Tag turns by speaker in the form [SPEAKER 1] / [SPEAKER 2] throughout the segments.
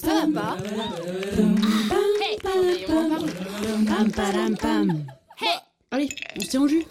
[SPEAKER 1] Ça va pas
[SPEAKER 2] Allez, on se tient au jus.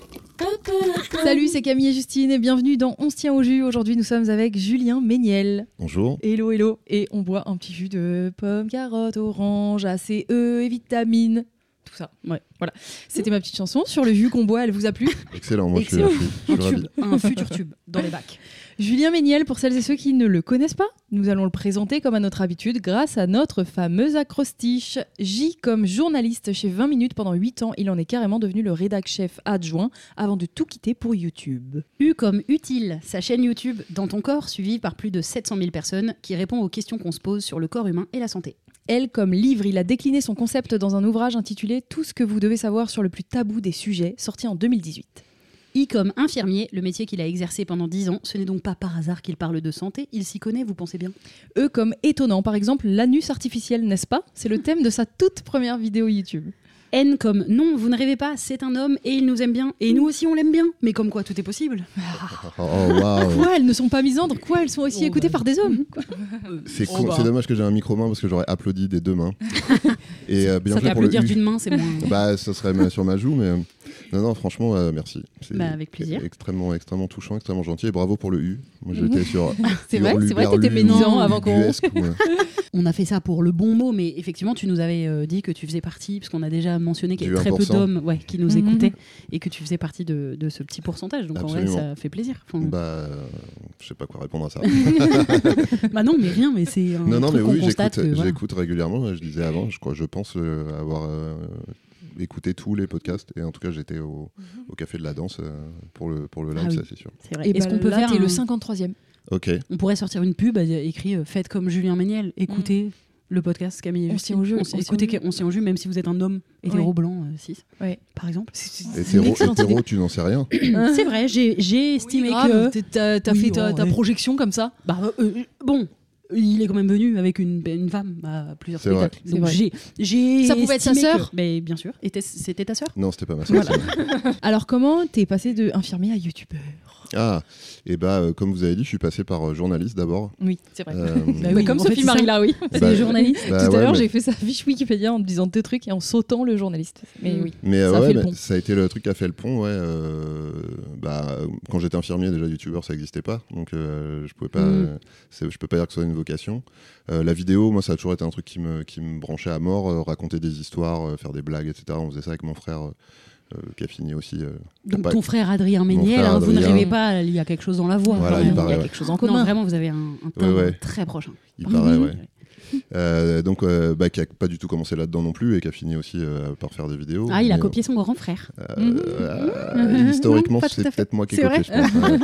[SPEAKER 3] Salut, c'est Camille et Justine et bienvenue dans On se tient au jus. Aujourd'hui, nous sommes avec Julien Méniel.
[SPEAKER 4] Bonjour.
[SPEAKER 3] Hello, hello. Et on boit un petit jus de pomme, carotte, orange, ACE E et vitamines. Tout ça. Ouais, voilà. C'était ma petite chanson sur le jus qu'on boit. Elle vous a plu
[SPEAKER 4] Excellent, moi
[SPEAKER 2] Excellent.
[SPEAKER 4] je suis, je suis- je suis ravi.
[SPEAKER 2] Un futur tube dans les bacs.
[SPEAKER 3] Julien Méniel, pour celles et ceux qui ne le connaissent pas, nous allons le présenter comme à notre habitude grâce à notre fameux acrostiche. J comme journaliste chez 20 minutes pendant 8 ans, il en est carrément devenu le rédac-chef adjoint avant de tout quitter pour YouTube.
[SPEAKER 2] U comme utile, sa chaîne YouTube Dans ton corps, suivie par plus de 700 000 personnes, qui répond aux questions qu'on se pose sur le corps humain et la santé.
[SPEAKER 3] Elle comme livre. Il a décliné son concept dans un ouvrage intitulé Tout ce que vous devez savoir sur le plus tabou des sujets, sorti en 2018.
[SPEAKER 2] I comme infirmier, le métier qu'il a exercé pendant 10 ans. Ce n'est donc pas par hasard qu'il parle de santé, il s'y connaît, vous pensez bien.
[SPEAKER 3] E comme étonnant, par exemple l'anus artificiel, n'est-ce pas C'est le thème de sa toute première vidéo YouTube.
[SPEAKER 2] N comme non, vous ne rêvez pas, c'est un homme et il nous aime bien. Et nous aussi on l'aime bien, mais comme quoi tout est possible.
[SPEAKER 4] Oh, oh, waouh.
[SPEAKER 3] Quoi Elles ne sont pas misandres Quoi Elles sont aussi
[SPEAKER 2] Oh,
[SPEAKER 3] écoutées
[SPEAKER 2] bah.
[SPEAKER 3] par des hommes quoi.
[SPEAKER 4] C'est
[SPEAKER 2] Oh,
[SPEAKER 4] con-
[SPEAKER 2] bah.
[SPEAKER 4] c'est dommage que j'ai un micro main parce que j'aurais applaudi des deux mains. Et euh, bien
[SPEAKER 2] Ça
[SPEAKER 4] joué pour le
[SPEAKER 2] qu'applaudir
[SPEAKER 4] U.
[SPEAKER 2] d'une main, c'est moins.
[SPEAKER 4] Bah, ça serait ma- sur ma joue, mais euh, non, non, franchement, euh, merci. C'est
[SPEAKER 2] Bah, avec plaisir.
[SPEAKER 4] Extrêmement, extrêmement touchant, extrêmement gentil. Et bravo pour le U. Moi, j'étais sur.
[SPEAKER 3] C'est vrai, c'est vrai, t'étais
[SPEAKER 4] hurluberlu,
[SPEAKER 3] médisant avant qu'on.
[SPEAKER 4] ubuesque, ouais.
[SPEAKER 2] On a fait ça pour le bon mot, mais effectivement, tu nous avais euh, dit que tu faisais partie, parce qu'on a déjà mentionné qu'il y avait
[SPEAKER 4] Du
[SPEAKER 2] très peu
[SPEAKER 4] 1%.
[SPEAKER 2] d'hommes ouais, qui nous
[SPEAKER 3] Mhm.
[SPEAKER 2] écoutaient, et que tu faisais partie de, de ce petit pourcentage. Donc en vrai,
[SPEAKER 4] Absolument.
[SPEAKER 2] ça fait plaisir. Enfin, bah...
[SPEAKER 4] Bah, euh, je sais pas quoi répondre à ça.
[SPEAKER 2] bah non, mais rien, mais c'est un
[SPEAKER 4] Non, non,
[SPEAKER 2] truc
[SPEAKER 4] mais
[SPEAKER 2] qu'on
[SPEAKER 4] oui,
[SPEAKER 2] constate.
[SPEAKER 4] j'écoute
[SPEAKER 2] que, voilà.
[SPEAKER 4] j'écoute régulièrement. hein, Je disais avant, je crois, je pense euh, avoir euh, écouté tous les podcasts. Et en tout cas, j'étais au, au Café de la Danse euh, pour, le, pour le live,
[SPEAKER 2] Mhm. Ah oui.
[SPEAKER 4] ça c'est sûr.
[SPEAKER 2] C'est vrai. Est-ce
[SPEAKER 3] bah,
[SPEAKER 2] qu'on peut
[SPEAKER 3] là,
[SPEAKER 2] faire
[SPEAKER 3] t'es
[SPEAKER 2] un-
[SPEAKER 3] le 53e
[SPEAKER 4] Ok.
[SPEAKER 2] On pourrait sortir une pub euh, écrit euh, Faites comme Julien Méniel, écoutez le podcast Camille et
[SPEAKER 3] Mm. On
[SPEAKER 2] Justine.
[SPEAKER 3] s'y en joue,
[SPEAKER 2] On
[SPEAKER 3] on
[SPEAKER 2] s'y-
[SPEAKER 3] s'y en
[SPEAKER 2] écoutez
[SPEAKER 3] joue.
[SPEAKER 2] que- On s'y en joue, même si vous êtes un homme hétéro
[SPEAKER 3] Ouais.
[SPEAKER 2] blanc, 6,
[SPEAKER 3] Ouais.
[SPEAKER 2] par exemple.
[SPEAKER 4] Hétéro,
[SPEAKER 3] excellente
[SPEAKER 4] hétéro,
[SPEAKER 3] idée.
[SPEAKER 4] tu n'en sais rien.
[SPEAKER 2] C'est vrai, j'ai j'ai estimé que.
[SPEAKER 3] T'as
[SPEAKER 2] t'as
[SPEAKER 3] fait ta, projection comme ça
[SPEAKER 2] Bah, euh, euh, bon, il est quand même venu avec une, une femme à plusieurs
[SPEAKER 4] C'est vrai.
[SPEAKER 2] spectacles.
[SPEAKER 3] C'est
[SPEAKER 2] Donc
[SPEAKER 3] vrai.
[SPEAKER 2] j'ai, j'ai
[SPEAKER 3] Ça pouvait être sa
[SPEAKER 2] estimé que-
[SPEAKER 3] sœur
[SPEAKER 2] Mais bien sûr. Était- C'était ta sœur
[SPEAKER 4] Non, c'était pas ma sœur. ça.
[SPEAKER 3] Alors comment t'es passé de infirmier à youtubeur
[SPEAKER 4] Ah, et bah, euh, comme vous avez dit, je suis passé par euh, journaliste d'abord.
[SPEAKER 3] Oui, c'est vrai.
[SPEAKER 4] Euh,
[SPEAKER 2] Bah oui,
[SPEAKER 3] comme
[SPEAKER 2] en fait,
[SPEAKER 3] Sophie
[SPEAKER 2] c'est ça.
[SPEAKER 3] Marie là, oui.
[SPEAKER 4] Bah,
[SPEAKER 2] C'est journaliste.
[SPEAKER 4] bah
[SPEAKER 3] Tout à
[SPEAKER 4] ouais,
[SPEAKER 3] l'heure,
[SPEAKER 4] mais-
[SPEAKER 3] j'ai fait sa fiche Wikipédia en disant deux trucs et en sautant le journaliste. Mais
[SPEAKER 2] Mm.
[SPEAKER 3] oui.
[SPEAKER 4] Mais
[SPEAKER 3] Ça
[SPEAKER 4] euh,
[SPEAKER 3] a
[SPEAKER 4] ouais,
[SPEAKER 3] fait le
[SPEAKER 4] mais
[SPEAKER 3] pont.
[SPEAKER 4] ça a été le truc qui a fait le pont. Ouais, euh, bah, euh, quand j'étais infirmier, déjà youtubeur, ça n'existait pas, donc euh, je pouvais pas.
[SPEAKER 2] Mm.
[SPEAKER 4] euh, c'est- je peux pas dire que ce soit une vocation. Euh, la vidéo, moi, ça a toujours été un truc qui me qui me branchait à mort. euh, raconter des histoires, euh, faire des blagues, etc. On faisait ça avec mon frère. euh, euh, qui a fini aussi. euh,
[SPEAKER 2] Donc
[SPEAKER 4] pas-
[SPEAKER 2] ton frère Adrien Méniel,
[SPEAKER 4] frère
[SPEAKER 2] hein, vous ne
[SPEAKER 4] Adrien.
[SPEAKER 2] rêvez pas, il y a quelque chose dans la voix.
[SPEAKER 4] Voilà,
[SPEAKER 2] quand
[SPEAKER 4] il
[SPEAKER 2] même.
[SPEAKER 4] paraît,
[SPEAKER 2] y a
[SPEAKER 4] ouais.
[SPEAKER 2] quelque chose en commun. Non, vraiment, vous avez un, un timbre
[SPEAKER 4] Ouais, ouais.
[SPEAKER 2] très proche. hein.
[SPEAKER 4] il paraît,
[SPEAKER 2] Mhm.
[SPEAKER 4] ouais. Euh, donc, euh, bah, qui a pas du tout commencé là-dedans non plus et qui a fini aussi euh, par faire des vidéos.
[SPEAKER 2] Ah, il a
[SPEAKER 4] Mais, euh,
[SPEAKER 2] copié son grand frère. Mmh.
[SPEAKER 4] Euh,
[SPEAKER 3] Mhm.
[SPEAKER 4] euh, historiquement,
[SPEAKER 2] Non, pas tout
[SPEAKER 4] c'est
[SPEAKER 2] à fait.
[SPEAKER 4] peut-être moi qui ai
[SPEAKER 2] C'est
[SPEAKER 4] copié, je pense. Ouais.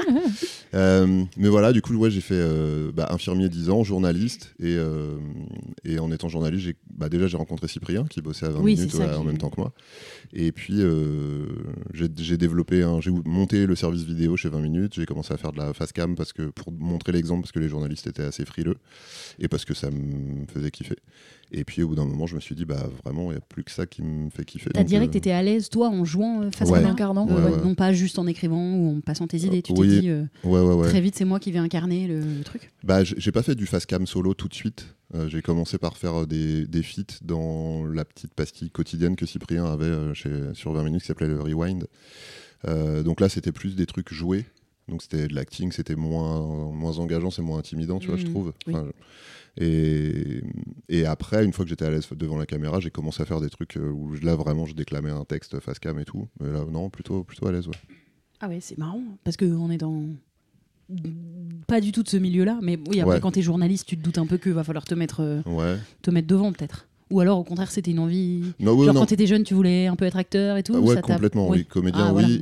[SPEAKER 4] Euh, mais voilà, du coup, ouais, j'ai fait euh, bah, infirmier 10 ans, journaliste. Et, euh, et en étant journaliste, j'ai- bah, déjà, j'ai rencontré Cyprien qui bossait à 20
[SPEAKER 2] Oui,
[SPEAKER 4] minutes
[SPEAKER 2] c'est ça
[SPEAKER 4] ouais,
[SPEAKER 2] qui-
[SPEAKER 4] en même temps que moi. Et puis, euh, j'ai j'ai développé, un- j'ai monté le service vidéo chez 20 minutes. J'ai commencé à faire de la face cam parce que, pour montrer l'exemple, parce que les journalistes étaient assez frileux et parce que ça me faisait kiffer. Et puis, au bout d'un moment, je me suis dit, bah, vraiment, il n'y a plus que ça qui me fait kiffer.
[SPEAKER 2] T'as
[SPEAKER 4] Donc,
[SPEAKER 2] direct
[SPEAKER 4] euh,
[SPEAKER 2] été à l'aise, toi, en jouant euh, face
[SPEAKER 4] Ouais.
[SPEAKER 2] à
[SPEAKER 3] Incarnant.
[SPEAKER 4] Ouais, ouais.
[SPEAKER 2] Non pas juste en écrivant ou en passant tes idées. Tu
[SPEAKER 4] oui.
[SPEAKER 2] t'es dit, euh,
[SPEAKER 4] Ouais, ouais, ouais.
[SPEAKER 2] très vite, c'est moi qui vais incarner le truc.
[SPEAKER 4] Bah, j- j'ai pas fait du fast cam solo tout de suite. Euh, j'ai commencé par faire euh, des, des feats dans la petite pastille quotidienne que Cyprien avait euh, chez, sur 20 minutes qui s'appelait le Rewind. Euh, donc là, c'était plus des trucs joués. Donc c'était de l'acting, c'était moins, moins engageant, c'est moins intimidant, tu vois, je
[SPEAKER 2] Mhm,
[SPEAKER 4] trouve.
[SPEAKER 2] oui.
[SPEAKER 4] Enfin, je- et, et après, une fois que j'étais à l'aise devant la caméra, j'ai commencé à faire des trucs euh, où là, vraiment, je déclamais un texte face cam et tout. Mais là, non, plutôt, plutôt à l'aise, ouais.
[SPEAKER 2] Ah ouais, c'est marrant, parce qu'on est dans pas du tout de ce milieu-là, mais oui, après
[SPEAKER 4] Ouais.
[SPEAKER 2] quand t'es journaliste, tu te doutes un peu que va falloir te mettre, euh,
[SPEAKER 4] Ouais.
[SPEAKER 2] te mettre devant peut-être. Ou alors, au contraire, c'était une envie.
[SPEAKER 4] Non, ouais,
[SPEAKER 2] Genre,
[SPEAKER 4] non.
[SPEAKER 2] quand t'étais jeune, tu voulais un peu être acteur et tout
[SPEAKER 4] Ah ouais,
[SPEAKER 2] ça t'a-
[SPEAKER 4] complètement.
[SPEAKER 2] Ouais.
[SPEAKER 4] Oui, comédien,
[SPEAKER 2] Ah, voilà.
[SPEAKER 4] oui.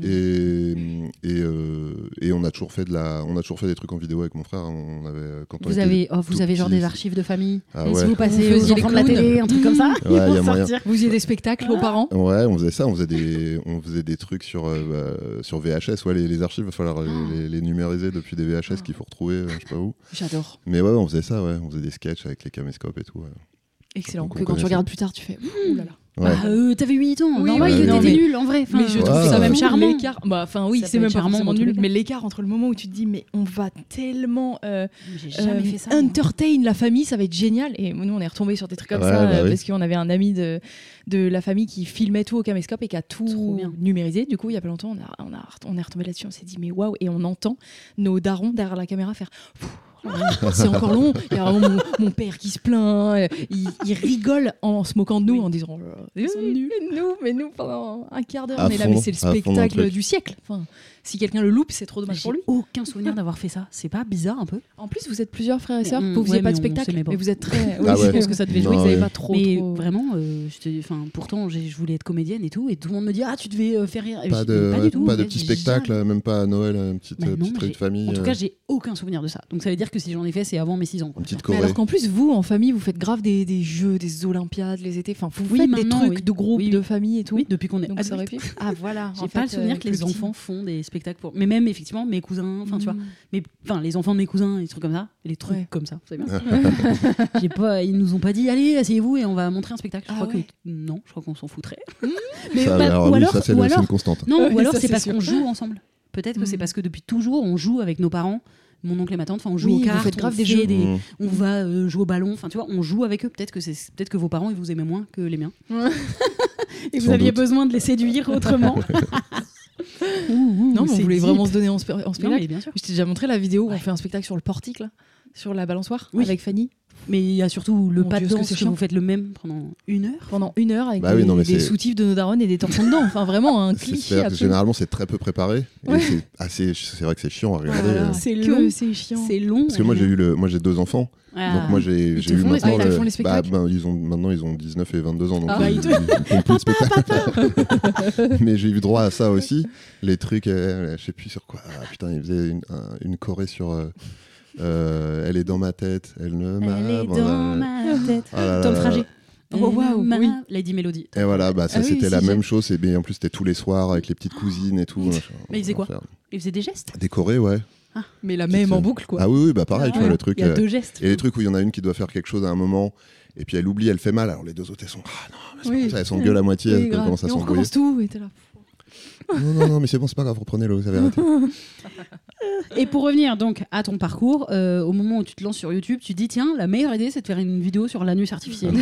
[SPEAKER 4] Et, et, euh, et on a toujours fait de la, on a toujours fait des trucs en vidéo avec mon frère. hein. On avait euh, quand on
[SPEAKER 2] Vous
[SPEAKER 4] était-
[SPEAKER 2] avez, oh, vous
[SPEAKER 4] tout
[SPEAKER 2] avez genre
[SPEAKER 4] petit,
[SPEAKER 2] des archives de famille.
[SPEAKER 4] Ah
[SPEAKER 2] Si
[SPEAKER 4] ouais.
[SPEAKER 2] vous
[SPEAKER 3] Vous
[SPEAKER 2] passez
[SPEAKER 3] faisiez
[SPEAKER 2] aux
[SPEAKER 3] les
[SPEAKER 2] enfants de la
[SPEAKER 3] clowns.
[SPEAKER 2] télé, un truc comme ça, ils
[SPEAKER 4] Ouais, y a
[SPEAKER 2] vont
[SPEAKER 4] moyen.
[SPEAKER 2] sortir.
[SPEAKER 3] Vous y des spectacles aux parents
[SPEAKER 4] Ouais, on faisait ça, on faisait des, on faisait des trucs sur, euh, bah, sur VHS. Ouais, les, les archives, il va falloir euh,
[SPEAKER 2] Ah.
[SPEAKER 4] les, les numériser depuis des VHS qu'il faut retrouver, euh, je sais pas où.
[SPEAKER 3] J'adore.
[SPEAKER 4] Mais ouais, on faisait ça, ouais. On faisait des sketchs avec les caméscopes et tout. ouais.
[SPEAKER 3] Excellent.
[SPEAKER 4] Donc,
[SPEAKER 3] Que
[SPEAKER 4] on
[SPEAKER 3] quand tu
[SPEAKER 4] connaît
[SPEAKER 3] regardes plus tard, tu fais.
[SPEAKER 4] Ah.
[SPEAKER 3] Ouh là là.
[SPEAKER 4] Ouais.
[SPEAKER 2] Bah, euh, t'avais 8 ans,
[SPEAKER 3] Oui,
[SPEAKER 2] normal,
[SPEAKER 4] oui,
[SPEAKER 2] il
[SPEAKER 4] non,
[SPEAKER 2] était
[SPEAKER 4] mais-
[SPEAKER 2] nul en vrai. Enfin,
[SPEAKER 3] mais je trouve ça
[SPEAKER 4] Ouais. c'est
[SPEAKER 3] même
[SPEAKER 4] même
[SPEAKER 3] charmant.
[SPEAKER 2] charmant.
[SPEAKER 3] L'écart. Bah, enfin, oui,
[SPEAKER 2] Ça
[SPEAKER 3] c'est
[SPEAKER 2] peut
[SPEAKER 3] même
[SPEAKER 2] être
[SPEAKER 3] pas
[SPEAKER 2] charmant
[SPEAKER 3] forcément
[SPEAKER 2] dans tous
[SPEAKER 3] nul.
[SPEAKER 2] les cas.
[SPEAKER 3] Mais l'écart entre le moment où tu te dis, mais on va tellement euh,
[SPEAKER 2] J'ai jamais
[SPEAKER 3] euh,
[SPEAKER 2] fait ça. moi.
[SPEAKER 3] entertain la famille, ça va être génial. Et nous, on est retombé sur des trucs comme
[SPEAKER 4] Ouais,
[SPEAKER 3] ça
[SPEAKER 4] bah
[SPEAKER 3] euh,
[SPEAKER 4] oui.
[SPEAKER 3] parce qu'on avait un ami de, de la famille qui filmait tout au caméscope et qui a
[SPEAKER 2] Trop
[SPEAKER 3] tout
[SPEAKER 2] bien.
[SPEAKER 3] numérisé. Du coup, il y a pas longtemps, on, a, on, a, on est retombé là-dessus. On s'est dit, mais waouh, et on entend nos darons derrière la caméra faire. Pfff, ouais, C'est encore long. Il y a vraiment mon, mon père qui se plaint. euh, Il, il rigole en se moquant de nous, en disant Ils sont nuls. Nous, mais nous, pendant un quart d'heure,
[SPEAKER 4] À
[SPEAKER 3] on est là,
[SPEAKER 4] fond,
[SPEAKER 3] mais c'est le
[SPEAKER 4] à fond dans le
[SPEAKER 3] spectacle
[SPEAKER 4] truc.
[SPEAKER 3] du siècle. Enfin, si quelqu'un le loupe, c'est trop dommage
[SPEAKER 2] J'ai
[SPEAKER 3] pour lui.
[SPEAKER 2] aucun souvenir d'avoir fait ça. C'est pas bizarre un peu
[SPEAKER 3] En plus, vous êtes plusieurs frères et sœurs,
[SPEAKER 2] Mm,
[SPEAKER 3] vous faisiez
[SPEAKER 2] ouais,
[SPEAKER 3] pas
[SPEAKER 2] mais
[SPEAKER 3] de
[SPEAKER 2] on
[SPEAKER 3] spectacle,
[SPEAKER 2] s'aimait pas.
[SPEAKER 3] mais vous êtes très.
[SPEAKER 4] Ah ouais.
[SPEAKER 3] Je pense que ça devait
[SPEAKER 4] Non,
[SPEAKER 3] jouer, vous n'avez
[SPEAKER 4] ouais.
[SPEAKER 3] pas trop.
[SPEAKER 2] mais
[SPEAKER 3] trop-
[SPEAKER 2] vraiment, euh, je te- enfin, pourtant, j'ai- je voulais être comédienne et tout, et tout le monde me dit Ah, tu devais euh, faire rire. Et je
[SPEAKER 4] Pas
[SPEAKER 2] dis,
[SPEAKER 4] de,
[SPEAKER 2] Mais
[SPEAKER 4] ouais,
[SPEAKER 2] tout,
[SPEAKER 4] pas de
[SPEAKER 2] mais
[SPEAKER 4] petits
[SPEAKER 2] jamais.
[SPEAKER 4] spectacles, même pas à Noël, un petit,
[SPEAKER 2] Bah
[SPEAKER 4] euh,
[SPEAKER 2] non,
[SPEAKER 4] petit
[SPEAKER 2] mais
[SPEAKER 4] truc de
[SPEAKER 2] j'ai-
[SPEAKER 4] famille.
[SPEAKER 2] En tout
[SPEAKER 4] euh,
[SPEAKER 2] cas, j'ai aucun souvenir de ça. Donc ça veut dire que si j'en ai fait, c'est avant mes 6 ans. quoi.
[SPEAKER 4] une petite
[SPEAKER 3] Mais
[SPEAKER 4] Corée.
[SPEAKER 3] alors qu'en plus, vous, en famille, vous faites grave des, des jeux, des Olympiades, les étés, enfin, vous
[SPEAKER 2] Oui,
[SPEAKER 3] faites des
[SPEAKER 2] maintenant,
[SPEAKER 3] trucs
[SPEAKER 2] oui.
[SPEAKER 3] de groupe,
[SPEAKER 2] Oui, oui.
[SPEAKER 3] de famille et tout.
[SPEAKER 2] Oui, depuis qu'on est
[SPEAKER 3] Donc ça aurait
[SPEAKER 2] adulte.
[SPEAKER 3] pu. Ah voilà. euh,
[SPEAKER 2] J'ai pas le souvenir que les enfants font des spectacles pour. Mais même effectivement mes cousins, enfin tu vois, mais enfin les enfants de mes cousins, les trucs comme ça, les trucs
[SPEAKER 3] Mm. Ouais.
[SPEAKER 2] comme ça, vous savez bien. J'ai pas, ils nous ont pas dit allez asseyez-vous et on va montrer un spectacle. Je
[SPEAKER 3] Ah
[SPEAKER 2] crois
[SPEAKER 3] ouais.
[SPEAKER 2] que non, je crois qu'on s'en foutrait.
[SPEAKER 4] Ça,
[SPEAKER 2] pas-
[SPEAKER 4] mais alors,
[SPEAKER 2] ou
[SPEAKER 4] oui,
[SPEAKER 2] alors-
[SPEAKER 4] ça, c'est
[SPEAKER 2] ou
[SPEAKER 4] le- c'est
[SPEAKER 2] alors-
[SPEAKER 4] une constante.
[SPEAKER 2] Non,
[SPEAKER 3] Oui,
[SPEAKER 2] ou alors
[SPEAKER 3] ça,
[SPEAKER 2] c'est
[SPEAKER 3] c'est
[SPEAKER 2] parce
[SPEAKER 3] sûr.
[SPEAKER 2] qu'on joue ensemble. Peut-être que c'est
[SPEAKER 3] Mm.
[SPEAKER 2] parce que depuis toujours on joue avec nos parents, mon oncle et ma tante. Enfin on joue
[SPEAKER 3] Oui,
[SPEAKER 2] aux
[SPEAKER 3] vous
[SPEAKER 2] cartes,
[SPEAKER 3] faites
[SPEAKER 2] on
[SPEAKER 3] grave des
[SPEAKER 2] fait
[SPEAKER 3] jeux.
[SPEAKER 4] Mmh.
[SPEAKER 2] on va euh, jouer au ballon. Enfin tu vois, on joue avec eux. Peut-être que c'est peut-être que vos parents ils vous aimaient moins que les miens. et vous
[SPEAKER 4] Sans
[SPEAKER 2] aviez
[SPEAKER 4] doute.
[SPEAKER 2] besoin de les séduire autrement.
[SPEAKER 3] Non, mais on voulait vraiment se
[SPEAKER 2] se
[SPEAKER 3] donner en, spé- en spectacle.
[SPEAKER 2] bien sûr.
[SPEAKER 3] Je t'ai déjà montré la vidéo où on
[SPEAKER 2] Ouais.
[SPEAKER 3] fait un spectacle sur le portique, là, sur la balançoire,
[SPEAKER 2] Oui.
[SPEAKER 3] avec Fanny,
[SPEAKER 2] Mais il y a surtout le
[SPEAKER 3] Mon
[SPEAKER 2] pas
[SPEAKER 3] Dieu,
[SPEAKER 2] de
[SPEAKER 3] ce que
[SPEAKER 2] danse
[SPEAKER 3] c'est
[SPEAKER 2] que,
[SPEAKER 3] chiant.
[SPEAKER 2] vous faites le même pendant une heure.
[SPEAKER 3] pendant une heure, avec
[SPEAKER 4] Bah
[SPEAKER 3] des,
[SPEAKER 4] oui, non, mais
[SPEAKER 3] des
[SPEAKER 4] c'est-
[SPEAKER 3] soutifs de nos darons et des torsons dedans. Enfin, vraiment un
[SPEAKER 4] C'est-
[SPEAKER 3] cliché.
[SPEAKER 4] c'est-à-dire que
[SPEAKER 3] absolu.
[SPEAKER 4] Généralement, c'est très peu préparé. et
[SPEAKER 3] Ouais.
[SPEAKER 4] c'est assez- C'est vrai que c'est chiant à regarder.
[SPEAKER 3] Voilà.
[SPEAKER 4] euh,
[SPEAKER 3] Ah, C'est
[SPEAKER 2] Que-
[SPEAKER 3] long, c'est chiant.
[SPEAKER 2] C'est long.
[SPEAKER 4] Parce que moi, j'ai eu le, moi, j'ai deux enfants.
[SPEAKER 2] Ah.
[SPEAKER 4] Donc moi j'ai
[SPEAKER 3] Ils
[SPEAKER 4] j'ai
[SPEAKER 3] te
[SPEAKER 4] eu
[SPEAKER 3] font les
[SPEAKER 4] maintenant
[SPEAKER 3] spectacles, ils
[SPEAKER 4] le-
[SPEAKER 3] font les
[SPEAKER 4] bah,
[SPEAKER 3] spectacles
[SPEAKER 4] ben, ils ont maintenant ils ont 19 et 22 ans donc euh,
[SPEAKER 3] Ah.
[SPEAKER 4] ils,
[SPEAKER 3] Bah,
[SPEAKER 4] ils font plus de spectacles. Mais j'ai eu droit à ça aussi, les trucs euh, je sais plus sur quoi. Ah, putain, ils faisaient une, un- une choré sur euh, euh, elle est dans ma tête, elle ne m'a
[SPEAKER 2] Elle est
[SPEAKER 4] bon,
[SPEAKER 2] dans
[SPEAKER 4] euh,
[SPEAKER 2] ma tête.
[SPEAKER 4] ah là là
[SPEAKER 2] Tom
[SPEAKER 4] là
[SPEAKER 2] Frager.
[SPEAKER 4] là.
[SPEAKER 3] Oh, waouh,
[SPEAKER 2] Ma-
[SPEAKER 3] oui.
[SPEAKER 2] Lady Melody.
[SPEAKER 4] Et voilà, bah ça
[SPEAKER 3] Ah oui,
[SPEAKER 4] c'était
[SPEAKER 3] si, Oh.
[SPEAKER 4] la
[SPEAKER 3] j'ai-
[SPEAKER 4] même chose et bien en plus c'était tous les soirs avec les petites cousines et tout. machin.
[SPEAKER 2] Mais ils faisaient quoi
[SPEAKER 4] Enfer.
[SPEAKER 2] Il faisait des gestes.
[SPEAKER 4] Des chorés, ouais.
[SPEAKER 3] Mais la même en boucle, quoi.
[SPEAKER 4] Ah oui oui, bah pareil, tu vois le truc
[SPEAKER 2] Il y a
[SPEAKER 4] euh,
[SPEAKER 2] deux gestes.
[SPEAKER 4] Et les trucs où il y en a une qui doit faire quelque chose à un moment, et puis elle oublie, elle fait mal, alors les deux autres elles sont. Ah non, mais c'est pas
[SPEAKER 3] Oui.
[SPEAKER 4] comme ça, elles s'engueulent à moitié,
[SPEAKER 3] Oui,
[SPEAKER 4] elles
[SPEAKER 3] grave.
[SPEAKER 4] commencent à
[SPEAKER 3] Et on
[SPEAKER 4] s'embrouiller.
[SPEAKER 3] recommence tout, et t'es là.
[SPEAKER 4] Non, non, non, mais c'est bon, c'est pas grave, reprenez-le, vous avez raté.
[SPEAKER 2] Et pour revenir donc à ton parcours, euh, au moment où tu te lances sur YouTube, tu te dis tiens, la meilleure idée c'est de faire une vidéo sur l'anus artificiel.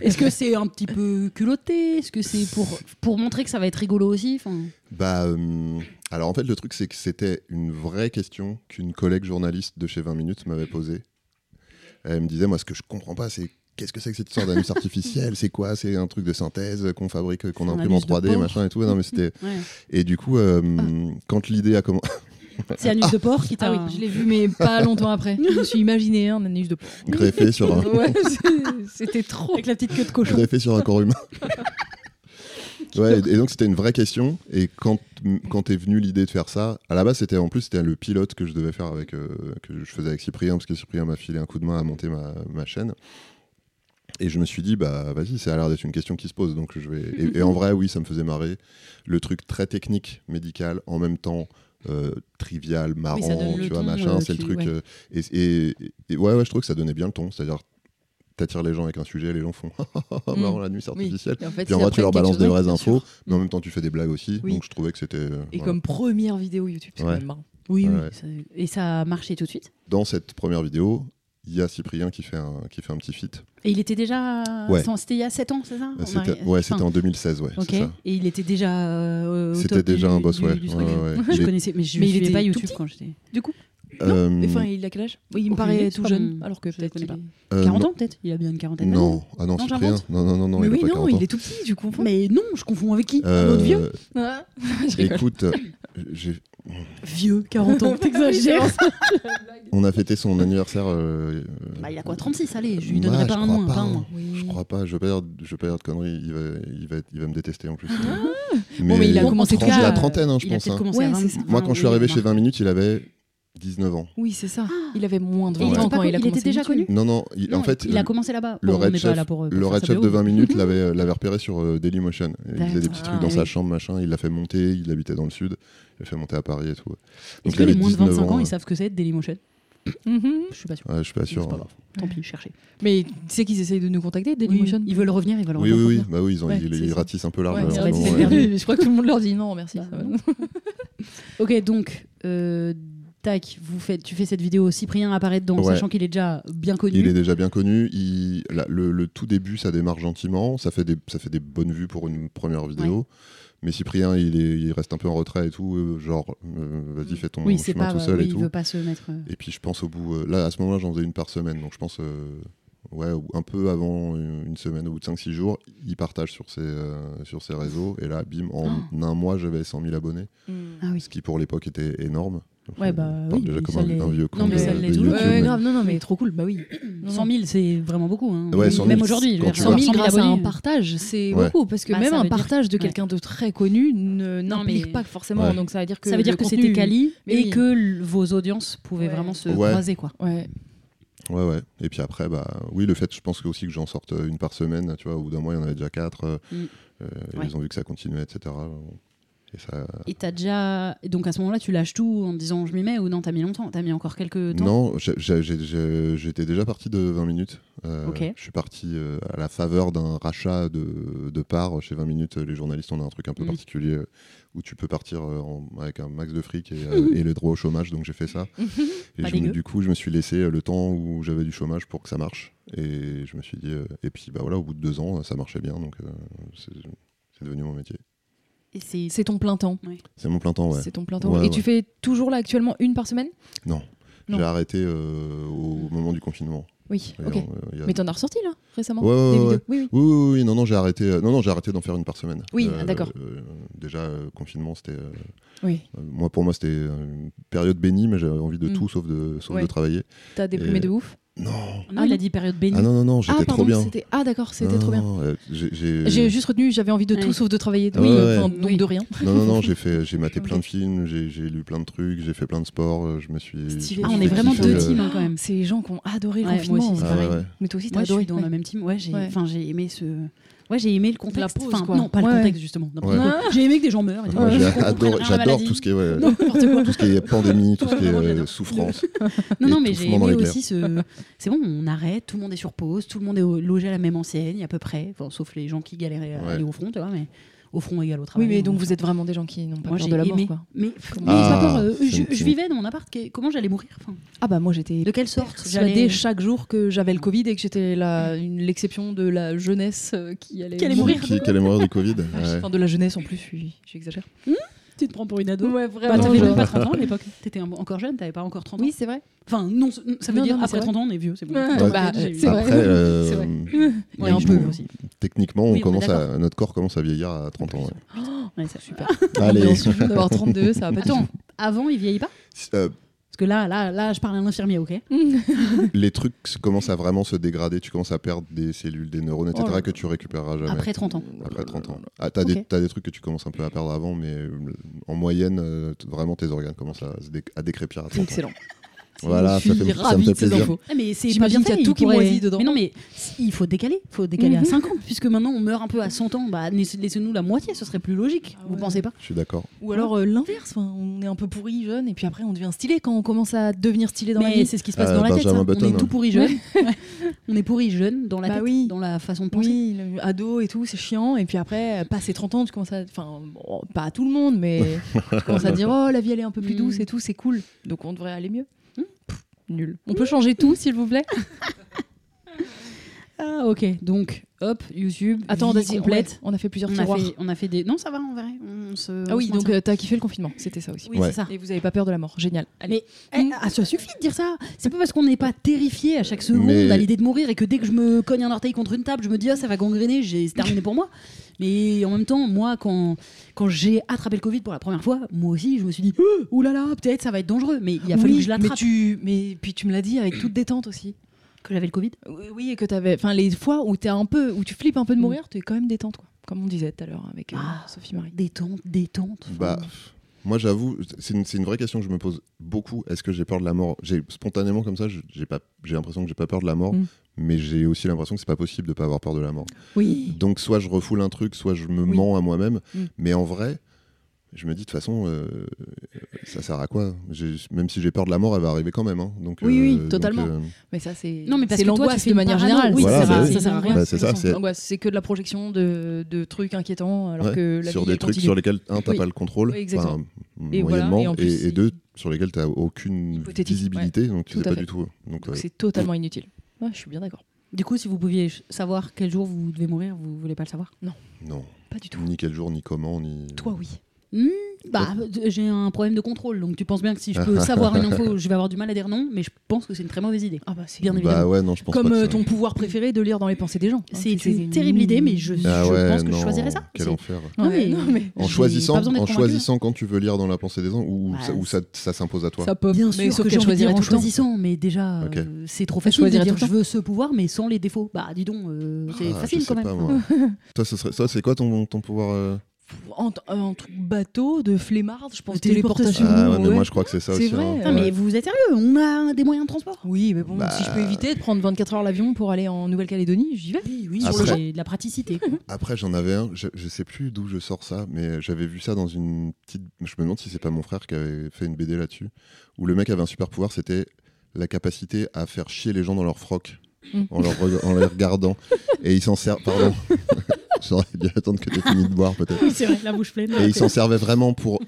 [SPEAKER 2] Est-ce que c'est un petit peu culotté Est-ce que c'est pour, pour montrer que ça va être rigolo aussi Enfin,
[SPEAKER 4] bah, hum, alors en fait, le truc, c'est que c'était une vraie question qu'une collègue journaliste de chez 20 Minutes m'avait posée. Elle me disait, moi, ce que je comprends pas, c'est. Qu'est-ce que c'est que cette histoire d'anus artificiel C'est quoi C'est un truc de synthèse qu'on fabrique, qu'on
[SPEAKER 2] C'est un
[SPEAKER 4] imprime en
[SPEAKER 2] anus de Mm.
[SPEAKER 4] 3D,
[SPEAKER 2] porc.
[SPEAKER 4] machin et tout. Non, mais c'était.
[SPEAKER 2] ouais.
[SPEAKER 4] Et du coup, euh,
[SPEAKER 2] Ah.
[SPEAKER 4] quand l'idée a commencé.
[SPEAKER 2] C'est anus de porc qui
[SPEAKER 3] Ah
[SPEAKER 2] t'a.
[SPEAKER 3] oui, je l'ai vu, mais pas longtemps après. Je me suis imaginé hein, un anus de porc.
[SPEAKER 4] greffé sur un,
[SPEAKER 3] Ouais, c'est- c'était trop. Avec la petite queue de cochon.
[SPEAKER 4] greffé sur un corps humain. ouais, et donc c'était une vraie question. Et quand, quand est venue l'idée de faire ça, à la base c'était en plus c'était le pilote que je devais faire avec euh, que je faisais avec Cyprien parce que Cyprien m'a filé un coup de main à monter ma, ma chaîne. Et je me suis dit bah vas-y, ça a l'air d'être une question qui se pose donc je vais. Et, et en vrai oui, ça me faisait marrer. Le truc très technique, médical, en même temps. euh, trivial, marrant,
[SPEAKER 2] Oui, ça donne le
[SPEAKER 4] tu vois,
[SPEAKER 2] ton,
[SPEAKER 4] machin,
[SPEAKER 2] euh,
[SPEAKER 4] c'est le
[SPEAKER 2] qui-
[SPEAKER 4] truc.
[SPEAKER 2] ouais.
[SPEAKER 4] euh, et, et- et- ouais, ouais, je trouve que ça donnait bien le ton. C'est-à-dire, t'attires les gens avec un sujet, les gens font oh, marrant la nuit, c'est
[SPEAKER 3] Oui.
[SPEAKER 4] artificiel.
[SPEAKER 3] Et en fait,
[SPEAKER 4] Puis en
[SPEAKER 3] ils
[SPEAKER 4] vrai, tu leur
[SPEAKER 3] apprennent quelque
[SPEAKER 4] balances des
[SPEAKER 3] chose,
[SPEAKER 4] vraies
[SPEAKER 3] bien
[SPEAKER 4] infos,
[SPEAKER 3] sûr.
[SPEAKER 4] mais en même temps, tu fais des blagues aussi.
[SPEAKER 3] Oui.
[SPEAKER 4] Donc, je trouvais que c'était. euh,
[SPEAKER 3] Et
[SPEAKER 4] voilà.
[SPEAKER 3] comme première vidéo YouTube, c'est quand
[SPEAKER 4] Ouais.
[SPEAKER 3] même marrant.
[SPEAKER 2] Oui, oui.
[SPEAKER 4] Ouais.
[SPEAKER 2] ça- Et ça a marché tout de suite.
[SPEAKER 4] Dans cette première vidéo, il y a Cyprien qui fait un, qui fait un petit feat.
[SPEAKER 2] Et il était déjà.
[SPEAKER 4] Ouais.
[SPEAKER 2] sans- C'était il y a 7 ans, c'est ça On
[SPEAKER 4] C'était-
[SPEAKER 2] arrive-
[SPEAKER 4] ouais,
[SPEAKER 2] Oh, Enfin,
[SPEAKER 4] c'était en 2016, ouais.
[SPEAKER 2] Ok.
[SPEAKER 4] c'est ça.
[SPEAKER 2] Et il était déjà. euh, au
[SPEAKER 4] C'était
[SPEAKER 2] top
[SPEAKER 4] déjà
[SPEAKER 2] du-
[SPEAKER 4] un boss,
[SPEAKER 2] du-
[SPEAKER 4] ouais.
[SPEAKER 2] du
[SPEAKER 4] Ouais,
[SPEAKER 2] truc.
[SPEAKER 4] ouais, ouais.
[SPEAKER 2] Je
[SPEAKER 4] Il est-
[SPEAKER 2] connaissais, mais je
[SPEAKER 3] Mais il
[SPEAKER 2] suivais
[SPEAKER 3] était
[SPEAKER 2] pas
[SPEAKER 3] tout
[SPEAKER 2] YouTube
[SPEAKER 3] petit
[SPEAKER 2] quand j'étais.
[SPEAKER 3] Du coup
[SPEAKER 4] Euh,
[SPEAKER 3] Enfin, il a quel âge Oui, Il me
[SPEAKER 2] Aucune
[SPEAKER 3] paraît
[SPEAKER 2] idée,
[SPEAKER 3] tout
[SPEAKER 2] c'est pas
[SPEAKER 3] jeune,
[SPEAKER 2] mon-
[SPEAKER 3] alors que
[SPEAKER 2] je le
[SPEAKER 3] peut-être
[SPEAKER 2] connais
[SPEAKER 3] qu'il est-
[SPEAKER 4] euh,
[SPEAKER 2] 40
[SPEAKER 4] non.
[SPEAKER 2] ans peut-être Il a bien une quarantaine d'années.
[SPEAKER 4] Non, ah non,
[SPEAKER 2] Non,
[SPEAKER 4] Cyprien.
[SPEAKER 2] j'invente.
[SPEAKER 4] Non, non, non, non,
[SPEAKER 3] Mais
[SPEAKER 4] il a
[SPEAKER 3] oui,
[SPEAKER 4] pas
[SPEAKER 3] non,
[SPEAKER 4] 40 ans.
[SPEAKER 3] il est tout petit, tu confonds.
[SPEAKER 2] Mais non, je confonds avec qui Un autre
[SPEAKER 4] Euh,
[SPEAKER 2] vieux
[SPEAKER 3] Ah, je rigole.
[SPEAKER 4] Écoute, euh, j'ai-
[SPEAKER 2] Vieux, 40 ans, t'exagères
[SPEAKER 4] on a fêté son anniversaire. euh,
[SPEAKER 2] Bah, il a quoi 36, allez, je lui
[SPEAKER 4] Bah,
[SPEAKER 2] donnerai
[SPEAKER 4] je
[SPEAKER 2] pas un
[SPEAKER 4] crois
[SPEAKER 2] moins,
[SPEAKER 4] pas,
[SPEAKER 2] pas un
[SPEAKER 4] hein.
[SPEAKER 2] moins.
[SPEAKER 4] Je crois pas, je vais pas dire, je vais pas dire de conneries, il va, il va, être- il va me détester en plus.
[SPEAKER 2] Ah.
[SPEAKER 3] Bon, mais il a
[SPEAKER 4] il
[SPEAKER 3] commencé
[SPEAKER 4] tranche
[SPEAKER 3] tard.
[SPEAKER 4] la trentaine, hein, je
[SPEAKER 2] Il a
[SPEAKER 4] pense.
[SPEAKER 2] peut-être
[SPEAKER 4] hein.
[SPEAKER 2] commencé
[SPEAKER 3] Ouais,
[SPEAKER 2] à 20,
[SPEAKER 3] c'est ça.
[SPEAKER 4] Moi, quand je suis arrivé chez
[SPEAKER 2] vingt
[SPEAKER 4] 20 minutes, il avait 19 ans.
[SPEAKER 3] Oui, c'est ça. Il avait moins de
[SPEAKER 2] Et il
[SPEAKER 3] 20
[SPEAKER 2] était
[SPEAKER 3] ans
[SPEAKER 2] pas
[SPEAKER 3] quand
[SPEAKER 2] con-
[SPEAKER 3] il a
[SPEAKER 2] Ah. il
[SPEAKER 3] commencé.
[SPEAKER 2] était déjà
[SPEAKER 3] YouTube.
[SPEAKER 2] connu
[SPEAKER 4] Non, non, il- en fait,
[SPEAKER 2] il a commencé là-bas.
[SPEAKER 4] le
[SPEAKER 2] Bon, on
[SPEAKER 4] Red
[SPEAKER 2] n'est
[SPEAKER 4] Chef-
[SPEAKER 2] pas là pour, euh, pour
[SPEAKER 4] le
[SPEAKER 2] faire
[SPEAKER 4] Red
[SPEAKER 2] sa
[SPEAKER 4] Chef
[SPEAKER 2] BO.
[SPEAKER 4] de 20 minutes l'avait l'avait repéré sur euh, Dailymotion. Il faisait des
[SPEAKER 2] D'accord.
[SPEAKER 4] petits
[SPEAKER 3] Ah,
[SPEAKER 4] trucs dans
[SPEAKER 2] oui.
[SPEAKER 4] sa chambre, machin. Il l'a fait monter, il habitait dans le sud. Il l'a fait monter à Paris et tout.
[SPEAKER 2] Est-ce
[SPEAKER 4] il
[SPEAKER 2] que les
[SPEAKER 4] avait
[SPEAKER 2] moins de
[SPEAKER 4] 19
[SPEAKER 2] 25 ans,
[SPEAKER 4] ans,
[SPEAKER 2] ils savent que c'est Dailymotion
[SPEAKER 3] Mhm.
[SPEAKER 2] Je suis pas sûr.
[SPEAKER 4] Ouais, je suis pas
[SPEAKER 2] C'est
[SPEAKER 4] sûr.
[SPEAKER 2] pas
[SPEAKER 4] hein.
[SPEAKER 2] grave. Tant pis, cherchez.
[SPEAKER 3] Mais tu sais qu'ils essayent de nous contacter, Dailymotion
[SPEAKER 2] Oui, Ils veulent revenir, ils veulent
[SPEAKER 4] Oui,
[SPEAKER 2] revenir.
[SPEAKER 4] oui,
[SPEAKER 2] pour
[SPEAKER 4] oui.
[SPEAKER 2] faire.
[SPEAKER 4] Bah oui, ils, ont-
[SPEAKER 3] Ouais,
[SPEAKER 4] ils-
[SPEAKER 3] c'est
[SPEAKER 4] ils
[SPEAKER 3] ça.
[SPEAKER 4] ratissent un peu
[SPEAKER 3] Ouais,
[SPEAKER 4] l'argent.
[SPEAKER 3] c'est
[SPEAKER 4] en
[SPEAKER 3] vrai
[SPEAKER 4] ce
[SPEAKER 3] que
[SPEAKER 4] moment,
[SPEAKER 3] c'est
[SPEAKER 2] ouais.
[SPEAKER 3] le dernier. Je crois que tout le monde leur dit non, merci.
[SPEAKER 2] Bah,
[SPEAKER 3] ça va.
[SPEAKER 2] non. Ok, donc, euh, tac, vous faites, tu fais cette vidéo, Cyprien apparaît dedans,
[SPEAKER 4] Ouais.
[SPEAKER 2] sachant qu'il est déjà bien connu.
[SPEAKER 4] Il est déjà bien connu. Il, là, le, le tout début, ça démarre gentiment. Ça fait des, ça fait des bonnes vues pour une première vidéo. Mais Cyprien, il, est, il reste un peu en retrait et tout. euh, Genre, euh, vas-y, fais ton
[SPEAKER 2] oui, c'est
[SPEAKER 4] chemin
[SPEAKER 2] pas.
[SPEAKER 4] tout
[SPEAKER 2] euh,
[SPEAKER 4] seul
[SPEAKER 2] oui,
[SPEAKER 4] et
[SPEAKER 2] il
[SPEAKER 4] tout.
[SPEAKER 2] veut pas se mettre. euh,
[SPEAKER 4] Et puis, je pense au bout. euh, là, à ce moment-là, j'en faisais une par semaine. Donc, je pense, euh, ouais, ou- un peu avant euh, une une semaine, au bout de 5-6 jours, il partage sur ses, euh, sur ses réseaux. Et là, bim, en un mois, j'avais 100 000 abonnés.
[SPEAKER 2] Ah oui.
[SPEAKER 4] Ce qui, pour l'époque, était énorme. Donc,
[SPEAKER 2] Ouais,
[SPEAKER 4] on
[SPEAKER 2] bah
[SPEAKER 4] parle
[SPEAKER 2] oui,
[SPEAKER 4] déjà
[SPEAKER 2] mais
[SPEAKER 4] comme
[SPEAKER 2] ça
[SPEAKER 4] un,
[SPEAKER 2] l'est-
[SPEAKER 4] un vieux con
[SPEAKER 2] Non, mais
[SPEAKER 4] de-
[SPEAKER 2] ça
[SPEAKER 4] de
[SPEAKER 2] l'est
[SPEAKER 4] YouTube,
[SPEAKER 2] toujours.
[SPEAKER 3] Ouais,
[SPEAKER 4] mais-
[SPEAKER 3] grave, non, non, mais trop cool, bah oui.
[SPEAKER 2] 100 000, c'est vraiment beaucoup. Hein.
[SPEAKER 4] Ouais, 100 000,
[SPEAKER 2] Même aujourd'hui, je veux
[SPEAKER 4] quand
[SPEAKER 2] dire,
[SPEAKER 4] tu
[SPEAKER 3] 100
[SPEAKER 4] vois.
[SPEAKER 3] 000 grâce à un
[SPEAKER 2] abonnés.
[SPEAKER 3] partage, c'est
[SPEAKER 4] Ouais.
[SPEAKER 3] beaucoup. Parce que
[SPEAKER 2] Bah,
[SPEAKER 3] même
[SPEAKER 2] ça
[SPEAKER 3] un
[SPEAKER 2] veut dire-
[SPEAKER 3] partage de
[SPEAKER 2] ouais.
[SPEAKER 3] quelqu'un de très connu ne-
[SPEAKER 2] Non,
[SPEAKER 3] n'implique
[SPEAKER 2] mais-
[SPEAKER 3] pas forcément.
[SPEAKER 4] Ouais.
[SPEAKER 3] Donc ça veut dire que.
[SPEAKER 2] Ça veut dire
[SPEAKER 3] le
[SPEAKER 2] que
[SPEAKER 3] contenu-
[SPEAKER 2] c'était quali
[SPEAKER 3] Mais
[SPEAKER 2] et
[SPEAKER 3] oui.
[SPEAKER 2] que l- vos audiences pouvaient
[SPEAKER 3] Ouais.
[SPEAKER 2] vraiment se
[SPEAKER 4] Ouais.
[SPEAKER 2] croiser, quoi.
[SPEAKER 3] Ouais.
[SPEAKER 4] Ouais, ouais. Et puis après, bah, oui, le fait, je pense que aussi que j'en sorte euh, une par semaine, tu vois, au bout d'un mois, il y en avait déjà quatre. euh,
[SPEAKER 2] Mm.
[SPEAKER 4] euh,
[SPEAKER 2] Ouais.
[SPEAKER 4] Ils ont vu que ça continuait, etc. bon. Et ça...
[SPEAKER 2] Et t'as déjà. et Donc à ce moment-là, tu lâches tout en te disant je m'y mets ou non, t'as mis longtemps, t'as mis encore quelques temps.
[SPEAKER 4] Non, j'ai- j'ai- j'ai- j'ai- j'étais déjà parti de 20 minutes. Euh,
[SPEAKER 2] Ok.
[SPEAKER 4] Je suis parti euh, à la faveur d'un rachat de, de parts. Chez 20 minutes, les journalistes, on a un truc un
[SPEAKER 3] Mhm.
[SPEAKER 4] peu
[SPEAKER 2] Mm.
[SPEAKER 4] particulier euh, où tu peux partir euh, en- avec un max de fric et, euh, et le droit au chômage, donc j'ai fait ça.
[SPEAKER 3] Mhm.
[SPEAKER 4] Et
[SPEAKER 2] Pas
[SPEAKER 4] je me-
[SPEAKER 2] dégueu.
[SPEAKER 4] du coup, je me suis laissé euh, le temps où j'avais du chômage pour que ça marche. Et je me suis dit, euh, et puis bah voilà, au bout de deux ans, ça marchait bien, donc euh, c'est c'est devenu mon métier.
[SPEAKER 2] Et c'est.
[SPEAKER 3] C'est ton plein temps.
[SPEAKER 4] C'est mon plein temps, ouais.
[SPEAKER 3] C'est ton plein temps.
[SPEAKER 4] Ouais,
[SPEAKER 3] et
[SPEAKER 4] ouais.
[SPEAKER 3] tu fais toujours là actuellement une par semaine
[SPEAKER 4] Non,
[SPEAKER 3] Non.
[SPEAKER 4] j'ai arrêté euh, au moment du confinement.
[SPEAKER 3] Oui,
[SPEAKER 4] Et
[SPEAKER 3] ok.
[SPEAKER 4] on- euh, il y a-
[SPEAKER 3] Mais t'en as ressorti là récemment
[SPEAKER 4] Ouais, ouais,
[SPEAKER 3] des
[SPEAKER 4] ouais,
[SPEAKER 3] vidéos. Oui, oui.
[SPEAKER 4] Oui, oui, oui, non, non, j'ai arrêté. euh, non, non, j'ai arrêté d'en faire une par semaine.
[SPEAKER 3] Oui, ah, d'accord.
[SPEAKER 4] euh, déjà, euh, confinement, c'était. euh,
[SPEAKER 3] Oui.
[SPEAKER 4] euh, moi, pour moi, c'était une période bénie, mais j'avais envie de
[SPEAKER 3] Mm.
[SPEAKER 4] tout sauf de, sauf
[SPEAKER 3] Ouais.
[SPEAKER 4] de travailler.
[SPEAKER 3] T'as déprimé
[SPEAKER 4] Et-
[SPEAKER 3] de ouf.
[SPEAKER 4] Non.
[SPEAKER 2] Non, il a dit période bénie.
[SPEAKER 4] Ah non, non, non, j'étais
[SPEAKER 3] ah,
[SPEAKER 4] trop
[SPEAKER 3] pardon,
[SPEAKER 4] bien.
[SPEAKER 3] c'était- Ah, d'accord, c'était trop bien.
[SPEAKER 4] Non, euh, j'ai- j'ai-
[SPEAKER 3] J'ai juste retenu, j'avais envie de tout
[SPEAKER 2] Ouais.
[SPEAKER 3] sauf de travailler.
[SPEAKER 4] Ah
[SPEAKER 3] oui,
[SPEAKER 4] ouais,
[SPEAKER 3] euh,
[SPEAKER 4] ouais.
[SPEAKER 3] enfin, donc
[SPEAKER 2] Oui.
[SPEAKER 3] de rien.
[SPEAKER 4] Non, non, non, j'ai fait, j'ai maté
[SPEAKER 3] Ok.
[SPEAKER 4] plein de films, j'ai j'ai lu plein de trucs, j'ai fait plein de sports, euh, je me
[SPEAKER 3] Stylé.
[SPEAKER 4] suis. je me
[SPEAKER 2] Ah,
[SPEAKER 4] suis
[SPEAKER 2] on
[SPEAKER 4] fait
[SPEAKER 2] est vraiment
[SPEAKER 4] kiffer,
[SPEAKER 2] deux
[SPEAKER 4] euh,
[SPEAKER 2] teams hein, quand même.
[SPEAKER 3] C'est les gens qui ont adoré
[SPEAKER 2] Ouais,
[SPEAKER 3] le
[SPEAKER 2] moi
[SPEAKER 3] confinement.
[SPEAKER 2] aussi,
[SPEAKER 3] euh,
[SPEAKER 2] c'est
[SPEAKER 4] Ah ouais,
[SPEAKER 2] pareil.
[SPEAKER 4] ouais.
[SPEAKER 3] Mais toi aussi, t'as
[SPEAKER 2] Moi, je
[SPEAKER 3] adoré.
[SPEAKER 2] suis dans
[SPEAKER 3] ouais.
[SPEAKER 2] la même team. Ouais, j'ai
[SPEAKER 3] Ouais.
[SPEAKER 2] enfin, j'ai aimé ce. Ouais, j'ai aimé le contexte.
[SPEAKER 3] pause,
[SPEAKER 2] enfin,
[SPEAKER 3] quoi.
[SPEAKER 2] non, pas le
[SPEAKER 3] Ouais.
[SPEAKER 2] contexte justement. N'importe
[SPEAKER 4] Ouais.
[SPEAKER 2] quoi. J'ai aimé que des gens meurent. et tout.
[SPEAKER 4] Ouais,
[SPEAKER 2] Qu'on
[SPEAKER 4] j'ai
[SPEAKER 2] comprenne
[SPEAKER 4] adoré-
[SPEAKER 2] rien à la
[SPEAKER 3] Ah,
[SPEAKER 4] J'adore
[SPEAKER 2] maladie.
[SPEAKER 4] tout ce qui est, ouais,
[SPEAKER 2] N'importe quoi.
[SPEAKER 4] tout ce qui est pandémie, tout ce
[SPEAKER 2] Ouais,
[SPEAKER 4] qui est
[SPEAKER 2] vraiment,
[SPEAKER 4] euh,
[SPEAKER 2] j'adore.
[SPEAKER 4] souffrance.
[SPEAKER 2] Non, non, mais
[SPEAKER 4] Étouffement
[SPEAKER 2] j'ai
[SPEAKER 4] dans
[SPEAKER 2] aimé
[SPEAKER 4] l'éclair.
[SPEAKER 2] aussi ce. C'est bon, on arrête, tout le monde est sur pause, tout le monde est au- logé à la même enseigne, à peu près, Enfin, sauf les gens qui galéraient à
[SPEAKER 4] Ouais.
[SPEAKER 2] aller au front, tu vois, mais au front égale au travail.
[SPEAKER 3] Oui, mais
[SPEAKER 2] hein.
[SPEAKER 3] donc vous êtes vraiment des gens qui n'ont pas
[SPEAKER 2] Moi,
[SPEAKER 3] peur
[SPEAKER 2] j'ai
[SPEAKER 3] de la mort.
[SPEAKER 2] aimé.
[SPEAKER 3] quoi.
[SPEAKER 2] Mais
[SPEAKER 3] Comment-
[SPEAKER 2] mais
[SPEAKER 4] Ah,
[SPEAKER 2] pas peur, euh,
[SPEAKER 4] c'est
[SPEAKER 2] je,
[SPEAKER 4] une petite-
[SPEAKER 2] je vivais dans mon appart, qu'est- comment j'allais mourir enfin,
[SPEAKER 3] Ah bah moi j'étais
[SPEAKER 2] De quelle sorte
[SPEAKER 3] persuadée chaque jour que j'avais le Covid et que j'étais la- une- l'exception de la jeunesse euh, qui allait
[SPEAKER 2] Qui allait
[SPEAKER 4] Qui-
[SPEAKER 2] mourir.
[SPEAKER 4] Qui, qui allait mourir du Covid. ouais.
[SPEAKER 3] Enfin de la jeunesse Ah, en plus, oui, j'exagère.
[SPEAKER 2] Tu te prends pour une ado
[SPEAKER 3] Ouais,
[SPEAKER 2] bah,
[SPEAKER 3] vraiment.
[SPEAKER 2] T'avais
[SPEAKER 3] genre.
[SPEAKER 2] même pas 30 ans à l'époque. T'étais un- encore jeune, t'avais pas encore 30 ans.
[SPEAKER 3] Oui, c'est vrai.
[SPEAKER 2] Enfin, non, ça ça veut
[SPEAKER 3] Non,
[SPEAKER 2] dire
[SPEAKER 3] non, mais
[SPEAKER 2] après
[SPEAKER 3] c'est
[SPEAKER 2] 30 ans, on est vieux, c'est bon.
[SPEAKER 3] Ouais.
[SPEAKER 2] Donc,
[SPEAKER 3] Bah,
[SPEAKER 2] j'ai-
[SPEAKER 3] c'est vrai.
[SPEAKER 4] Après, euh,
[SPEAKER 3] C'est vrai.
[SPEAKER 2] Ouais,
[SPEAKER 4] Mais
[SPEAKER 2] un
[SPEAKER 4] je
[SPEAKER 2] peu
[SPEAKER 4] m'en-
[SPEAKER 2] aussi.
[SPEAKER 4] techniquement, on
[SPEAKER 2] Oui, on est
[SPEAKER 4] commence à,
[SPEAKER 2] d'accord.
[SPEAKER 4] notre corps commence à vieillir à 30 ans. ouais.
[SPEAKER 2] Ouais, c'est super.
[SPEAKER 4] Allez.
[SPEAKER 3] Ambiance, D'avoir 32, ça va pas
[SPEAKER 2] Attends, avant, il vieillit pas
[SPEAKER 4] Euh,
[SPEAKER 2] Parce que là, là, là, je parle à l'infirmier, ok
[SPEAKER 4] les trucs s- commencent à vraiment se dégrader, tu commences à perdre des cellules, des neurones, etc.
[SPEAKER 3] Oh là
[SPEAKER 4] que tu récupéreras jamais.
[SPEAKER 2] Après 30 ans.
[SPEAKER 4] Après 30 ans. Ah, t'as, des,
[SPEAKER 2] Ok.
[SPEAKER 4] t'as des trucs que tu commences un peu à perdre avant, mais euh, en moyenne, euh, t- vraiment tes organes commencent à, se dé- à décrépir à 30 ans.
[SPEAKER 3] Excellent.
[SPEAKER 4] Voilà,
[SPEAKER 3] je
[SPEAKER 4] ça fait-
[SPEAKER 3] suis
[SPEAKER 4] ça me
[SPEAKER 3] ravie
[SPEAKER 4] fait
[SPEAKER 3] de ces
[SPEAKER 4] plaisir.
[SPEAKER 3] infos.
[SPEAKER 2] Ah, mais c'est pas bien
[SPEAKER 3] J'imagine qu'il y a
[SPEAKER 2] fait,
[SPEAKER 3] tout
[SPEAKER 2] il
[SPEAKER 3] qui
[SPEAKER 2] pourrait-
[SPEAKER 3] moisit dedans.
[SPEAKER 2] Mais non, mais si- il faut décaler. Il faut décaler à
[SPEAKER 3] Mhm.
[SPEAKER 2] 5 ans, puisque maintenant, on meurt un peu à 100 ans. Bah, naiss- laissez-nous la moitié, ce serait plus logique.
[SPEAKER 3] Ah
[SPEAKER 2] Vous
[SPEAKER 3] ouais.
[SPEAKER 2] pensez pas
[SPEAKER 4] Je suis d'accord.
[SPEAKER 3] Ou alors euh, l'inverse, enfin, on est un peu pourri jeune et puis après on devient stylé quand on commence à devenir stylé dans la hein.
[SPEAKER 2] Mais
[SPEAKER 3] vie.
[SPEAKER 2] c'est ce qui se passe
[SPEAKER 4] Euh,
[SPEAKER 2] dans la tête.
[SPEAKER 4] Benjamin
[SPEAKER 2] ça.
[SPEAKER 4] Button,
[SPEAKER 2] on est tout
[SPEAKER 4] ouais.
[SPEAKER 2] pourri jeune. on est pourri jeune dans la
[SPEAKER 3] Bah
[SPEAKER 2] tête,
[SPEAKER 3] oui.
[SPEAKER 2] dans la façon de penser.
[SPEAKER 3] Oui, le ado et tout, c'est chiant. Et puis après, euh, passé 30 ans, tu commences à. Enfin, bon, pas à tout le monde, mais tu commences à dire Oh, la vie, elle est un peu plus
[SPEAKER 2] Mm.
[SPEAKER 3] douce et tout, c'est cool. Donc on devrait aller mieux.
[SPEAKER 2] Mm.
[SPEAKER 3] Pff, Nul. On peut changer tout, s'il vous plaît
[SPEAKER 2] Ah, ok. Donc, hop, YouTube.
[SPEAKER 3] Attends,
[SPEAKER 2] vie
[SPEAKER 3] vas-y,
[SPEAKER 2] complète.
[SPEAKER 3] ouais, On a fait plusieurs
[SPEAKER 2] On a,
[SPEAKER 3] tiroirs.
[SPEAKER 2] fait, on a fait des. Non, ça va, en vrai. On, on se.
[SPEAKER 3] Ah
[SPEAKER 2] on
[SPEAKER 3] oui,
[SPEAKER 2] se
[SPEAKER 3] donc
[SPEAKER 2] maintient.
[SPEAKER 3] euh, t'as kiffé le confinement, c'était ça aussi.
[SPEAKER 2] oui,
[SPEAKER 4] Ouais.
[SPEAKER 2] c'est ça.
[SPEAKER 3] Et vous avez pas peur de la mort, génial. Allez.
[SPEAKER 2] Eh, ah, ça suffit de dire ça. C'est pas parce qu'on n'est pas terrifié à chaque seconde
[SPEAKER 4] Mais-
[SPEAKER 2] à l'idée de mourir et que dès que je me cogne un orteil contre une table, je me dis ah ça va gangréner, j'ai- c'est terminé pour moi. Mais en même temps, moi quand quand j'ai attrapé le Covid pour la première fois, moi aussi je me suis dit oh, oulala peut-être ça va être dangereux. Mais il a fallu
[SPEAKER 3] Oui,
[SPEAKER 2] que je l'attrape.
[SPEAKER 3] Mais, tu... mais puis tu me l'as dit avec toute détente aussi.
[SPEAKER 2] Que j'avais le Covid.
[SPEAKER 3] Oui, oui, et que t'avais. Enfin, les fois où, t'es un peu... où tu flippes un peu de mourir, t'es quand même détente, quoi. Comme on disait tout à l'heure avec euh,
[SPEAKER 2] Mm. Ah.
[SPEAKER 3] Sophie Marie.
[SPEAKER 2] Détente, détente.
[SPEAKER 4] Bah, moi j'avoue, c'est une, c'est une vraie question que je me pose beaucoup. Est-ce que j'ai peur de la mort J'ai spontanément comme ça, je- j'ai pas, j'ai l'impression que j'ai pas peur de la mort,
[SPEAKER 3] Mm.
[SPEAKER 4] mais j'ai aussi l'impression que c'est pas possible de pas avoir peur de la mort.
[SPEAKER 3] Oui.
[SPEAKER 4] Donc soit je refoule un truc, soit je me
[SPEAKER 3] Oui.
[SPEAKER 4] mens à moi-même.
[SPEAKER 3] Mm.
[SPEAKER 4] Mais en vrai, je me dis de toute façon, euh, ça sert à quoi J'ai- Même si j'ai peur de la mort, elle va arriver quand même. hein. Donc,
[SPEAKER 3] Oui, oui,
[SPEAKER 4] donc, euh,
[SPEAKER 3] totalement. Mais ça, c'est.
[SPEAKER 2] Non mais parce
[SPEAKER 3] c'est
[SPEAKER 2] que toi,
[SPEAKER 3] l'angoisse
[SPEAKER 2] tu fais
[SPEAKER 3] de
[SPEAKER 2] une
[SPEAKER 3] manière
[SPEAKER 2] parano.
[SPEAKER 3] générale.
[SPEAKER 2] Oui,
[SPEAKER 4] Voilà,
[SPEAKER 2] ça sert à-
[SPEAKER 4] c'est-
[SPEAKER 2] ça sert à rien.
[SPEAKER 4] bah, c'est ça, c'est
[SPEAKER 3] L'angoisse, c'est que de la projection de, de trucs inquiétants, alors
[SPEAKER 4] ouais,
[SPEAKER 3] que la
[SPEAKER 4] sur
[SPEAKER 3] vie
[SPEAKER 4] des
[SPEAKER 3] elle
[SPEAKER 4] trucs
[SPEAKER 3] continue.
[SPEAKER 4] sur lesquels un t'as
[SPEAKER 3] Oui.
[SPEAKER 4] pas le contrôle,
[SPEAKER 3] Oui, exactement.
[SPEAKER 4] enfin,
[SPEAKER 3] Et voilà,
[SPEAKER 4] moyennement,
[SPEAKER 3] et en
[SPEAKER 4] et,
[SPEAKER 3] plus,
[SPEAKER 4] et
[SPEAKER 3] c'est-
[SPEAKER 4] deux sur lesquels t'as aucune
[SPEAKER 3] Hypothétique,
[SPEAKER 4] visibilité, donc tu
[SPEAKER 3] Tout
[SPEAKER 4] sais
[SPEAKER 3] à
[SPEAKER 4] pas
[SPEAKER 3] fait.
[SPEAKER 4] du tout. Donc,
[SPEAKER 3] Donc
[SPEAKER 4] euh,
[SPEAKER 3] c'est totalement inutile. Ouais, je suis bien d'accord.
[SPEAKER 2] Du coup, si vous pouviez ch- savoir quel jour vous devez mourir, vous voulez pas le savoir.
[SPEAKER 4] non,
[SPEAKER 3] Pas du tout.
[SPEAKER 4] ni quel jour, ni comment, ni.
[SPEAKER 3] Toi, oui.
[SPEAKER 2] Bah, d- j'ai un problème de contrôle, donc tu penses bien que si je peux savoir une info, je vais avoir du mal à dire non, mais je pense que c'est une très mauvaise idée.
[SPEAKER 3] Ah bah, c'est
[SPEAKER 2] Bien évidemment.
[SPEAKER 4] Bah ouais, non, je pense
[SPEAKER 3] Comme
[SPEAKER 4] pas. que
[SPEAKER 3] euh,
[SPEAKER 4] ça-
[SPEAKER 3] ton pouvoir préféré de lire dans les pensées des gens.
[SPEAKER 2] C'est une terrible idée, mais je,
[SPEAKER 4] Ah
[SPEAKER 2] je
[SPEAKER 4] ouais,
[SPEAKER 2] pense que
[SPEAKER 4] non,
[SPEAKER 2] je choisirais ça.
[SPEAKER 4] Quel
[SPEAKER 2] C'est-
[SPEAKER 4] enfer.
[SPEAKER 2] Non, mais-
[SPEAKER 3] Non, mais-
[SPEAKER 4] En
[SPEAKER 2] J'ai
[SPEAKER 4] choisissant,
[SPEAKER 2] pas besoin d'être
[SPEAKER 3] hein.
[SPEAKER 4] en
[SPEAKER 2] convaincue.
[SPEAKER 4] choisissant quand tu veux lire dans la pensée des gens ou, ou
[SPEAKER 2] Bah,
[SPEAKER 4] ça- ou ça, ça s'impose à toi.
[SPEAKER 3] Ça peut.
[SPEAKER 2] Bien
[SPEAKER 3] mais
[SPEAKER 2] sûr
[SPEAKER 3] sauf
[SPEAKER 2] que
[SPEAKER 3] qu'elle
[SPEAKER 2] j'ai envie de
[SPEAKER 3] choisirait
[SPEAKER 2] dire en
[SPEAKER 3] tout le temps.
[SPEAKER 2] choisissant, mais déjà,
[SPEAKER 4] Ok.
[SPEAKER 2] euh, c'est trop facile de
[SPEAKER 3] choisirait
[SPEAKER 2] dire
[SPEAKER 3] tout le
[SPEAKER 2] je veux ce pouvoir, mais sans les défauts. Bah, dis donc, euh, c'est
[SPEAKER 4] Ah, je
[SPEAKER 2] facile
[SPEAKER 4] sais
[SPEAKER 2] quand même.
[SPEAKER 4] pas, moi. toi, ce serait- toi, c'est quoi ton, ton pouvoir euh
[SPEAKER 3] En, en truc bateau, de flemmarde, je pense.
[SPEAKER 2] De téléportation.
[SPEAKER 3] Téléportation.
[SPEAKER 4] Ah ouais, mais
[SPEAKER 3] ouais.
[SPEAKER 4] moi je crois que c'est ça
[SPEAKER 3] C'est
[SPEAKER 4] aussi.
[SPEAKER 3] vrai.
[SPEAKER 4] hein.
[SPEAKER 2] Putain, mais
[SPEAKER 4] Ouais.
[SPEAKER 2] vous êtes sérieux On a des moyens de transport
[SPEAKER 3] Oui, mais bon,
[SPEAKER 4] Bah,
[SPEAKER 3] si je peux éviter de prendre 24 heures l'avion pour aller en Nouvelle-Calédonie, j'y vais.
[SPEAKER 2] Oui, oui,
[SPEAKER 4] Après-
[SPEAKER 2] sur le champ, Ah. de la praticité. quoi.
[SPEAKER 4] Après, j'en avais un, je, je sais plus d'où je sors ça, mais j'avais vu ça dans une petite. Je me demande si c'est pas mon frère qui avait fait une BD là-dessus, où le mec avait un super pouvoir, c'était la capacité à faire chier les gens dans leur froc,
[SPEAKER 3] Mm.
[SPEAKER 4] en, leur reg- en les regardant. Et il s'en sert, pardon. J'aurais dû attendre que tu fini de boire peut-être.
[SPEAKER 2] c'est vrai, la bouche pleine.
[SPEAKER 4] Et il s'en servait vraiment pour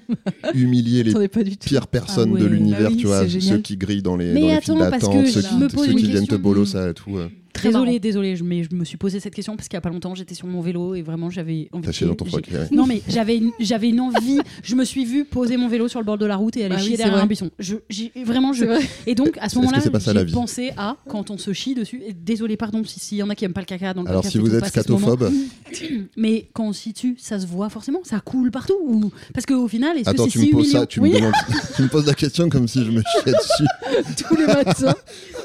[SPEAKER 4] humilier les
[SPEAKER 3] Attendez pas du tout.
[SPEAKER 4] pires personnes de
[SPEAKER 2] ouais.
[SPEAKER 4] l'univers,
[SPEAKER 3] Bah oui,
[SPEAKER 4] tu vois,
[SPEAKER 3] c'est génial.
[SPEAKER 4] ceux qui grillent dans les,
[SPEAKER 2] Mais
[SPEAKER 4] dans les
[SPEAKER 2] attends,
[SPEAKER 4] files
[SPEAKER 2] parce
[SPEAKER 4] d'attente,
[SPEAKER 2] que
[SPEAKER 4] ceux
[SPEAKER 2] je
[SPEAKER 4] qui,
[SPEAKER 2] me pose
[SPEAKER 4] ceux
[SPEAKER 2] une
[SPEAKER 4] qui viennent te
[SPEAKER 2] question de-
[SPEAKER 4] bolo, ça et tout. euh.
[SPEAKER 2] Très
[SPEAKER 3] marrant.
[SPEAKER 2] désolé, désolé, mais je me suis posé cette question parce qu'il y a pas longtemps, j'étais sur mon vélo et vraiment j'avais envie.
[SPEAKER 4] T'as chié dans ton
[SPEAKER 2] j'ai-
[SPEAKER 4] froc. ouais.
[SPEAKER 2] Non mais j'avais une, j'avais une envie. Je me suis vue poser mon vélo sur le bord de la route et aller
[SPEAKER 3] Ah oui,
[SPEAKER 2] chier
[SPEAKER 3] c'est
[SPEAKER 2] derrière
[SPEAKER 3] vrai.
[SPEAKER 2] un buisson. Je, j'ai- vraiment je.
[SPEAKER 3] C'est vrai.
[SPEAKER 2] Et donc à ce
[SPEAKER 4] Est-ce que
[SPEAKER 2] moment-là,
[SPEAKER 4] c'est pas ça, la
[SPEAKER 2] j'ai
[SPEAKER 4] vie
[SPEAKER 2] pensé à quand on se chie dessus. Et désolé, pardon, si- s'il y en a qui aiment pas le caca dans le
[SPEAKER 4] Alors
[SPEAKER 2] podcast
[SPEAKER 4] si
[SPEAKER 2] et
[SPEAKER 4] vous
[SPEAKER 2] tout,
[SPEAKER 4] êtes
[SPEAKER 2] passez ce moment.
[SPEAKER 4] scatophobe,
[SPEAKER 2] mais quand on s'y tue, ça se voit forcément, ça coule partout. Ou parce qu'au final, est-ce
[SPEAKER 4] attends,
[SPEAKER 2] que
[SPEAKER 4] tu
[SPEAKER 2] c'est
[SPEAKER 4] me
[SPEAKER 2] si
[SPEAKER 4] poses
[SPEAKER 2] humiliant
[SPEAKER 4] ça, tu me
[SPEAKER 2] Oui,
[SPEAKER 4] demandes, tu me poses la question comme si je me chiais dessus.
[SPEAKER 3] Tous les matins.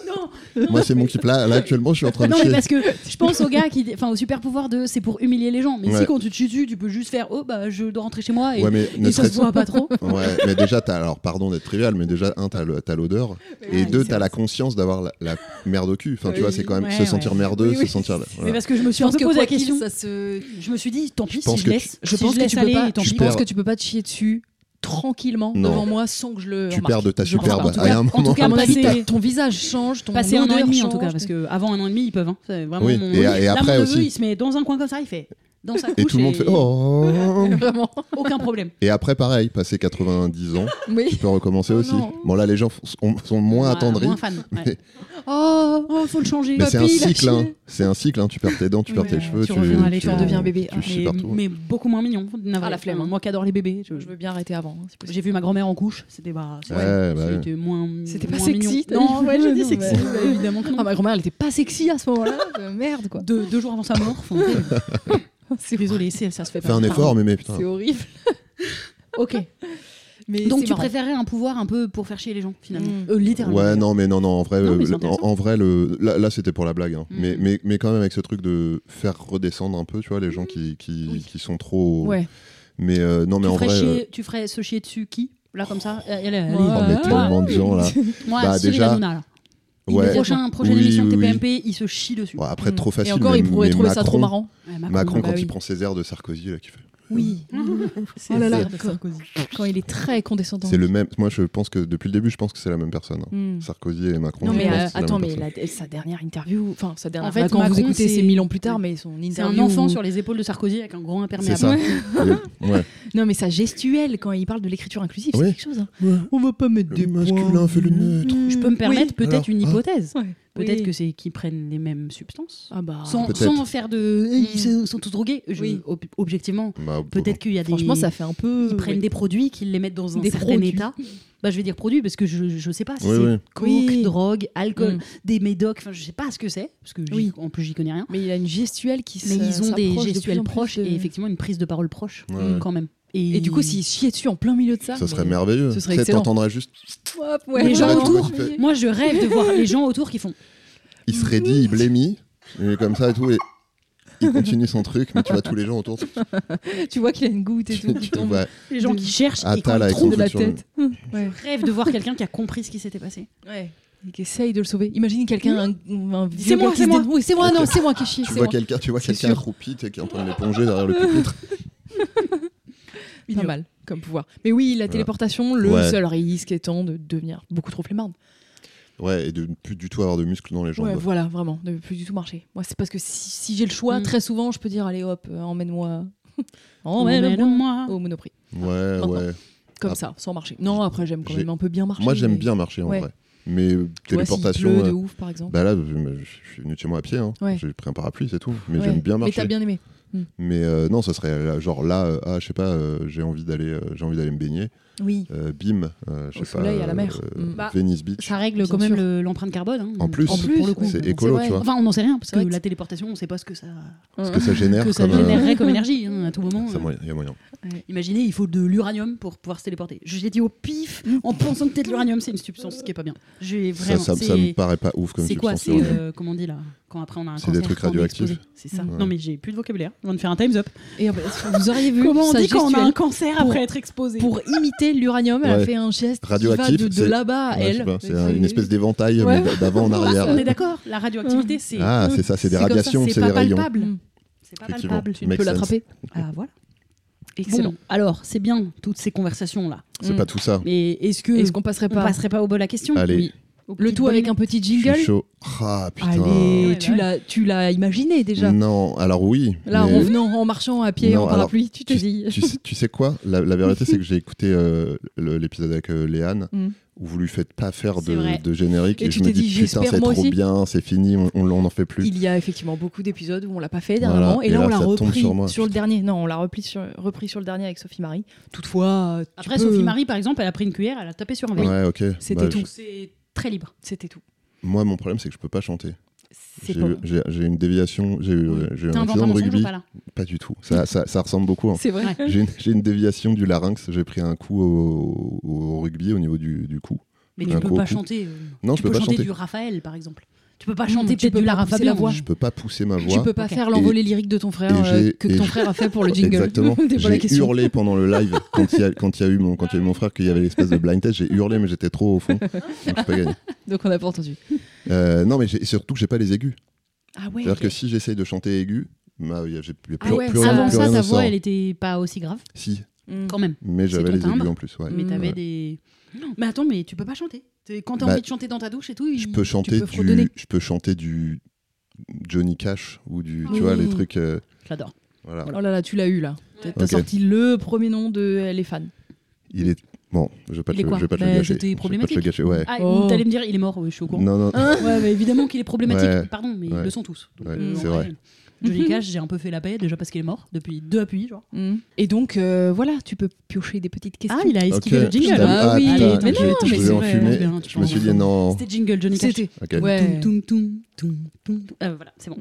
[SPEAKER 2] non,
[SPEAKER 4] Moi, c'est mon kiff là. Là, actuellement, je suis en train de
[SPEAKER 2] non mais
[SPEAKER 4] chier.
[SPEAKER 2] parce que je pense aux gars qui, enfin au super pouvoir de, c'est pour humilier les gens. Mais
[SPEAKER 4] Ouais.
[SPEAKER 2] si quand tu te chies dessus, tu peux juste faire, oh bah je dois rentrer chez moi et,
[SPEAKER 4] Ouais, mais ne
[SPEAKER 2] et ça se
[SPEAKER 4] serait-ce
[SPEAKER 2] voit pas trop.
[SPEAKER 4] Ouais, mais déjà, t'as, alors pardon d'être trivial, mais déjà, un, t'as, le- t'as l'odeur, et
[SPEAKER 2] ouais,
[SPEAKER 4] deux,
[SPEAKER 2] c'est
[SPEAKER 4] t'as
[SPEAKER 2] vrai.
[SPEAKER 4] la conscience d'avoir la, la merde au cul. Enfin, tu
[SPEAKER 3] Oui,
[SPEAKER 4] vois, c'est quand même
[SPEAKER 2] ouais,
[SPEAKER 4] se sentir
[SPEAKER 2] ouais.
[SPEAKER 4] merdeux,
[SPEAKER 3] Oui,
[SPEAKER 4] se
[SPEAKER 3] oui.
[SPEAKER 4] sentir.
[SPEAKER 2] Mais
[SPEAKER 4] voilà.
[SPEAKER 2] parce que je me suis
[SPEAKER 3] Je
[SPEAKER 2] un
[SPEAKER 3] pense
[SPEAKER 2] peu
[SPEAKER 3] que
[SPEAKER 2] posé
[SPEAKER 3] quoi
[SPEAKER 2] la
[SPEAKER 3] qu'il,
[SPEAKER 2] question.
[SPEAKER 3] ça se.
[SPEAKER 2] Je me suis dit, tant pis,
[SPEAKER 4] pense
[SPEAKER 2] si
[SPEAKER 4] que
[SPEAKER 2] je laisse,
[SPEAKER 3] Je
[SPEAKER 2] si
[SPEAKER 3] pense
[SPEAKER 2] je
[SPEAKER 3] que
[SPEAKER 2] laisse
[SPEAKER 3] tu peux
[SPEAKER 2] aller,
[SPEAKER 3] pas.
[SPEAKER 2] et tant
[SPEAKER 4] je
[SPEAKER 3] Je
[SPEAKER 2] pis.
[SPEAKER 3] pense
[SPEAKER 4] perds.
[SPEAKER 3] que tu peux pas te chier dessus tranquillement
[SPEAKER 4] Non.
[SPEAKER 3] devant moi sans que je le.
[SPEAKER 4] Tu
[SPEAKER 3] remarque.
[SPEAKER 4] perds de ta
[SPEAKER 3] Je pense
[SPEAKER 4] superbe.
[SPEAKER 3] pas. En tout
[SPEAKER 4] à
[SPEAKER 3] cas,
[SPEAKER 4] un
[SPEAKER 2] en tout
[SPEAKER 4] moment,
[SPEAKER 2] cas, à mon avis,
[SPEAKER 3] passer-
[SPEAKER 2] passer-
[SPEAKER 3] ton visage change, ton
[SPEAKER 2] Passer un an et
[SPEAKER 3] odeur
[SPEAKER 2] demi en
[SPEAKER 3] change,
[SPEAKER 2] tout cas, parce
[SPEAKER 3] ton-
[SPEAKER 2] qu'avant un an et demi, ils peuvent. hein. C'est Vraiment,
[SPEAKER 4] Oui,
[SPEAKER 2] mon-
[SPEAKER 4] et- et
[SPEAKER 2] Là, mon
[SPEAKER 4] après
[SPEAKER 2] neveu,
[SPEAKER 4] aussi.
[SPEAKER 2] il se met dans un coin comme ça, il fait dans sa couche.
[SPEAKER 4] et tout le monde fait oh.
[SPEAKER 3] Vraiment.
[SPEAKER 2] Aucun problème.
[SPEAKER 4] Et après, pareil, passé 90 ans, tu
[SPEAKER 3] Oui.
[SPEAKER 4] peux recommencer
[SPEAKER 3] Oh
[SPEAKER 4] aussi.
[SPEAKER 3] non.
[SPEAKER 4] Bon, là, les gens f- sont, sont moins
[SPEAKER 2] Voilà,
[SPEAKER 4] attendris.
[SPEAKER 2] Moins fan. ouais.
[SPEAKER 4] Mais-
[SPEAKER 3] Oh,
[SPEAKER 2] Oh, faut le changer.
[SPEAKER 4] Mais c'est un
[SPEAKER 3] Papy, il a
[SPEAKER 4] cycle, hein.
[SPEAKER 3] chié.
[SPEAKER 4] c'est un cycle. Hein. Tu perds tes dents, tu
[SPEAKER 3] Oui,
[SPEAKER 4] perds
[SPEAKER 3] ouais,
[SPEAKER 4] tes cheveux,
[SPEAKER 3] tu reviens à l'école,
[SPEAKER 4] tu-
[SPEAKER 3] deviens un bébé.
[SPEAKER 4] Tu
[SPEAKER 3] Ah,
[SPEAKER 4] chies
[SPEAKER 2] mais,
[SPEAKER 4] partout.
[SPEAKER 2] mais beaucoup moins mignon. navré.
[SPEAKER 3] Ah, la flemme, hein.
[SPEAKER 2] Moi qui adore les bébés. je-
[SPEAKER 3] je veux bien arrêter avant. hein, si possible.
[SPEAKER 2] J'ai vu ma grand-mère en couche, c'était pas.
[SPEAKER 4] Ouais, bah ouais.
[SPEAKER 2] C'était moins.
[SPEAKER 3] C'était pas
[SPEAKER 2] moins
[SPEAKER 3] sexy,
[SPEAKER 2] mignon.
[SPEAKER 3] t'as
[SPEAKER 2] Non,
[SPEAKER 3] dit
[SPEAKER 2] ouais, j'ai dit
[SPEAKER 3] Non,
[SPEAKER 2] sexy.
[SPEAKER 3] mais-
[SPEAKER 2] bah, Évidemment que non.
[SPEAKER 3] Ah, ma grand-mère, elle était pas sexy à ce moment-là. Euh, Merde, quoi.
[SPEAKER 2] Deux deux jours avant sa mort. enfin,
[SPEAKER 3] C'est
[SPEAKER 2] Désolée, c'est- ça se fait pas.
[SPEAKER 4] Fais un
[SPEAKER 2] Pardon.
[SPEAKER 4] effort, mais mais putain.
[SPEAKER 3] C'est horrible.
[SPEAKER 2] Ok.
[SPEAKER 3] Mais
[SPEAKER 2] Donc
[SPEAKER 3] c'est
[SPEAKER 2] tu
[SPEAKER 3] marrant.
[SPEAKER 2] préférais un pouvoir un peu pour faire chier les gens finalement.
[SPEAKER 3] Mm.
[SPEAKER 2] Euh, littéralement.
[SPEAKER 4] Ouais, non, mais non, non, en vrai,
[SPEAKER 2] Non, mais
[SPEAKER 4] euh,
[SPEAKER 2] c'est
[SPEAKER 4] en,
[SPEAKER 2] intéressant.
[SPEAKER 4] en vrai, le, là, là, c'était pour la blague, hein.
[SPEAKER 2] Mm.
[SPEAKER 4] mais, mais, mais quand même avec ce truc de faire redescendre un peu, tu vois, les gens qui, qui,
[SPEAKER 2] Oui.
[SPEAKER 4] qui sont trop.
[SPEAKER 3] Mm. Ouais.
[SPEAKER 4] Mais euh, non, mais
[SPEAKER 2] tu,
[SPEAKER 4] en
[SPEAKER 2] ferais
[SPEAKER 4] vrai, euh,
[SPEAKER 2] chier- tu ferais se chier dessus qui Là comme ça Euh, allez, allez.
[SPEAKER 3] Oh, mais
[SPEAKER 4] oh, mais
[SPEAKER 3] Ah.
[SPEAKER 4] tellement de gens là.
[SPEAKER 2] Moi,
[SPEAKER 4] bah,
[SPEAKER 2] Cyril
[SPEAKER 4] déjà-
[SPEAKER 2] Hanouna, là. Il-
[SPEAKER 4] Ouais.
[SPEAKER 2] Prochain, prochaine
[SPEAKER 4] Oui,
[SPEAKER 2] émission
[SPEAKER 4] oui, oui.
[SPEAKER 2] TPMP, il se chie dessus.
[SPEAKER 4] Bon, après,
[SPEAKER 3] Mm.
[SPEAKER 4] trop facile.
[SPEAKER 3] Et encore,
[SPEAKER 4] mais,
[SPEAKER 3] il pourrait
[SPEAKER 4] mais
[SPEAKER 3] trouver
[SPEAKER 4] Macron,
[SPEAKER 3] ça trop marrant.
[SPEAKER 2] Ouais,
[SPEAKER 4] Macron, quand
[SPEAKER 3] bah
[SPEAKER 4] il
[SPEAKER 3] oui.
[SPEAKER 4] prend ses airs de Sarkozy, là, qui fait.
[SPEAKER 3] Oui.
[SPEAKER 2] c'est
[SPEAKER 3] Oh là là.
[SPEAKER 2] c'est- Sarkozy.
[SPEAKER 3] Quand il est très condescendant.
[SPEAKER 4] C'est le même. Moi, je pense que depuis le début, je pense que c'est la même personne. hein.
[SPEAKER 3] Mm.
[SPEAKER 4] Sarkozy et Macron.
[SPEAKER 3] Non,
[SPEAKER 4] je
[SPEAKER 3] mais
[SPEAKER 4] pense
[SPEAKER 3] euh,
[SPEAKER 4] que c'est la
[SPEAKER 3] attends,
[SPEAKER 4] même
[SPEAKER 3] mais
[SPEAKER 4] personne.
[SPEAKER 3] la- sa dernière interview, enfin, sa dernière.
[SPEAKER 2] En fait,
[SPEAKER 3] là, quand vous
[SPEAKER 2] Macron,
[SPEAKER 3] écoutez, c'est
[SPEAKER 2] c'est-
[SPEAKER 3] mille ans plus tard, mais son
[SPEAKER 2] C'est
[SPEAKER 3] interview.
[SPEAKER 2] un enfant sur les épaules de Sarkozy avec un grand
[SPEAKER 4] C'est
[SPEAKER 2] imperméable.
[SPEAKER 4] ça. Oui, ouais.
[SPEAKER 3] Non, mais sa gestuelle quand il parle de l'écriture inclusive,
[SPEAKER 4] Oui.
[SPEAKER 3] c'est quelque chose. hein. On va pas mettre
[SPEAKER 4] Le
[SPEAKER 3] des
[SPEAKER 4] masculin
[SPEAKER 3] points.
[SPEAKER 4] fait le neutre.
[SPEAKER 3] Mmh.
[SPEAKER 2] Je peux me permettre
[SPEAKER 3] Oui.
[SPEAKER 2] peut-être
[SPEAKER 4] Alors,
[SPEAKER 2] une
[SPEAKER 4] hein
[SPEAKER 2] hypothèse.
[SPEAKER 3] Ouais.
[SPEAKER 2] Peut-être
[SPEAKER 3] Oui.
[SPEAKER 2] que c'est qu'ils prennent les mêmes substances.
[SPEAKER 3] Ah bah.
[SPEAKER 2] Sans,
[SPEAKER 4] Peut-être.
[SPEAKER 2] sans faire de. Ils se- sont tous drogués. Je-
[SPEAKER 3] Mm. Oui.
[SPEAKER 2] ob- objectivement,
[SPEAKER 4] Bah,
[SPEAKER 2] peut-être qu'il y a des.
[SPEAKER 3] Franchement, ça fait un peu.
[SPEAKER 2] Ils prennent des produits, qu'ils les mettent dans un
[SPEAKER 3] Des
[SPEAKER 2] certain
[SPEAKER 3] produits.
[SPEAKER 2] état. Bah, je vais dire produits parce que je ne sais pas si
[SPEAKER 4] Oui,
[SPEAKER 2] c'est
[SPEAKER 4] oui.
[SPEAKER 2] coke,
[SPEAKER 3] Oui.
[SPEAKER 2] drogue, alcool,
[SPEAKER 3] Mm.
[SPEAKER 2] des médocs, enfin, je sais pas ce que c'est, parce que j'y-
[SPEAKER 3] Oui.
[SPEAKER 2] en plus j'y connais rien.
[SPEAKER 3] Mais il a une gestuelle qui se-
[SPEAKER 2] Mais ils ont des
[SPEAKER 3] s'approche de plus
[SPEAKER 2] gestuelles
[SPEAKER 3] en plus
[SPEAKER 2] proches
[SPEAKER 3] de-
[SPEAKER 2] et effectivement une prise de parole proche Mm,
[SPEAKER 4] Ouais, ouais.
[SPEAKER 2] quand même.
[SPEAKER 3] Et du coup, s'ils se chiaient dessus en plein milieu de ça.
[SPEAKER 4] Ça serait
[SPEAKER 3] mais-
[SPEAKER 4] merveilleux.
[SPEAKER 3] ce serait
[SPEAKER 4] Tu sais,
[SPEAKER 3] excellent.
[SPEAKER 4] T'entendrais juste.
[SPEAKER 3] Hop,
[SPEAKER 2] Les gens
[SPEAKER 4] Là, tu
[SPEAKER 2] autour,
[SPEAKER 4] vois qu'il fait-
[SPEAKER 2] Moi, je rêve de voir les gens autour qui font.
[SPEAKER 4] Il se raidit, il blémit, et comme ça et tout, et il continue son truc, mais tu vois tous les gens autour.
[SPEAKER 3] Tu vois qu'il a une goutte et tout.
[SPEAKER 4] tu-
[SPEAKER 3] qui
[SPEAKER 4] tu-
[SPEAKER 3] tombe
[SPEAKER 4] ouais.
[SPEAKER 2] Les gens
[SPEAKER 3] De-
[SPEAKER 2] qui cherchent et qui
[SPEAKER 4] Attal avec
[SPEAKER 2] trouvent.
[SPEAKER 3] de la
[SPEAKER 4] sur le-
[SPEAKER 3] tête. Ouais.
[SPEAKER 2] Je rêve de voir quelqu'un qui a compris ce qui s'était passé.
[SPEAKER 3] Ouais. Et qui essaye de le sauver. Imagine quelqu'un, un, un vieux
[SPEAKER 2] C'est moi,
[SPEAKER 3] gars qui
[SPEAKER 2] c'est
[SPEAKER 3] se
[SPEAKER 2] moi.
[SPEAKER 3] dé- Oui, c'est moi, non, c'est moi qui chie.
[SPEAKER 4] Tu
[SPEAKER 3] c'est
[SPEAKER 4] vois
[SPEAKER 3] moi.
[SPEAKER 4] quelqu'un, tu vois
[SPEAKER 3] C'est
[SPEAKER 4] quelqu'un
[SPEAKER 3] sûr.
[SPEAKER 4] accroupi, tu sais, qui est en train de l'éponger derrière le pupitre.
[SPEAKER 3] Pas mal comme pouvoir. Mais oui, la téléportation, le
[SPEAKER 4] Ouais.
[SPEAKER 3] seul risque étant de devenir beaucoup trop flemmarde.
[SPEAKER 4] Ouais, et de ne plus du tout avoir de muscles dans les jambes.
[SPEAKER 3] Ouais, voilà, vraiment, de plus du tout marcher. Moi, c'est parce que si, si j'ai le choix,
[SPEAKER 2] Mm.
[SPEAKER 3] très souvent, je peux dire allez hop, euh, emmène-moi. Oh, emmène-moi
[SPEAKER 2] Emmène-moi. Oh,
[SPEAKER 3] au Monoprix.
[SPEAKER 4] Ouais,
[SPEAKER 3] maintenant.
[SPEAKER 4] ouais.
[SPEAKER 3] Comme
[SPEAKER 4] Ah.
[SPEAKER 3] ça, sans marcher. Non, après, j'aime quand
[SPEAKER 4] J'ai-
[SPEAKER 3] même un peu bien marcher.
[SPEAKER 4] Moi, j'aime
[SPEAKER 3] mais-
[SPEAKER 4] bien marcher en
[SPEAKER 3] Ouais.
[SPEAKER 4] vrai. Mais euh,
[SPEAKER 3] Tu vois, s'il
[SPEAKER 4] téléportation.
[SPEAKER 3] pleut de
[SPEAKER 4] euh,
[SPEAKER 3] ouf, par exemple.
[SPEAKER 4] Bah là, je, je- je suis venu de chez moi à pied. hein.
[SPEAKER 3] Ouais.
[SPEAKER 4] J'ai pris un parapluie, c'est tout. Mais
[SPEAKER 3] Ouais.
[SPEAKER 4] j'aime bien
[SPEAKER 3] Mais
[SPEAKER 4] marcher.
[SPEAKER 3] t'as bien aimé.
[SPEAKER 4] Mais, euh, non, ça serait euh, genre là, euh, ah, je sais pas, euh, j'ai envie d'aller, euh, j'ai envie d'aller me baigner.
[SPEAKER 3] Oui.
[SPEAKER 4] Euh, bim, euh, je
[SPEAKER 3] Au
[SPEAKER 4] sais pas.
[SPEAKER 3] soleil, à la mer.
[SPEAKER 4] euh,
[SPEAKER 3] Mm. Bah,
[SPEAKER 4] Venice Beach.
[SPEAKER 2] Ça règle
[SPEAKER 3] Bien
[SPEAKER 2] quand même
[SPEAKER 3] sûr.
[SPEAKER 2] le- l'empreinte carbone. hein.
[SPEAKER 4] En plus,
[SPEAKER 3] En plus,
[SPEAKER 2] pour le coup.
[SPEAKER 3] ouais.
[SPEAKER 4] c'est
[SPEAKER 3] c'est
[SPEAKER 4] écolo,
[SPEAKER 3] vrai.
[SPEAKER 4] tu vois.
[SPEAKER 2] Enfin, on n'en sait rien parce
[SPEAKER 3] C'est vrai
[SPEAKER 2] que
[SPEAKER 3] que
[SPEAKER 2] la téléportation, on ne sait pas ce que ça,
[SPEAKER 4] Ce que ça génère.
[SPEAKER 2] que ça
[SPEAKER 4] comme, euh,
[SPEAKER 2] générerait comme énergie hein, à tout moment.
[SPEAKER 4] ça moyen- y a moyen.
[SPEAKER 2] Imaginez, il faut de l'uranium pour pouvoir se téléporter. Je l'ai dit au pif en pensant que peut-être l'uranium c'est une substance qui est pas bien. J'ai
[SPEAKER 4] Ça,
[SPEAKER 2] vraiment.
[SPEAKER 4] ça, ça
[SPEAKER 2] c'est-
[SPEAKER 4] me paraît pas ouf comme
[SPEAKER 2] c'est quoi C'est
[SPEAKER 4] substance.
[SPEAKER 2] euh, comment on dit là Quand après on a un
[SPEAKER 4] C'est des
[SPEAKER 2] cancer,
[SPEAKER 4] trucs
[SPEAKER 2] quand on est
[SPEAKER 4] radioactifs.
[SPEAKER 2] exposé. C'est ça.
[SPEAKER 3] Ouais.
[SPEAKER 2] Non mais j'ai plus de vocabulaire. Je viens de faire un times up.
[SPEAKER 3] Et euh, vous auriez vu
[SPEAKER 2] Comment on
[SPEAKER 3] sa
[SPEAKER 2] dit quand on a
[SPEAKER 3] gestuelle.
[SPEAKER 2] un cancer
[SPEAKER 3] Pour-
[SPEAKER 2] après être exposé
[SPEAKER 3] pour imiter l'uranium, elle a
[SPEAKER 4] Ouais.
[SPEAKER 3] fait un geste qui va
[SPEAKER 4] Radioactif,
[SPEAKER 3] de, de
[SPEAKER 4] c'est-
[SPEAKER 3] là-bas à
[SPEAKER 4] Ouais, je sais
[SPEAKER 3] elle. euh,
[SPEAKER 4] pas, C'est un- une espèce d'éventail
[SPEAKER 3] Ouais.
[SPEAKER 4] mais d'avant en
[SPEAKER 2] Ah,
[SPEAKER 4] arrière.
[SPEAKER 2] On est d'accord. La radioactivité c'est
[SPEAKER 4] Ah, c'est ça, c'est des
[SPEAKER 3] C'est comme ça,
[SPEAKER 4] radiations, c'est des
[SPEAKER 2] pas
[SPEAKER 4] rayons.
[SPEAKER 2] palpable.
[SPEAKER 3] Mm.
[SPEAKER 2] C'est pas
[SPEAKER 4] Effectivement.
[SPEAKER 2] palpable.
[SPEAKER 3] Tu ne
[SPEAKER 4] Makes
[SPEAKER 3] peux
[SPEAKER 4] sense.
[SPEAKER 3] l'attraper.
[SPEAKER 2] Ah voilà.
[SPEAKER 3] Excellent.
[SPEAKER 2] Bon, alors c'est bien toutes ces conversations là.
[SPEAKER 4] C'est
[SPEAKER 3] Mm.
[SPEAKER 4] pas tout ça.
[SPEAKER 2] Mais est-ce que
[SPEAKER 3] Est-ce qu'on passerait
[SPEAKER 2] on
[SPEAKER 3] pas
[SPEAKER 2] passerait pas au bol à la question
[SPEAKER 4] Allez.
[SPEAKER 2] Oui.
[SPEAKER 3] le tout avec un petit
[SPEAKER 4] Je suis
[SPEAKER 3] jingle
[SPEAKER 4] chaud. Ah putain.
[SPEAKER 3] Allez,
[SPEAKER 2] Ouais,
[SPEAKER 3] tu
[SPEAKER 2] ouais.
[SPEAKER 3] l'as, tu l'as imaginé déjà.
[SPEAKER 4] Non, alors oui.
[SPEAKER 3] Là,
[SPEAKER 4] mais
[SPEAKER 3] en venant, en marchant à pied,
[SPEAKER 4] Non,
[SPEAKER 3] en
[SPEAKER 4] alors,
[SPEAKER 3] parapluie, tu te
[SPEAKER 4] tu,
[SPEAKER 3] dis.
[SPEAKER 4] tu sais, tu sais quoi la, la vérité, c'est que j'ai écouté euh, le- l'épisode avec euh, Léane
[SPEAKER 3] Mm.
[SPEAKER 4] où vous lui faites pas faire
[SPEAKER 2] C'est
[SPEAKER 4] de,
[SPEAKER 2] vrai.
[SPEAKER 4] de générique
[SPEAKER 3] Et
[SPEAKER 4] et,
[SPEAKER 3] tu
[SPEAKER 4] je me
[SPEAKER 3] t'es
[SPEAKER 4] dis
[SPEAKER 3] dit,
[SPEAKER 4] putain,
[SPEAKER 3] j'espère
[SPEAKER 4] c'est
[SPEAKER 3] moi
[SPEAKER 4] trop
[SPEAKER 3] aussi.
[SPEAKER 4] bien, c'est fini, on, on l'en fait plus.
[SPEAKER 3] Il y a effectivement beaucoup d'épisodes où on l'a pas fait dernièrement,
[SPEAKER 4] Voilà,
[SPEAKER 3] et,
[SPEAKER 4] et
[SPEAKER 3] là,
[SPEAKER 4] là,
[SPEAKER 3] on l'a
[SPEAKER 4] ça tombe
[SPEAKER 3] repris
[SPEAKER 4] sur moi.
[SPEAKER 3] sur, le dernier. Non, on l'a repris sur, repris sur le dernier avec Sophie Marie. Toutefois, tu
[SPEAKER 2] Après
[SPEAKER 3] peux-
[SPEAKER 2] Sophie Marie par exemple, elle a pris une cuillère, elle a tapé sur un verre.
[SPEAKER 4] Ouais, ok.
[SPEAKER 3] C'était
[SPEAKER 4] Bah,
[SPEAKER 3] tout.
[SPEAKER 4] je-
[SPEAKER 2] C'est très libre.
[SPEAKER 3] c'était tout.
[SPEAKER 4] moi, mon problème, c'est que je peux pas chanter.
[SPEAKER 3] C'est
[SPEAKER 4] J'ai
[SPEAKER 3] pas
[SPEAKER 4] eu-
[SPEAKER 3] bon.
[SPEAKER 4] J'ai j'ai une déviation, j'ai eu, euh, j'ai eu un
[SPEAKER 2] T'inventes
[SPEAKER 4] accident
[SPEAKER 2] un
[SPEAKER 4] de
[SPEAKER 2] mensonge ou
[SPEAKER 4] rugby.
[SPEAKER 2] pas là
[SPEAKER 4] Pas du tout. Ça, ça, ça ressemble beaucoup. hein.
[SPEAKER 3] C'est vrai.
[SPEAKER 2] Ouais.
[SPEAKER 4] J'ai une, j'ai une déviation du larynx. J'ai pris un coup au, au rugby au niveau du, du cou.
[SPEAKER 2] Mais
[SPEAKER 4] Un
[SPEAKER 2] tu peux
[SPEAKER 4] gros
[SPEAKER 2] pas
[SPEAKER 4] coup.
[SPEAKER 2] chanter. euh,
[SPEAKER 4] Non,
[SPEAKER 2] tu
[SPEAKER 4] je peux pas
[SPEAKER 2] chanter,
[SPEAKER 4] chanter.
[SPEAKER 2] du Raphaël, par exemple. Tu peux pas
[SPEAKER 3] Mmh,
[SPEAKER 2] chanter
[SPEAKER 3] tu
[SPEAKER 2] peut-être
[SPEAKER 3] peux
[SPEAKER 2] du
[SPEAKER 3] pas
[SPEAKER 2] Lara
[SPEAKER 3] pousser la
[SPEAKER 2] Fabian.
[SPEAKER 3] voix.
[SPEAKER 4] Je peux pas pousser ma voix.
[SPEAKER 3] Tu peux pas
[SPEAKER 2] Ok.
[SPEAKER 3] faire l'envolée lyrique de ton frère
[SPEAKER 4] et
[SPEAKER 3] euh,
[SPEAKER 4] j'ai-
[SPEAKER 3] que ton
[SPEAKER 4] et-
[SPEAKER 3] frère a fait pour le jingle.
[SPEAKER 4] Exactement.
[SPEAKER 3] C'était pas la
[SPEAKER 4] J'ai
[SPEAKER 3] question.
[SPEAKER 4] hurlé pendant le live quand il y a, quand il y a eu mon quand il y a eu mon frère qu'il y avait l'espèce de blind test. J'ai hurlé mais j'étais trop au fond. Donc, j'ai pas gagné.
[SPEAKER 3] Donc on n'a pas entendu.
[SPEAKER 4] Euh, non mais j'ai- surtout que j'ai pas les aigus.
[SPEAKER 3] Ah ouais.
[SPEAKER 4] C'est-à-dire que si j'essaye de chanter aigu, ma- il y a- j'ai plus, il y a plus,
[SPEAKER 3] Ah ouais,
[SPEAKER 4] plus rien,
[SPEAKER 2] Avant
[SPEAKER 4] plus
[SPEAKER 2] ça,
[SPEAKER 4] rien
[SPEAKER 2] ta
[SPEAKER 4] ne sort.
[SPEAKER 2] voix, elle était pas aussi grave,
[SPEAKER 4] Si,
[SPEAKER 3] Mm.
[SPEAKER 2] quand même.
[SPEAKER 4] mais
[SPEAKER 2] C'est
[SPEAKER 4] j'avais
[SPEAKER 2] ton
[SPEAKER 4] les aigus
[SPEAKER 2] timbre.
[SPEAKER 4] en plus. ouais.
[SPEAKER 2] Mais
[SPEAKER 3] Mm.
[SPEAKER 2] t'avais
[SPEAKER 4] Hmm. Ouais.
[SPEAKER 2] des. Mais attends, mais tu peux pas chanter. T'es- Quand t'as
[SPEAKER 4] Bah,
[SPEAKER 2] envie de chanter dans ta douche et tout,
[SPEAKER 4] Je
[SPEAKER 2] il-
[SPEAKER 4] peux chanter
[SPEAKER 3] peux
[SPEAKER 4] du,
[SPEAKER 3] fredonner.
[SPEAKER 4] je peux chanter du Johnny Cash ou du, tu
[SPEAKER 3] Oui.
[SPEAKER 4] vois les trucs. euh,
[SPEAKER 2] j'adore.
[SPEAKER 4] voilà.
[SPEAKER 3] Oh là là, tu l'as eu là. T'as t'as
[SPEAKER 4] Ok.
[SPEAKER 3] sorti le premier nom de Elle est fan.
[SPEAKER 4] Il est bon, je vais pas te,
[SPEAKER 2] Il est
[SPEAKER 4] le-
[SPEAKER 2] quoi
[SPEAKER 4] je vais pas te
[SPEAKER 2] Bah,
[SPEAKER 4] le gâcher.
[SPEAKER 2] c'était
[SPEAKER 4] Je vais pas te le
[SPEAKER 2] problématique.
[SPEAKER 4] gâcher, ouais.
[SPEAKER 2] Ah,
[SPEAKER 3] Oh.
[SPEAKER 2] t'allais me dire, il est mort, ouais, je suis au courant.
[SPEAKER 4] Non non.
[SPEAKER 2] Ouais, mais évidemment qu'il est problématique.
[SPEAKER 4] Ouais.
[SPEAKER 2] Pardon, mais
[SPEAKER 4] Ouais.
[SPEAKER 2] ils le sont tous. Donc,
[SPEAKER 4] Ouais,
[SPEAKER 2] euh,
[SPEAKER 4] c'est
[SPEAKER 2] en
[SPEAKER 4] vrai.
[SPEAKER 2] vrai, Johnny Cash, j'ai un peu fait la paix déjà parce qu'il est mort depuis deux appuis, genre.
[SPEAKER 3] Mm. Et donc euh, voilà, tu peux piocher des petites questions.
[SPEAKER 2] a
[SPEAKER 4] Ok, je t'avoue-
[SPEAKER 3] bah
[SPEAKER 4] ah,
[SPEAKER 3] oui,
[SPEAKER 4] putain,
[SPEAKER 3] mais non,
[SPEAKER 4] je, je
[SPEAKER 3] mais
[SPEAKER 4] voulais
[SPEAKER 3] c'est
[SPEAKER 4] en
[SPEAKER 3] vrai,
[SPEAKER 4] fumer.
[SPEAKER 2] c'est bien, tu
[SPEAKER 4] je me
[SPEAKER 2] prends
[SPEAKER 4] suis
[SPEAKER 2] un
[SPEAKER 4] dit
[SPEAKER 2] fond.
[SPEAKER 4] non.
[SPEAKER 2] C'était jingle Johnny Cash.
[SPEAKER 3] C'était.
[SPEAKER 4] Ok.
[SPEAKER 3] Ouais.
[SPEAKER 2] Toum, toum, toum, toum, toum. Euh, voilà, c'est bon.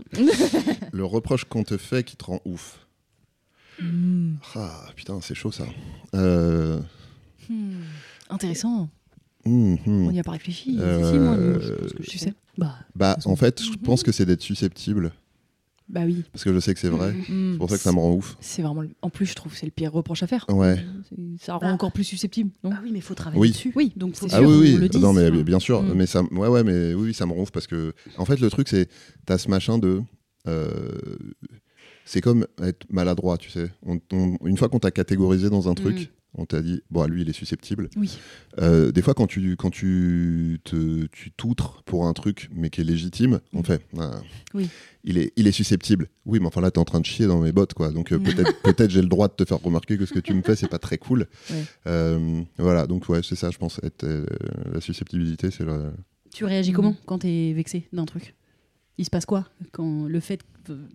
[SPEAKER 4] Le reproche qu'on te fait qui te rend ouf.
[SPEAKER 3] Mm.
[SPEAKER 4] Ah putain, c'est chaud ça. Euh,
[SPEAKER 3] Hmm. Intéressant.
[SPEAKER 4] hmm, hmm.
[SPEAKER 3] On n'y a pas réfléchi.
[SPEAKER 4] Euh,
[SPEAKER 2] Si, moi, non, je pense que
[SPEAKER 3] Tu
[SPEAKER 2] je
[SPEAKER 3] sais.
[SPEAKER 2] sais. Bah,
[SPEAKER 4] Bah en fait, je pense que c'est d'être susceptible
[SPEAKER 3] Bah oui.
[SPEAKER 4] parce que je sais que c'est vrai.
[SPEAKER 3] Mm.
[SPEAKER 4] C'est pour ça Oh. que ça me rend ouf.
[SPEAKER 3] C'est vraiment. le- En plus, je trouve, que c'est le pire reproche à faire.
[SPEAKER 4] Ouais.
[SPEAKER 3] C'est- Ça rend
[SPEAKER 2] Bah.
[SPEAKER 3] encore plus susceptible, non
[SPEAKER 2] Ah oui, mais il faut travailler
[SPEAKER 4] Oui.
[SPEAKER 2] dessus.
[SPEAKER 3] Oui.
[SPEAKER 2] donc faut
[SPEAKER 3] Ah
[SPEAKER 4] Ah
[SPEAKER 2] qu'on
[SPEAKER 4] oui
[SPEAKER 2] le
[SPEAKER 4] oui,
[SPEAKER 2] dise.
[SPEAKER 4] non mais mais bien sûr,
[SPEAKER 3] Mm.
[SPEAKER 4] mais ça, ouais ouais, mais oui, oui, ça me rend ouf parce que en fait le truc c'est t'as ce machin de euh, c'est comme être maladroit, tu sais. On- on- une fois qu'on t'a catégorisé dans un truc, on t'a dit, bon, lui, il est susceptible.
[SPEAKER 3] Mm. Oui.
[SPEAKER 4] Euh, des fois, quand tu quand tu te tu t'outres pour un truc mais qui est légitime, on fait. Ah,
[SPEAKER 3] Mm. Oui.
[SPEAKER 4] Il est il est susceptible. Oui, mais enfin là, t'es en train de chier dans mes bottes, quoi.
[SPEAKER 3] Mm.
[SPEAKER 4] Donc euh, peut-être peut-être j'ai le droit de te faire remarquer que ce que tu me fais, c'est pas très cool.
[SPEAKER 3] Ouais.
[SPEAKER 4] Euh, voilà. Donc ouais, c'est ça, je pense. Être, euh, la susceptibilité, c'est le-
[SPEAKER 2] Tu réagis
[SPEAKER 3] Mhm.
[SPEAKER 2] comment quand t'es vexé d'un truc Il se passe quoi quand le fait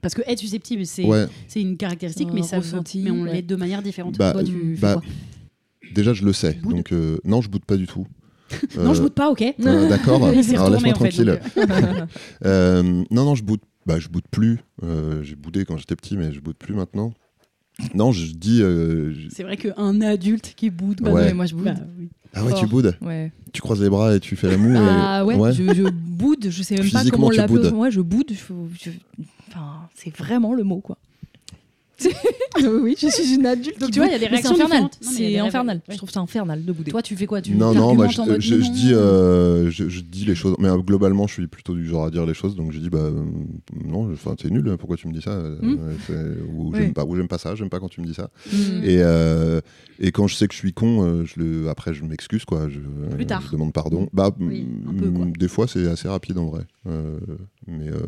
[SPEAKER 2] parce que être susceptible c'est
[SPEAKER 4] Ouais,
[SPEAKER 2] c'est une caractéristique
[SPEAKER 3] Un
[SPEAKER 2] mais ça
[SPEAKER 3] ressenti,
[SPEAKER 2] mais on
[SPEAKER 3] ouais.
[SPEAKER 2] l'est de manière différente.
[SPEAKER 4] Bah,
[SPEAKER 2] Toi, tu fais
[SPEAKER 4] bah,
[SPEAKER 2] quoi
[SPEAKER 4] déjà, je le sais.
[SPEAKER 2] Boude.
[SPEAKER 4] Donc, euh, non, je boude pas du tout.
[SPEAKER 2] Non, je
[SPEAKER 4] Euh,
[SPEAKER 2] boude pas, ok.
[SPEAKER 4] euh, D'accord, alors
[SPEAKER 2] Il s'est
[SPEAKER 4] laisse-moi
[SPEAKER 2] retourné en fait.
[SPEAKER 4] tranquille.
[SPEAKER 2] donc, euh,
[SPEAKER 4] Euh, non, non, je boude, bah, je boude plus. Euh, J'ai boudé quand j'étais petit, mais je boude plus maintenant. Non, je dis. euh, je-
[SPEAKER 2] C'est vrai qu'un adulte qui boude.
[SPEAKER 3] Bah
[SPEAKER 2] bah,
[SPEAKER 3] non,
[SPEAKER 4] Ouais.
[SPEAKER 3] mais moi je boude.
[SPEAKER 2] bah, oui.
[SPEAKER 4] Ah ouais,
[SPEAKER 3] Fort.
[SPEAKER 4] tu boudes.
[SPEAKER 3] Ouais.
[SPEAKER 4] Tu croises les bras et tu fais la moue. et-
[SPEAKER 3] Ah ouais,
[SPEAKER 4] Euh, ouais.
[SPEAKER 3] Je, je boude, je sais même pas
[SPEAKER 4] Physiquement,
[SPEAKER 3] comment
[SPEAKER 4] tu
[SPEAKER 3] l'appeler.
[SPEAKER 4] boudes.
[SPEAKER 3] Moi, je boude. je- je- Enfin, c'est vraiment le mot, quoi. oui, je suis une adulte.
[SPEAKER 2] Donc,
[SPEAKER 3] qui
[SPEAKER 2] tu vois,
[SPEAKER 3] boude,
[SPEAKER 2] il y a des
[SPEAKER 3] mais
[SPEAKER 2] réactions
[SPEAKER 3] C'est infernal.
[SPEAKER 2] différentes. Non, mais il y a des
[SPEAKER 3] C'est
[SPEAKER 2] ré-
[SPEAKER 3] infernal.
[SPEAKER 2] ouais.
[SPEAKER 3] Je trouve ça infernal de bouder.
[SPEAKER 2] Toi, tu fais quoi Tu
[SPEAKER 4] Non, non, moi,
[SPEAKER 2] t'argumentes
[SPEAKER 4] je,
[SPEAKER 2] en mode
[SPEAKER 4] je- je
[SPEAKER 2] non,
[SPEAKER 4] dis,
[SPEAKER 2] non,
[SPEAKER 4] euh, je, je dis les choses. Mais euh, globalement, je suis plutôt du genre à dire les choses. Donc, j'ai dit, bah, euh, non, je- enfin, t'es nul, pourquoi tu me dis ça euh,
[SPEAKER 3] Hmm.
[SPEAKER 4] c'est- Ou
[SPEAKER 3] Ouais.
[SPEAKER 4] j'aime pas, ou j'aime pas ça, j'aime pas quand tu me dis ça.
[SPEAKER 2] Mhm.
[SPEAKER 4] Et, euh, et quand je sais que je suis con, euh, je le, après, je m'excuse, quoi. Je, euh,
[SPEAKER 2] Plus tard.
[SPEAKER 4] je demande pardon. Bah,
[SPEAKER 2] Oui,
[SPEAKER 4] mm,
[SPEAKER 2] un peu, quoi.
[SPEAKER 4] des fois, c'est assez rapide en vrai. Euh, mais euh,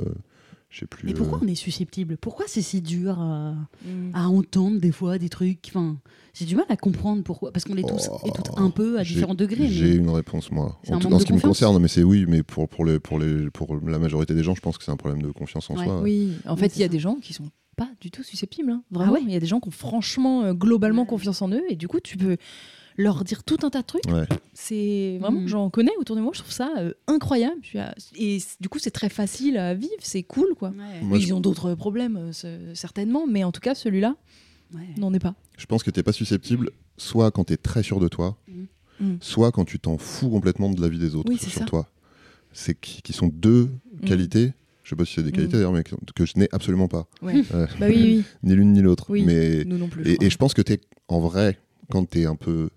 [SPEAKER 4] je sais plus.
[SPEAKER 2] Mais
[SPEAKER 4] euh,
[SPEAKER 2] pourquoi on est susceptible Pourquoi c'est si dur euh,
[SPEAKER 3] Mm.
[SPEAKER 2] à entendre des fois des trucs Enfin, j'ai du mal à comprendre pourquoi. Parce qu'on est tous
[SPEAKER 4] Oh,
[SPEAKER 2] et toutes un peu à
[SPEAKER 4] j'ai-
[SPEAKER 2] différents degrés.
[SPEAKER 4] J'ai
[SPEAKER 2] mais-
[SPEAKER 4] une réponse, moi.
[SPEAKER 2] C'est
[SPEAKER 4] En
[SPEAKER 2] un
[SPEAKER 4] tout-
[SPEAKER 2] manque
[SPEAKER 4] en
[SPEAKER 2] de
[SPEAKER 4] ce qui me
[SPEAKER 2] confiance
[SPEAKER 4] concerne, mais c'est oui, mais pour, pour, les, pour, les, pour la majorité des gens, je pense que c'est un problème de confiance en
[SPEAKER 2] Ouais,
[SPEAKER 4] soi.
[SPEAKER 3] Oui, en
[SPEAKER 2] Ouais,
[SPEAKER 3] fait,
[SPEAKER 2] c'est
[SPEAKER 3] il y a
[SPEAKER 2] ça. Ah
[SPEAKER 3] des gens qui sont pas du tout susceptibles. hein, vraiment,
[SPEAKER 2] ouais
[SPEAKER 3] il y a des gens qui ont franchement, euh, globalement,
[SPEAKER 2] Ouais.
[SPEAKER 3] confiance en eux. Et du coup, tu peux leur dire tout un tas de trucs.
[SPEAKER 4] Ouais.
[SPEAKER 3] C'est vraiment,
[SPEAKER 2] Mhm.
[SPEAKER 3] j'en connais autour de moi. Je trouve ça euh, incroyable. Je suis à- Et c- du coup, c'est très facile à vivre. C'est cool, quoi.
[SPEAKER 4] Moi,
[SPEAKER 3] Ils ont d'autres problèmes, euh, ce- certainement. Mais en tout cas, celui-là
[SPEAKER 2] Ouais.
[SPEAKER 3] n'en est pas.
[SPEAKER 4] Je pense que t'es pas susceptible, soit quand t'es très sûr de toi,
[SPEAKER 3] Mm. Mm.
[SPEAKER 4] soit quand tu t'en fous complètement de la vie des autres
[SPEAKER 3] Oui, c'est
[SPEAKER 4] sur
[SPEAKER 3] ça.
[SPEAKER 4] toi. C'est qui, qui sont deux
[SPEAKER 3] Mm.
[SPEAKER 4] qualités. Je sais pas si c'est des
[SPEAKER 3] Mm.
[SPEAKER 4] qualités d'ailleurs, mais que, que je n'ai absolument pas,
[SPEAKER 3] Ouais.
[SPEAKER 4] Euh,
[SPEAKER 3] bah oui,
[SPEAKER 4] ni l'une ni l'autre.
[SPEAKER 3] Oui.
[SPEAKER 4] Mais
[SPEAKER 3] oui, nous non plus.
[SPEAKER 4] et,
[SPEAKER 3] crois.
[SPEAKER 4] et je pense que t'es en vrai quand t'es un peu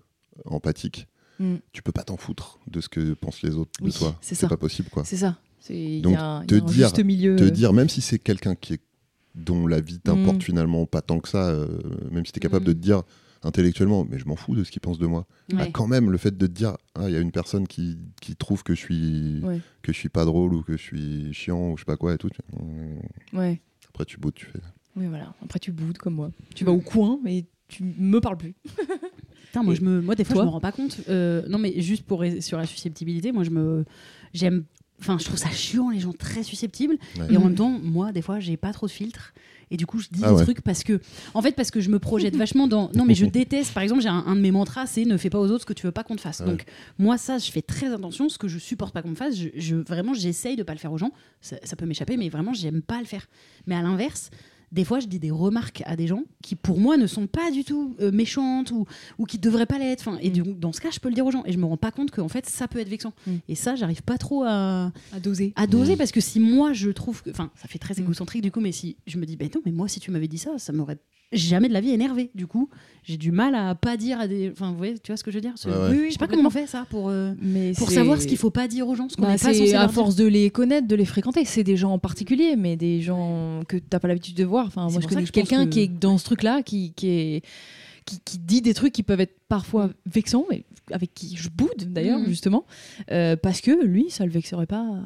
[SPEAKER 4] empathique,
[SPEAKER 3] Mm.
[SPEAKER 4] tu peux pas t'en foutre de ce que pensent les autres
[SPEAKER 3] Oui,
[SPEAKER 4] de toi.
[SPEAKER 3] c'est
[SPEAKER 4] C'est
[SPEAKER 3] ça.
[SPEAKER 4] pas possible quoi.
[SPEAKER 3] C'est ça. C'est- Il y
[SPEAKER 4] Donc,
[SPEAKER 3] a un, il y
[SPEAKER 4] te
[SPEAKER 3] a un
[SPEAKER 4] dire-
[SPEAKER 3] juste milieu.
[SPEAKER 4] te
[SPEAKER 3] euh,
[SPEAKER 4] dire, même si c'est quelqu'un qui est dont la vie t'importe
[SPEAKER 3] Mm.
[SPEAKER 4] finalement pas tant que ça, euh, même si t'es capable
[SPEAKER 3] Mm.
[SPEAKER 4] de te dire intellectuellement, mais je m'en fous de ce qu'il pense de moi. Bah,
[SPEAKER 2] Ouais.
[SPEAKER 4] quand même, le fait de te dire, Ah, il y a une personne qui, qui trouve que je suis
[SPEAKER 3] Ouais.
[SPEAKER 4] que je suis pas drôle ou que je suis chiant ou je sais pas quoi et tout. tu- Mm.
[SPEAKER 3] Ouais.
[SPEAKER 4] Après, tu boutes, tu fais.
[SPEAKER 3] Oui, voilà. Après, tu boudes comme moi. Tu vas au coin, mais tu me parles plus.
[SPEAKER 2] Putain, moi,
[SPEAKER 3] Et
[SPEAKER 2] je me, moi, des fois,
[SPEAKER 3] toi
[SPEAKER 2] je me rends pas compte. Euh, non, mais juste pour ré- sur la susceptibilité, moi, je me, j'aime. Enfin, je trouve ça chiant les gens très susceptibles.
[SPEAKER 4] Ouais.
[SPEAKER 2] Et
[SPEAKER 3] Mm.
[SPEAKER 2] en même temps, moi, des fois, j'ai pas trop de filtre. Et du coup, je dis
[SPEAKER 4] Ah
[SPEAKER 2] des
[SPEAKER 4] ouais.
[SPEAKER 2] trucs parce que, en fait, parce que je me projette vachement dans. Non, mais je déteste. Par exemple, j'ai un, un de mes mantras, c'est ne fais pas aux autres ce que tu veux pas qu'on te fasse.
[SPEAKER 4] Ouais.
[SPEAKER 2] Donc, moi, ça, je fais très attention. Ce que je supporte pas qu'on me fasse, je, je- vraiment, j'essaye de pas le faire aux gens. Ça, ça peut m'échapper, mais vraiment, j'aime pas le faire. Mais à l'inverse. Des fois, je dis des remarques à des gens qui, pour moi, ne sont pas du tout euh, méchantes ou, ou qui devraient pas l'être. Enfin, et
[SPEAKER 3] Mm.
[SPEAKER 2] du coup, dans ce cas, je peux le dire aux gens. Et je me rends pas compte qu'en fait, ça peut être vexant.
[SPEAKER 3] Mm.
[SPEAKER 2] Et ça, j'arrive pas trop à,
[SPEAKER 3] À doser.
[SPEAKER 2] à doser
[SPEAKER 4] Mm.
[SPEAKER 2] parce que si moi je trouve que enfin ça fait très
[SPEAKER 3] Mm.
[SPEAKER 2] égocentrique du coup mais si je me dis ben non mais moi si tu m'avais dit ça ça m'aurait jamais de la vie énervé du coup j'ai du mal à pas dire à des enfin vous voyez tu vois ce que je veux dire ce-
[SPEAKER 4] Ouais, ouais.
[SPEAKER 3] Oui, oui,
[SPEAKER 2] je sais pas comment
[SPEAKER 3] complètement.
[SPEAKER 2] on fait ça pour euh,
[SPEAKER 3] Mais
[SPEAKER 2] pour
[SPEAKER 3] c'est-
[SPEAKER 2] savoir ce qu'il faut pas dire aux gens ce qu'on
[SPEAKER 3] Bah,
[SPEAKER 2] n'est pas
[SPEAKER 3] c'est
[SPEAKER 2] censé
[SPEAKER 3] à
[SPEAKER 2] leur dire.
[SPEAKER 3] force de les connaître, de les fréquenter. C'est des gens en particulier, mais des gens que t'as pas l'habitude de voir. Enfin, moi,
[SPEAKER 2] C'est
[SPEAKER 3] je
[SPEAKER 2] pour ça
[SPEAKER 3] connais
[SPEAKER 2] que je pense
[SPEAKER 3] quelqu'un
[SPEAKER 2] que-
[SPEAKER 3] qui est dans ce truc-là, qui, qui, est- qui, qui dit des trucs qui peuvent être
[SPEAKER 2] Mm.
[SPEAKER 3] parfois vexants, mais avec qui je boude d'ailleurs,
[SPEAKER 2] Mhm.
[SPEAKER 3] justement, euh, parce que lui, ça le vexerait pas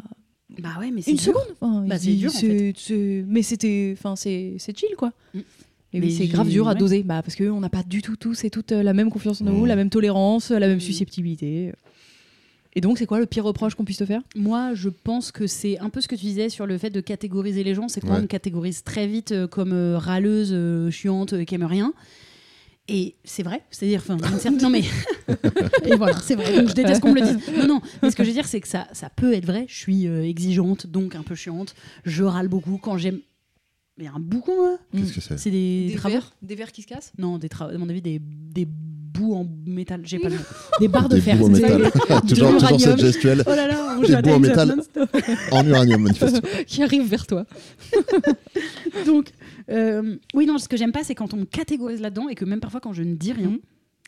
[SPEAKER 2] bah ouais mais c'est
[SPEAKER 3] une
[SPEAKER 2] dur.
[SPEAKER 3] seconde. Enfin,
[SPEAKER 2] Bah,
[SPEAKER 3] il
[SPEAKER 2] c'est
[SPEAKER 3] dit,
[SPEAKER 2] dur, en
[SPEAKER 3] c'est- c'est- Mais c'était, enfin, c'est c'est chill, quoi.
[SPEAKER 2] Mm.
[SPEAKER 3] Et
[SPEAKER 2] Mais
[SPEAKER 3] oui, c'est grave
[SPEAKER 2] j'ai-
[SPEAKER 3] dur à
[SPEAKER 2] ouais.
[SPEAKER 3] doser, bah, parce qu'on n'a pas du tout tous et toutes euh, la même confiance en nous,
[SPEAKER 4] Mm.
[SPEAKER 3] la même tolérance, la même
[SPEAKER 2] Mm.
[SPEAKER 3] susceptibilité. Et donc, c'est quoi le pire reproche qu'on puisse te faire
[SPEAKER 2] moi je pense que c'est un peu ce que tu disais sur le fait de catégoriser les gens c'est qu'on
[SPEAKER 4] Ouais.
[SPEAKER 2] me catégorise très vite euh, comme euh, râleuse euh, chiante euh, qui aime rien et c'est vrai, c'est-à-dire, enfin, d'une certaine- non mais, et voilà, c'est vrai. Donc je déteste qu'on me le dise. Non, non. Mais ce que je veux dire, c'est que ça, ça peut être vrai. Je suis euh, exigeante, donc un peu chiante. Je râle beaucoup quand j'aime. Mais un boucan, là
[SPEAKER 3] Mm.
[SPEAKER 4] Qu'est-ce que c'est
[SPEAKER 2] C'est des, travaux
[SPEAKER 3] des verres qui se cassent
[SPEAKER 2] Non, des travaux. À mon avis, des, des bouts en métal. J'ai pas le mot. Des barres de
[SPEAKER 4] Des
[SPEAKER 2] fer.
[SPEAKER 4] bouts en
[SPEAKER 2] c'est ça,
[SPEAKER 4] métal. toujours, toujours
[SPEAKER 2] l'uranium.
[SPEAKER 4] cette gestuelle
[SPEAKER 2] Oh là là, on
[SPEAKER 4] Des
[SPEAKER 2] joue à
[SPEAKER 4] bouts en
[SPEAKER 2] Time
[SPEAKER 4] métal.
[SPEAKER 2] Jump non-stop.
[SPEAKER 4] en uranium, manifestement.
[SPEAKER 3] qui arrivent vers toi.
[SPEAKER 2] Donc, euh, oui, non, ce que j'aime pas, c'est quand on me catégorise là-dedans et que même parfois quand je ne dis rien.
[SPEAKER 3] Mhm.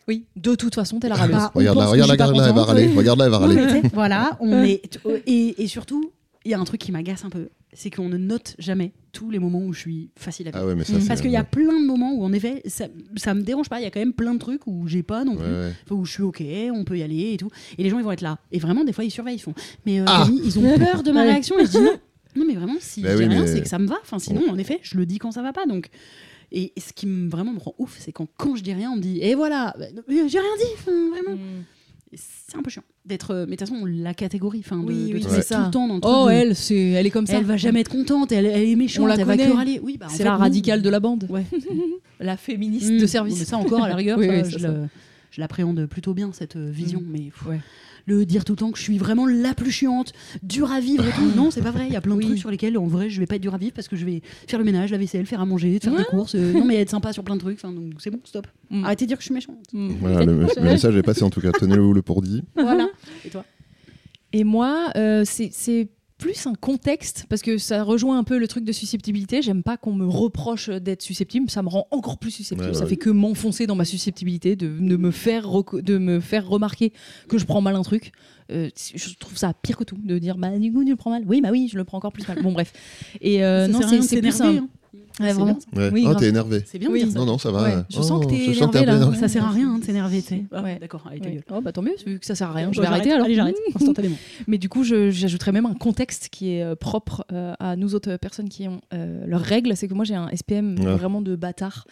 [SPEAKER 3] Oui, de toute façon, t'es la râleuse.
[SPEAKER 2] Ah, on
[SPEAKER 4] regarde là,
[SPEAKER 2] pense que
[SPEAKER 4] regarde
[SPEAKER 2] je
[SPEAKER 4] là,
[SPEAKER 2] suis pas
[SPEAKER 4] regarde là, elle va
[SPEAKER 2] contente.
[SPEAKER 3] hein.
[SPEAKER 4] râler. Regarde là, elle va
[SPEAKER 2] Non,
[SPEAKER 4] râler.
[SPEAKER 2] mais tu sais, voilà, on est. euh, Et, et surtout, il y a un truc qui m'agace un peu, c'est qu'on ne note jamais tous les moments où je suis facile à vivre. Mmh.
[SPEAKER 4] Ah ouais, mais ça, c'est.
[SPEAKER 2] Parce qu'il y a plein de moments où, en effet, ça, ça me dérange pas. Il y a quand même plein de trucs où j'ai pas non
[SPEAKER 4] Ouais,
[SPEAKER 2] plus.
[SPEAKER 4] ouais.
[SPEAKER 2] Enfin, où je suis OK, on peut y aller et tout. Et les gens, ils vont être là. Et vraiment, des fois, ils surveillent, ils font. Mais euh,
[SPEAKER 4] Ah.
[SPEAKER 2] Camille, ils ont peur de ma
[SPEAKER 3] Ouais.
[SPEAKER 2] réaction. Et je dis non. Non, mais vraiment, si
[SPEAKER 4] Bah
[SPEAKER 2] je dis
[SPEAKER 4] oui,
[SPEAKER 2] rien,
[SPEAKER 4] mais-
[SPEAKER 2] c'est que ça me va. Enfin, sinon, en effet, je le dis quand ça va pas. Donc. Et ce qui me, vraiment me rend ouf, c'est quand, quand je dis rien, on me dit Et voilà, Bah, euh, j'ai rien dit, enfin, vraiment. c'est un peu chiant d'être. euh, Mais de toute façon, la catégorie, enfin, de,
[SPEAKER 3] Oui,
[SPEAKER 2] de
[SPEAKER 3] oui,
[SPEAKER 2] te
[SPEAKER 3] c'est
[SPEAKER 2] mettre
[SPEAKER 3] ça.
[SPEAKER 2] tout le temps dans le truc
[SPEAKER 4] Mm.
[SPEAKER 3] Oh,
[SPEAKER 2] de-
[SPEAKER 3] elle, c'est, elle est comme ça.
[SPEAKER 2] Elle va jamais être contente, elle, elle est méchante,
[SPEAKER 3] On la
[SPEAKER 2] elle va
[SPEAKER 3] connaît.
[SPEAKER 2] que râler. Oui, bah, en
[SPEAKER 3] C'est
[SPEAKER 2] fait,
[SPEAKER 3] la
[SPEAKER 2] non.
[SPEAKER 3] radicale de la bande.
[SPEAKER 2] Ouais.
[SPEAKER 3] La féministe
[SPEAKER 2] Mmh.
[SPEAKER 3] de
[SPEAKER 2] Non, mais
[SPEAKER 3] service.
[SPEAKER 2] Ça encore, à la rigueur,
[SPEAKER 3] Oui,
[SPEAKER 2] ça,
[SPEAKER 3] oui, ça,
[SPEAKER 2] je
[SPEAKER 3] ça. Mm.
[SPEAKER 2] le- je l'appréhende plutôt bien, cette euh, vision. Mais pff,
[SPEAKER 3] Ouais.
[SPEAKER 2] le dire tout le temps que je suis vraiment la plus chiante, dure à vivre et tout, non, c'est pas vrai. Il y a plein de
[SPEAKER 3] Oui.
[SPEAKER 2] trucs sur lesquels, en vrai, je vais pas être dure à vivre parce que je vais faire le ménage, la vaisselle, faire à manger, faire
[SPEAKER 3] Ah.
[SPEAKER 2] des courses. euh, non, mais être sympa sur plein de trucs. Enfin, donc c'est bon, stop.
[SPEAKER 3] Mmh.
[SPEAKER 2] Arrêtez de dire que je suis méchante.
[SPEAKER 3] Mmh.
[SPEAKER 4] Voilà, le, le message est passé en tout cas. Tenez-le le pour dit.
[SPEAKER 2] Voilà. Et toi
[SPEAKER 3] Et moi, euh, c'est- c'est plus un contexte, parce que ça rejoint un peu le truc de susceptibilité. J'aime pas qu'on me reproche d'être susceptible, ça me rend encore plus susceptible.
[SPEAKER 4] Ouais,
[SPEAKER 3] ça
[SPEAKER 4] ouais.
[SPEAKER 3] fait que m'enfoncer dans ma susceptibilité, de, de me faire reco- de me faire remarquer que je prends mal un truc. Euh, je trouve ça pire que tout, de dire bah du coup tu le prends mal. Oui, bah oui, je le prends encore plus mal. Bon, bref. Et euh,
[SPEAKER 2] Ça
[SPEAKER 3] non,
[SPEAKER 2] sert à
[SPEAKER 3] c'est
[SPEAKER 2] rien de
[SPEAKER 3] c'est plus
[SPEAKER 2] s'énerver,
[SPEAKER 3] un.
[SPEAKER 2] hein.
[SPEAKER 3] Ouais,
[SPEAKER 2] C'est
[SPEAKER 3] vraiment.
[SPEAKER 2] bien, ça.
[SPEAKER 4] Ouais.
[SPEAKER 3] Oui,
[SPEAKER 4] ah,
[SPEAKER 3] grave.
[SPEAKER 4] t'es énervé.
[SPEAKER 2] C'est bien de
[SPEAKER 3] Oui.
[SPEAKER 2] dire ça.
[SPEAKER 4] Non, non, ça va.
[SPEAKER 3] Ouais, je sens que
[SPEAKER 4] Oh,
[SPEAKER 3] t'es
[SPEAKER 4] je sens
[SPEAKER 3] énervé,
[SPEAKER 4] t'es un peu
[SPEAKER 3] là.
[SPEAKER 4] énervé.
[SPEAKER 2] Ça sert à rien hein, de s'énerver, tu sais. Ah,
[SPEAKER 3] Ouais.
[SPEAKER 2] D'accord, allez, ta
[SPEAKER 3] Ouais.
[SPEAKER 2] gueule.
[SPEAKER 3] Oh bah tant mieux, vu que ça sert à rien,
[SPEAKER 2] Bon,
[SPEAKER 3] je vais arrêter alors.
[SPEAKER 2] Allez, j'arrête, instantanément.
[SPEAKER 3] Mais du coup, je- j'ajouterais même un contexte qui est euh, propre euh, à nous autres personnes qui ont euh, leurs règles. C'est que moi, j'ai un SPM
[SPEAKER 4] Ouais.
[SPEAKER 3] vraiment de bâtard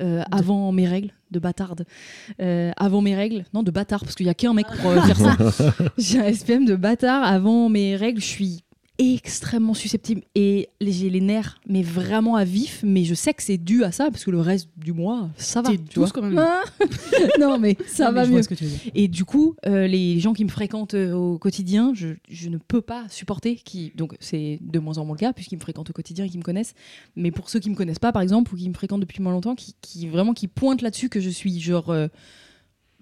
[SPEAKER 3] euh, avant mes règles, de bâtarde. Euh, avant mes règles, non, de bâtard, parce qu'il n'y a qu'un mec pour euh, faire ça. j'ai un SPM de bâtard avant mes règles. Je suis extrêmement susceptible et les- j'ai les nerfs, mais vraiment à vif. Mais je sais que c'est dû à ça, parce que le reste du mois, ça va.
[SPEAKER 2] T'es
[SPEAKER 3] tu vois.
[SPEAKER 2] douce quand même.
[SPEAKER 3] Hein non, mais ça
[SPEAKER 2] Non, mais
[SPEAKER 3] va
[SPEAKER 2] je
[SPEAKER 3] mieux.
[SPEAKER 2] vois ce que tu veux dire.
[SPEAKER 3] Et du coup, euh, les gens qui me fréquentent euh, au quotidien, je, je ne peux pas supporter qui donc c'est de moins en moins le cas puisqu'ils me fréquentent au quotidien et qu'ils me connaissent. Mais pour ceux qui me connaissent pas, par exemple, ou qui me fréquentent depuis moins longtemps, qui, qui vraiment qui pointent là-dessus que je suis genre euh,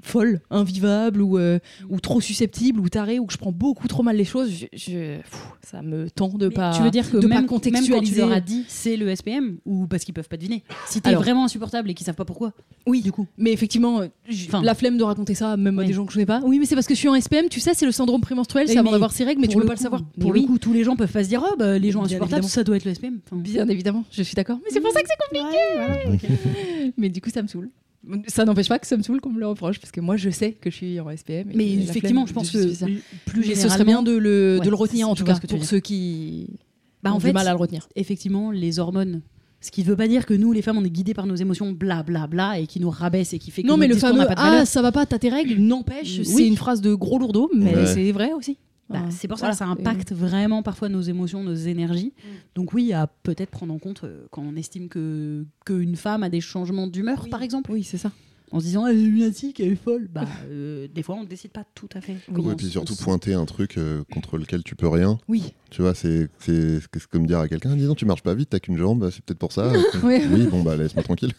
[SPEAKER 3] folle, invivable ou euh, ou trop susceptible ou tarée ou que je prends beaucoup trop mal les choses, je, je- pfff, ça me tend de pas.
[SPEAKER 2] tu veux dire que
[SPEAKER 3] de
[SPEAKER 2] même,
[SPEAKER 3] pas contextualiser.
[SPEAKER 2] même quand tu leur as dit c'est le SPM ou parce qu'ils peuvent pas deviner. Si t'es
[SPEAKER 3] Alors-
[SPEAKER 2] vraiment insupportable et qu'ils savent pas pourquoi.
[SPEAKER 3] Oui, du coup. Mais effectivement, euh, j-
[SPEAKER 2] Enfin.
[SPEAKER 3] la flemme de raconter ça, même à
[SPEAKER 2] Oui.
[SPEAKER 3] des gens que je connais pas. Oui, mais c'est parce que je suis en SPM, tu sais, c'est le syndrome prémenstruel, c'est
[SPEAKER 2] Oui,
[SPEAKER 3] avant
[SPEAKER 2] mais
[SPEAKER 3] d'avoir ses règles, mais tu
[SPEAKER 2] Pour
[SPEAKER 3] peux
[SPEAKER 2] le
[SPEAKER 3] pas le
[SPEAKER 2] coup,
[SPEAKER 3] savoir.
[SPEAKER 2] Pour
[SPEAKER 3] Mais
[SPEAKER 2] le
[SPEAKER 3] oui,
[SPEAKER 2] coup, tous les gens peuvent pas se dire oh bah, les gens
[SPEAKER 3] Bien
[SPEAKER 2] insupportables
[SPEAKER 3] évidemment.
[SPEAKER 2] ça doit être le SPM. Enfin,
[SPEAKER 3] Bien évidemment, je suis d'accord. Mais c'est pour ça que c'est compliqué Mais du coup, ça me saoule. Ça n'empêche pas que ça me saoule qu'on me le reproche, parce que moi, je sais que je suis en SPM. et
[SPEAKER 2] mais
[SPEAKER 3] que la
[SPEAKER 2] effectivement,
[SPEAKER 3] flemme
[SPEAKER 2] je pense
[SPEAKER 3] de
[SPEAKER 2] que
[SPEAKER 3] justifier ça.
[SPEAKER 2] plus
[SPEAKER 3] Mais ce
[SPEAKER 2] généralement,
[SPEAKER 3] serait bien de le, de
[SPEAKER 2] Ouais,
[SPEAKER 3] le retenir,
[SPEAKER 2] c'est-
[SPEAKER 3] en
[SPEAKER 2] je
[SPEAKER 3] tout
[SPEAKER 2] vois
[SPEAKER 3] cas,
[SPEAKER 2] ce que tu
[SPEAKER 3] pour
[SPEAKER 2] veux dire.
[SPEAKER 3] ceux qui
[SPEAKER 2] bah, en
[SPEAKER 3] ont
[SPEAKER 2] fait,
[SPEAKER 3] du mal à le retenir.
[SPEAKER 2] effectivement, les hormones. Ce qui ne veut pas dire que nous, les femmes, on est guidées par nos émotions, bla bla bla, et qui nous rabaisse et qui fait que
[SPEAKER 3] Non, mais
[SPEAKER 2] notre
[SPEAKER 3] le
[SPEAKER 2] discours
[SPEAKER 3] fameux
[SPEAKER 2] n'a pas de valeur.
[SPEAKER 3] Ah, ça va pas, t'as tes règles, n'empêche,
[SPEAKER 2] Oui.
[SPEAKER 3] c'est une phrase de gros lourdeau, mais
[SPEAKER 4] Ouais.
[SPEAKER 3] c'est vrai aussi.
[SPEAKER 2] Bah,
[SPEAKER 3] Ah,
[SPEAKER 2] c'est pour ça
[SPEAKER 3] voilà. Mm.
[SPEAKER 2] que ça impacte vraiment parfois nos émotions, nos énergies. Donc oui, à peut-être prendre en compte euh, quand on estime que qu'une femme a des changements d'humeur, par exemple,
[SPEAKER 3] Oui, c'est ça.
[SPEAKER 2] en se disant elle est lunatique, elle est folle. Bah euh, des fois on ne décide pas tout à fait. comment
[SPEAKER 4] Et
[SPEAKER 2] on
[SPEAKER 4] puis
[SPEAKER 2] se-
[SPEAKER 4] surtout
[SPEAKER 2] on se-
[SPEAKER 4] pointer un truc euh, contre lequel tu peux rien.
[SPEAKER 3] Oui.
[SPEAKER 4] Tu vois, c'est c'est- c'est comme dire à quelqu'un Dis donc, tu marches pas vite, t'as qu'une jambe, bah, c'est peut-être pour ça.
[SPEAKER 3] Ouais.
[SPEAKER 4] oui, bon, bah laisse-moi tranquille.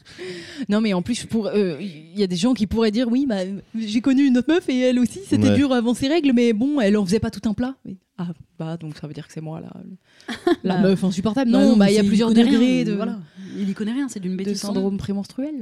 [SPEAKER 3] Non, mais en plus, pour, euh, il y a des gens qui pourraient dire oui, bah, j'ai connu une autre meuf et elle aussi, c'était
[SPEAKER 4] Ouais.
[SPEAKER 3] dur avant ses règles, mais bon, elle en faisait pas tout un plat. Mais- Ah, bah, donc ça veut dire que c'est moi, là. La
[SPEAKER 2] Bah,
[SPEAKER 3] meuf insupportable.
[SPEAKER 2] Bah
[SPEAKER 3] Ah. Non, bah,
[SPEAKER 2] mais
[SPEAKER 3] il y a
[SPEAKER 2] c'est-
[SPEAKER 3] plusieurs euh,
[SPEAKER 2] connaît rien,
[SPEAKER 3] degrés de,
[SPEAKER 2] voilà. Il y connaît rien, c'est d'une
[SPEAKER 3] de
[SPEAKER 2] bêtise. sans nom.
[SPEAKER 3] syndrome prémenstruel.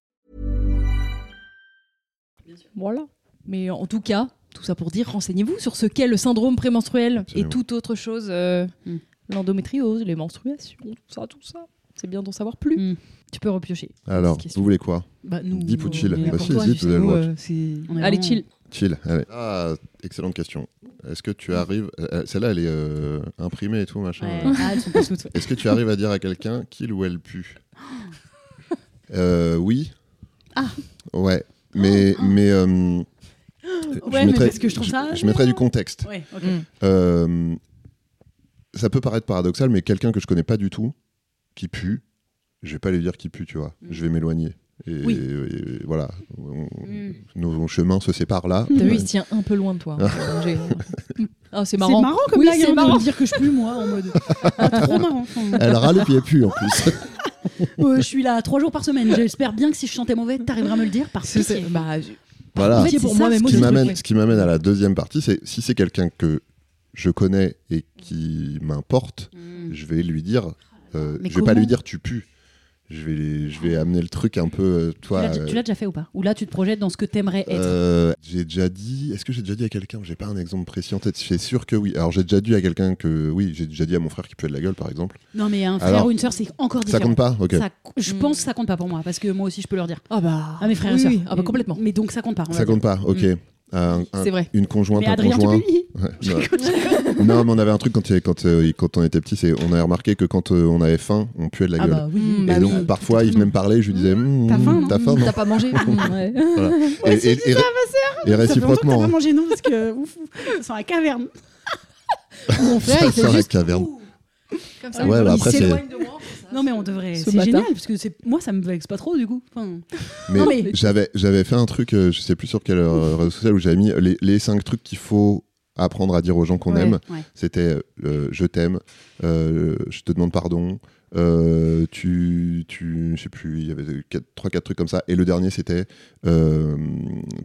[SPEAKER 3] Voilà. Mais en tout cas, tout ça pour dire, renseignez-vous sur ce qu'est le syndrome prémenstruel
[SPEAKER 4] Absolument.
[SPEAKER 3] et toute autre chose. euh,
[SPEAKER 2] Mm.
[SPEAKER 3] L'endométriose, les menstruations, tout ça, tout ça. C'est bien d'en savoir plus.
[SPEAKER 2] Mm.
[SPEAKER 3] Tu peux repiocher.
[SPEAKER 4] Alors,
[SPEAKER 3] Qu'est-ce
[SPEAKER 4] vous voulez quoi
[SPEAKER 2] Bah, nous,
[SPEAKER 4] Deep ou
[SPEAKER 2] on-
[SPEAKER 4] chill
[SPEAKER 2] on est là
[SPEAKER 4] Bah,
[SPEAKER 2] pour
[SPEAKER 4] si,
[SPEAKER 2] toi.
[SPEAKER 4] si, vous avez le
[SPEAKER 3] euh,
[SPEAKER 4] droit.
[SPEAKER 2] On est
[SPEAKER 3] Allez,
[SPEAKER 2] vraiment-
[SPEAKER 3] chill.
[SPEAKER 4] Chill, allez. Ah, excellente question. Est-ce que tu arrives. euh, Celle-là, elle est euh, imprimée et tout, machin.
[SPEAKER 2] Ouais. Ah, elles sont pas toutes.
[SPEAKER 4] Est-ce que tu arrives à dire à quelqu'un qu'il ou elle pue Euh, Oui. Ah Ouais. Mais. mais euh,
[SPEAKER 2] Ouais, Oh, mais parce que je trouve ça-
[SPEAKER 4] je mettrais du contexte.
[SPEAKER 2] Ouais, ok.
[SPEAKER 4] Euh, ça peut paraître paradoxal, mais quelqu'un que je connais pas du tout, qui pue, je vais pas lui dire qu'il pue, tu vois. Je vais m'éloigner. Et,
[SPEAKER 2] Mm. Oui.
[SPEAKER 4] et- et voilà, On-
[SPEAKER 2] Mm.
[SPEAKER 4] nos chemins se séparent là.
[SPEAKER 3] T'as vu,
[SPEAKER 4] Ouais.
[SPEAKER 3] il se tient un peu loin de toi. J'ai- Ah, c'est
[SPEAKER 2] C'est
[SPEAKER 3] marrant.
[SPEAKER 2] marrant comme
[SPEAKER 3] oui,
[SPEAKER 2] blague, hein,
[SPEAKER 3] c'est
[SPEAKER 2] de
[SPEAKER 3] marrant.
[SPEAKER 2] dire que je pue moi en mode Ah, trop marrant. enfin.
[SPEAKER 4] Elle râle et puis elle pue en plus.
[SPEAKER 2] Euh, je suis là trois jours par semaine. J'espère bien que si je chantais mauvais, t'arriveras à me le dire par
[SPEAKER 3] C'est-
[SPEAKER 2] pitié.
[SPEAKER 3] c'est- bah, je-
[SPEAKER 4] voilà.
[SPEAKER 3] En fait,
[SPEAKER 2] c'est
[SPEAKER 3] pour
[SPEAKER 2] ça,
[SPEAKER 3] moi,
[SPEAKER 2] ce
[SPEAKER 3] même
[SPEAKER 2] qui
[SPEAKER 4] ce qui
[SPEAKER 2] Oui,
[SPEAKER 4] m'amène, ce qui m'amène à la deuxième partie, c'est si c'est quelqu'un que je connais
[SPEAKER 2] Mm.
[SPEAKER 4] et qui m'importe, je vais lui dire, euh,
[SPEAKER 2] Ah, Mais
[SPEAKER 4] je vais pas
[SPEAKER 2] comment
[SPEAKER 4] lui dire tu pues. je vais, les- je vais amener le truc un peu, euh, toi.
[SPEAKER 2] Tu l'as- Tu l'as déjà fait ou pas Ou là, tu te projettes dans ce que t'aimerais être
[SPEAKER 4] euh, j'ai déjà dit. Est-ce que j'ai déjà dit à quelqu'un J'ai pas un exemple précis en tête. Je suis sûr que oui. Alors j'ai déjà dit à quelqu'un que oui. J'ai déjà dit à mon frère qui puait de la gueule, par exemple.
[SPEAKER 2] Non, mais un frère
[SPEAKER 4] alors,
[SPEAKER 2] ou une sœur, c'est encore
[SPEAKER 4] Ça
[SPEAKER 2] différent.
[SPEAKER 4] compte pas. Ok.
[SPEAKER 2] Ça co- je
[SPEAKER 3] Mm.
[SPEAKER 2] pense que ça compte pas pour moi, parce que moi aussi, je peux leur dire.
[SPEAKER 3] Ah bah.
[SPEAKER 2] Hmm. Ah, mes frères
[SPEAKER 3] oui,
[SPEAKER 2] et sœurs.
[SPEAKER 3] oui, ah bah complètement.
[SPEAKER 2] Mais donc, ça compte pas. on
[SPEAKER 4] Ça
[SPEAKER 2] va
[SPEAKER 4] compte pas. Ok.
[SPEAKER 3] Mm.
[SPEAKER 4] Un- un-
[SPEAKER 3] C'est vrai.
[SPEAKER 4] une
[SPEAKER 2] dire.
[SPEAKER 4] conjointe,
[SPEAKER 2] Mais
[SPEAKER 4] un
[SPEAKER 2] Adrien, tu
[SPEAKER 4] conjoint.
[SPEAKER 2] publies
[SPEAKER 4] Ouais, ouais. non, mais on avait un truc quand, il y avait- quand, euh, quand on était petit, c'est on avait remarqué que quand euh, on avait faim, on puait de la
[SPEAKER 2] Ah
[SPEAKER 4] gueule.
[SPEAKER 2] bah oui.
[SPEAKER 3] Mm,
[SPEAKER 4] Et
[SPEAKER 3] bah
[SPEAKER 4] donc
[SPEAKER 3] oui.
[SPEAKER 4] parfois, il venait me parler, je lui disais Hum,
[SPEAKER 2] T'as faim, non
[SPEAKER 4] T'as faim, non
[SPEAKER 3] T'as pas mangé Mm, ouais.
[SPEAKER 4] Et- et- et- et réciproquement.
[SPEAKER 2] T'as
[SPEAKER 4] hein.
[SPEAKER 2] pas mangé, non Parce que, ouf, ça sent la caverne.
[SPEAKER 3] Mon frère, il
[SPEAKER 4] Ça sort
[SPEAKER 3] fait
[SPEAKER 4] la
[SPEAKER 3] juste.
[SPEAKER 4] caverne.
[SPEAKER 3] Comme
[SPEAKER 4] Ouais, bah,
[SPEAKER 3] il
[SPEAKER 4] après, c'est-
[SPEAKER 3] s'éloigne de moi.
[SPEAKER 2] Non, mais on devrait.
[SPEAKER 3] Ce
[SPEAKER 2] C'est
[SPEAKER 3] matin.
[SPEAKER 2] génial, parce que c'est- moi, ça me vexe pas trop, du coup. Enfin,
[SPEAKER 4] Mais,
[SPEAKER 2] Non, mais-
[SPEAKER 4] j'avais j'avais fait un truc, euh, je sais plus sur quel euh, réseau social où j'avais mis les, les cinq trucs qu'il faut apprendre à dire aux gens qu'on
[SPEAKER 3] Ouais.
[SPEAKER 4] aime.
[SPEAKER 2] ouais.
[SPEAKER 4] C'était euh, je t'aime, euh, je te demande pardon, euh, tu, tu, je sais plus, il y avait quatre- trois quatre trucs comme ça. Et le dernier c'était euh,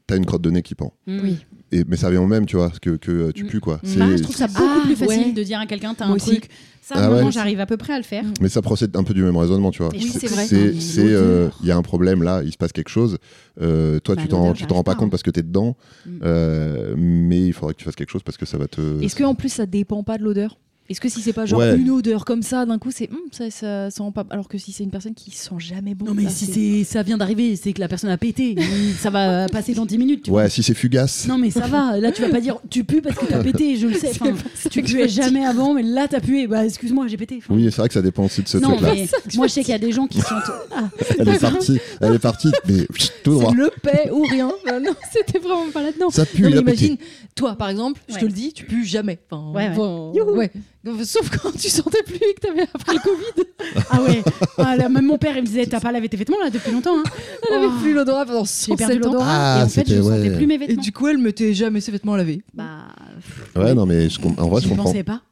[SPEAKER 4] t'as une crotte de nez qui pend.
[SPEAKER 3] Oui.
[SPEAKER 4] Et, mais ça vient au même, tu vois, que, que euh, tu
[SPEAKER 2] Mm.
[SPEAKER 4] pues quoi.
[SPEAKER 3] Mm.
[SPEAKER 4] C'est-
[SPEAKER 2] Hmm. Bah, je trouve ça beaucoup
[SPEAKER 3] Ah,
[SPEAKER 2] plus facile
[SPEAKER 3] ouais.
[SPEAKER 2] de dire à quelqu'un t'as
[SPEAKER 3] Moi
[SPEAKER 2] un
[SPEAKER 3] aussi.
[SPEAKER 2] truc. Ça,
[SPEAKER 4] Ah
[SPEAKER 2] maintenant,
[SPEAKER 4] ouais.
[SPEAKER 2] j'arrive à peu près à le faire.
[SPEAKER 4] Mais ça procède un peu du même raisonnement, tu vois.
[SPEAKER 2] Oui,
[SPEAKER 4] C'est-
[SPEAKER 2] c'est vrai.
[SPEAKER 4] c'est-
[SPEAKER 2] Mais
[SPEAKER 4] C'est,
[SPEAKER 2] l'odeur.
[SPEAKER 4] euh, il y a un problème là, il se passe quelque chose. Euh, toi,
[SPEAKER 2] Bah,
[SPEAKER 4] tu t'en,
[SPEAKER 2] l'odeur,
[SPEAKER 4] tu t'en rends pas
[SPEAKER 2] j'arrive
[SPEAKER 4] compte
[SPEAKER 2] pas.
[SPEAKER 4] parce que t'es dedans,
[SPEAKER 2] Mm.
[SPEAKER 4] Euh, mais il faudrait que tu fasses quelque chose parce que ça va te.
[SPEAKER 3] Est-ce que en plus ça dépend pas de l'odeur Est-ce que si c'est pas genre
[SPEAKER 4] Ouais.
[SPEAKER 3] une odeur comme ça d'un coup c'est Hum, ça, ça sent pas alors que si c'est une personne qui sent jamais bon.
[SPEAKER 2] Non, mais
[SPEAKER 3] là,
[SPEAKER 2] Ah, si c'est- ça vient d'arriver, c'est que la personne a pété. Ça va passer dans 10 minutes, tu vois.
[SPEAKER 4] Ouais, si c'est fugace.
[SPEAKER 2] Non mais ça va, là tu vas pas dire tu pues parce que t'as pété, je le sais. Enfin, tu
[SPEAKER 3] que je veux
[SPEAKER 2] puais jamais avant, mais là t'as pué. Bah excuse-moi, j'ai pété. Enfin,
[SPEAKER 4] Oui, c'est vrai que ça dépend aussi de ce
[SPEAKER 2] non,
[SPEAKER 4] truc-là.
[SPEAKER 2] mais moi je sais qu'il y a des gens qui sentent ah,
[SPEAKER 4] Elle est partie, elle est partie, mais pfft, tout droit.
[SPEAKER 3] c'est le paix ou rien. Enfin, non, c'était vraiment pas là-dedans.
[SPEAKER 4] Ça pue,
[SPEAKER 3] Non,
[SPEAKER 4] il
[SPEAKER 3] mais
[SPEAKER 4] a
[SPEAKER 3] imagine, toi par exemple, je te
[SPEAKER 2] Ouais.
[SPEAKER 3] le dis, tu pues jamais. Enfin,
[SPEAKER 2] Ouais, ouais.
[SPEAKER 3] bon,
[SPEAKER 2] Youhou.
[SPEAKER 3] ouais. Donc, Sauf quand tu sentais plus et que t'avais appris le Covid.
[SPEAKER 2] ah ouais. Ah, là, même mon père il me disait t'as pas lavé tes vêtements là depuis longtemps. Hein.
[SPEAKER 3] Elle
[SPEAKER 2] Oh,
[SPEAKER 3] avait plus l'odorat pendant
[SPEAKER 2] j'ai
[SPEAKER 3] 107
[SPEAKER 2] perdu
[SPEAKER 3] ans.
[SPEAKER 2] l'odorat
[SPEAKER 4] Ah,
[SPEAKER 2] et en fait je
[SPEAKER 4] c'était-
[SPEAKER 2] sentais
[SPEAKER 4] ouais.
[SPEAKER 2] plus mes
[SPEAKER 3] Et
[SPEAKER 2] vêtements.
[SPEAKER 3] du coup, elle mettait jamais ses vêtements à laver.
[SPEAKER 2] Bah
[SPEAKER 4] Ouais, non, mais je, com- en vrai, je
[SPEAKER 2] j'y
[SPEAKER 4] comprends.
[SPEAKER 2] pensais pas.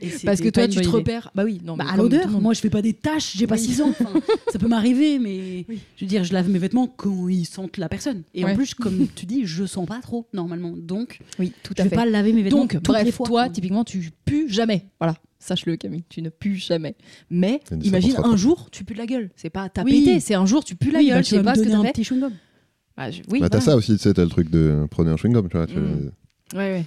[SPEAKER 2] Et c'était
[SPEAKER 3] Parce que
[SPEAKER 2] pas
[SPEAKER 3] toi,
[SPEAKER 2] une
[SPEAKER 3] tu
[SPEAKER 2] bonne
[SPEAKER 3] te
[SPEAKER 2] idée.
[SPEAKER 3] repères. Bah oui, non,
[SPEAKER 2] Bah,
[SPEAKER 3] mais
[SPEAKER 2] à
[SPEAKER 3] comme tout
[SPEAKER 2] l'odeur,
[SPEAKER 3] le monde.
[SPEAKER 2] moi je fais pas des tâches, j'ai pas 6 ans. Enfin, ça peut m'arriver, mais je veux dire, je lave mes vêtements quand ils sentent la personne. Et
[SPEAKER 3] Ouais.
[SPEAKER 2] en plus, comme tu dis, je sens pas trop normalement. Donc,
[SPEAKER 3] Oui, tout
[SPEAKER 2] je vais pas laver mes vêtements.
[SPEAKER 3] Donc,
[SPEAKER 2] toutes les
[SPEAKER 3] bref,
[SPEAKER 2] fois.
[SPEAKER 3] toi, typiquement, tu pues jamais. Voilà, sache-le, Camille, tu ne pues jamais. Mais
[SPEAKER 4] Ça ne
[SPEAKER 3] imagine
[SPEAKER 4] s'apportera
[SPEAKER 3] un
[SPEAKER 4] pas.
[SPEAKER 3] jour, tu pues de la gueule. C'est pas t'as
[SPEAKER 2] Oui.
[SPEAKER 3] pété, c'est un jour, tu pues de la
[SPEAKER 2] Oui, bah,
[SPEAKER 3] gueule. je
[SPEAKER 2] tu
[SPEAKER 3] sais
[SPEAKER 2] vas me
[SPEAKER 3] pas ce que
[SPEAKER 2] donner
[SPEAKER 3] t'as
[SPEAKER 2] un
[SPEAKER 3] fait.
[SPEAKER 2] petit chewing-gum.
[SPEAKER 3] Bah, je- Oui,
[SPEAKER 4] Bah, t'as
[SPEAKER 3] voilà.
[SPEAKER 4] ça aussi, tu sais, t'as le truc de prenez un chewing-gum, tu vois. tu-
[SPEAKER 3] Mm. Ouais, ouais.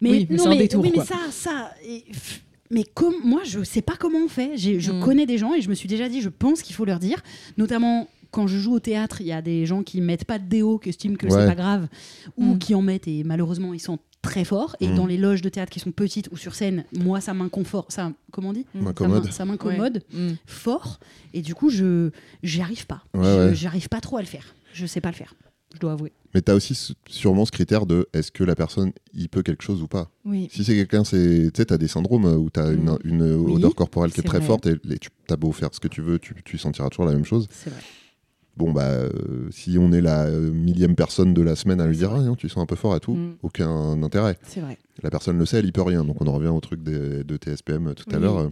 [SPEAKER 2] Mais
[SPEAKER 3] Oui, mais
[SPEAKER 2] non,
[SPEAKER 3] c'est un
[SPEAKER 2] mais,
[SPEAKER 3] détour,
[SPEAKER 2] oui, mais
[SPEAKER 3] quoi.
[SPEAKER 2] ça, ça. et- pff, mais comme moi, je sais pas comment on fait. J'ai- Je
[SPEAKER 3] Mm.
[SPEAKER 2] connais des gens et je me suis déjà dit, je pense qu'il faut leur dire, notamment. Quand je joue au théâtre, il y a des gens qui mettent pas de déo, qui estiment que
[SPEAKER 4] Ouais.
[SPEAKER 2] c'est pas grave, ou
[SPEAKER 3] Mm.
[SPEAKER 2] qui en mettent et malheureusement ils sont très forts. Et
[SPEAKER 4] Mm.
[SPEAKER 2] dans les loges de théâtre qui sont petites ou sur scène, moi ça m'inconforte, ça comment on dit
[SPEAKER 4] Main
[SPEAKER 2] Ça
[SPEAKER 4] commode.
[SPEAKER 2] m'in- Ça m'incommode
[SPEAKER 3] Mm.
[SPEAKER 2] fort et du coup je j'y arrive pas.
[SPEAKER 4] Ouais,
[SPEAKER 2] Je-
[SPEAKER 4] ouais.
[SPEAKER 2] J'arrive pas trop à le faire. Je sais pas le faire. Je dois avouer.
[SPEAKER 4] Mais t'as aussi ce- sûrement ce critère de est-ce que la personne y peut quelque chose ou pas.
[SPEAKER 3] Oui.
[SPEAKER 4] Si c'est quelqu'un, c'est, tu sais, t'as des syndromes euh, où t'as une,
[SPEAKER 3] Mm.
[SPEAKER 4] une
[SPEAKER 2] Oui,
[SPEAKER 4] odeur corporelle qui est
[SPEAKER 2] c'est
[SPEAKER 4] très
[SPEAKER 2] vrai.
[SPEAKER 4] forte et, et tu, t'as beau faire ce que tu veux, tu, tu sentiras toujours la même chose.
[SPEAKER 2] C'est vrai.
[SPEAKER 4] Bon, bah, euh, si on est la euh, millième personne de la semaine à lui dire, ah, non, tu sens un peu fort à tout,
[SPEAKER 3] Mm.
[SPEAKER 4] aucun intérêt.
[SPEAKER 2] C'est vrai.
[SPEAKER 4] La personne le sait, elle y peut rien. Donc on en revient au truc des- de TSPM euh, tout à
[SPEAKER 3] Oui.
[SPEAKER 4] l'heure.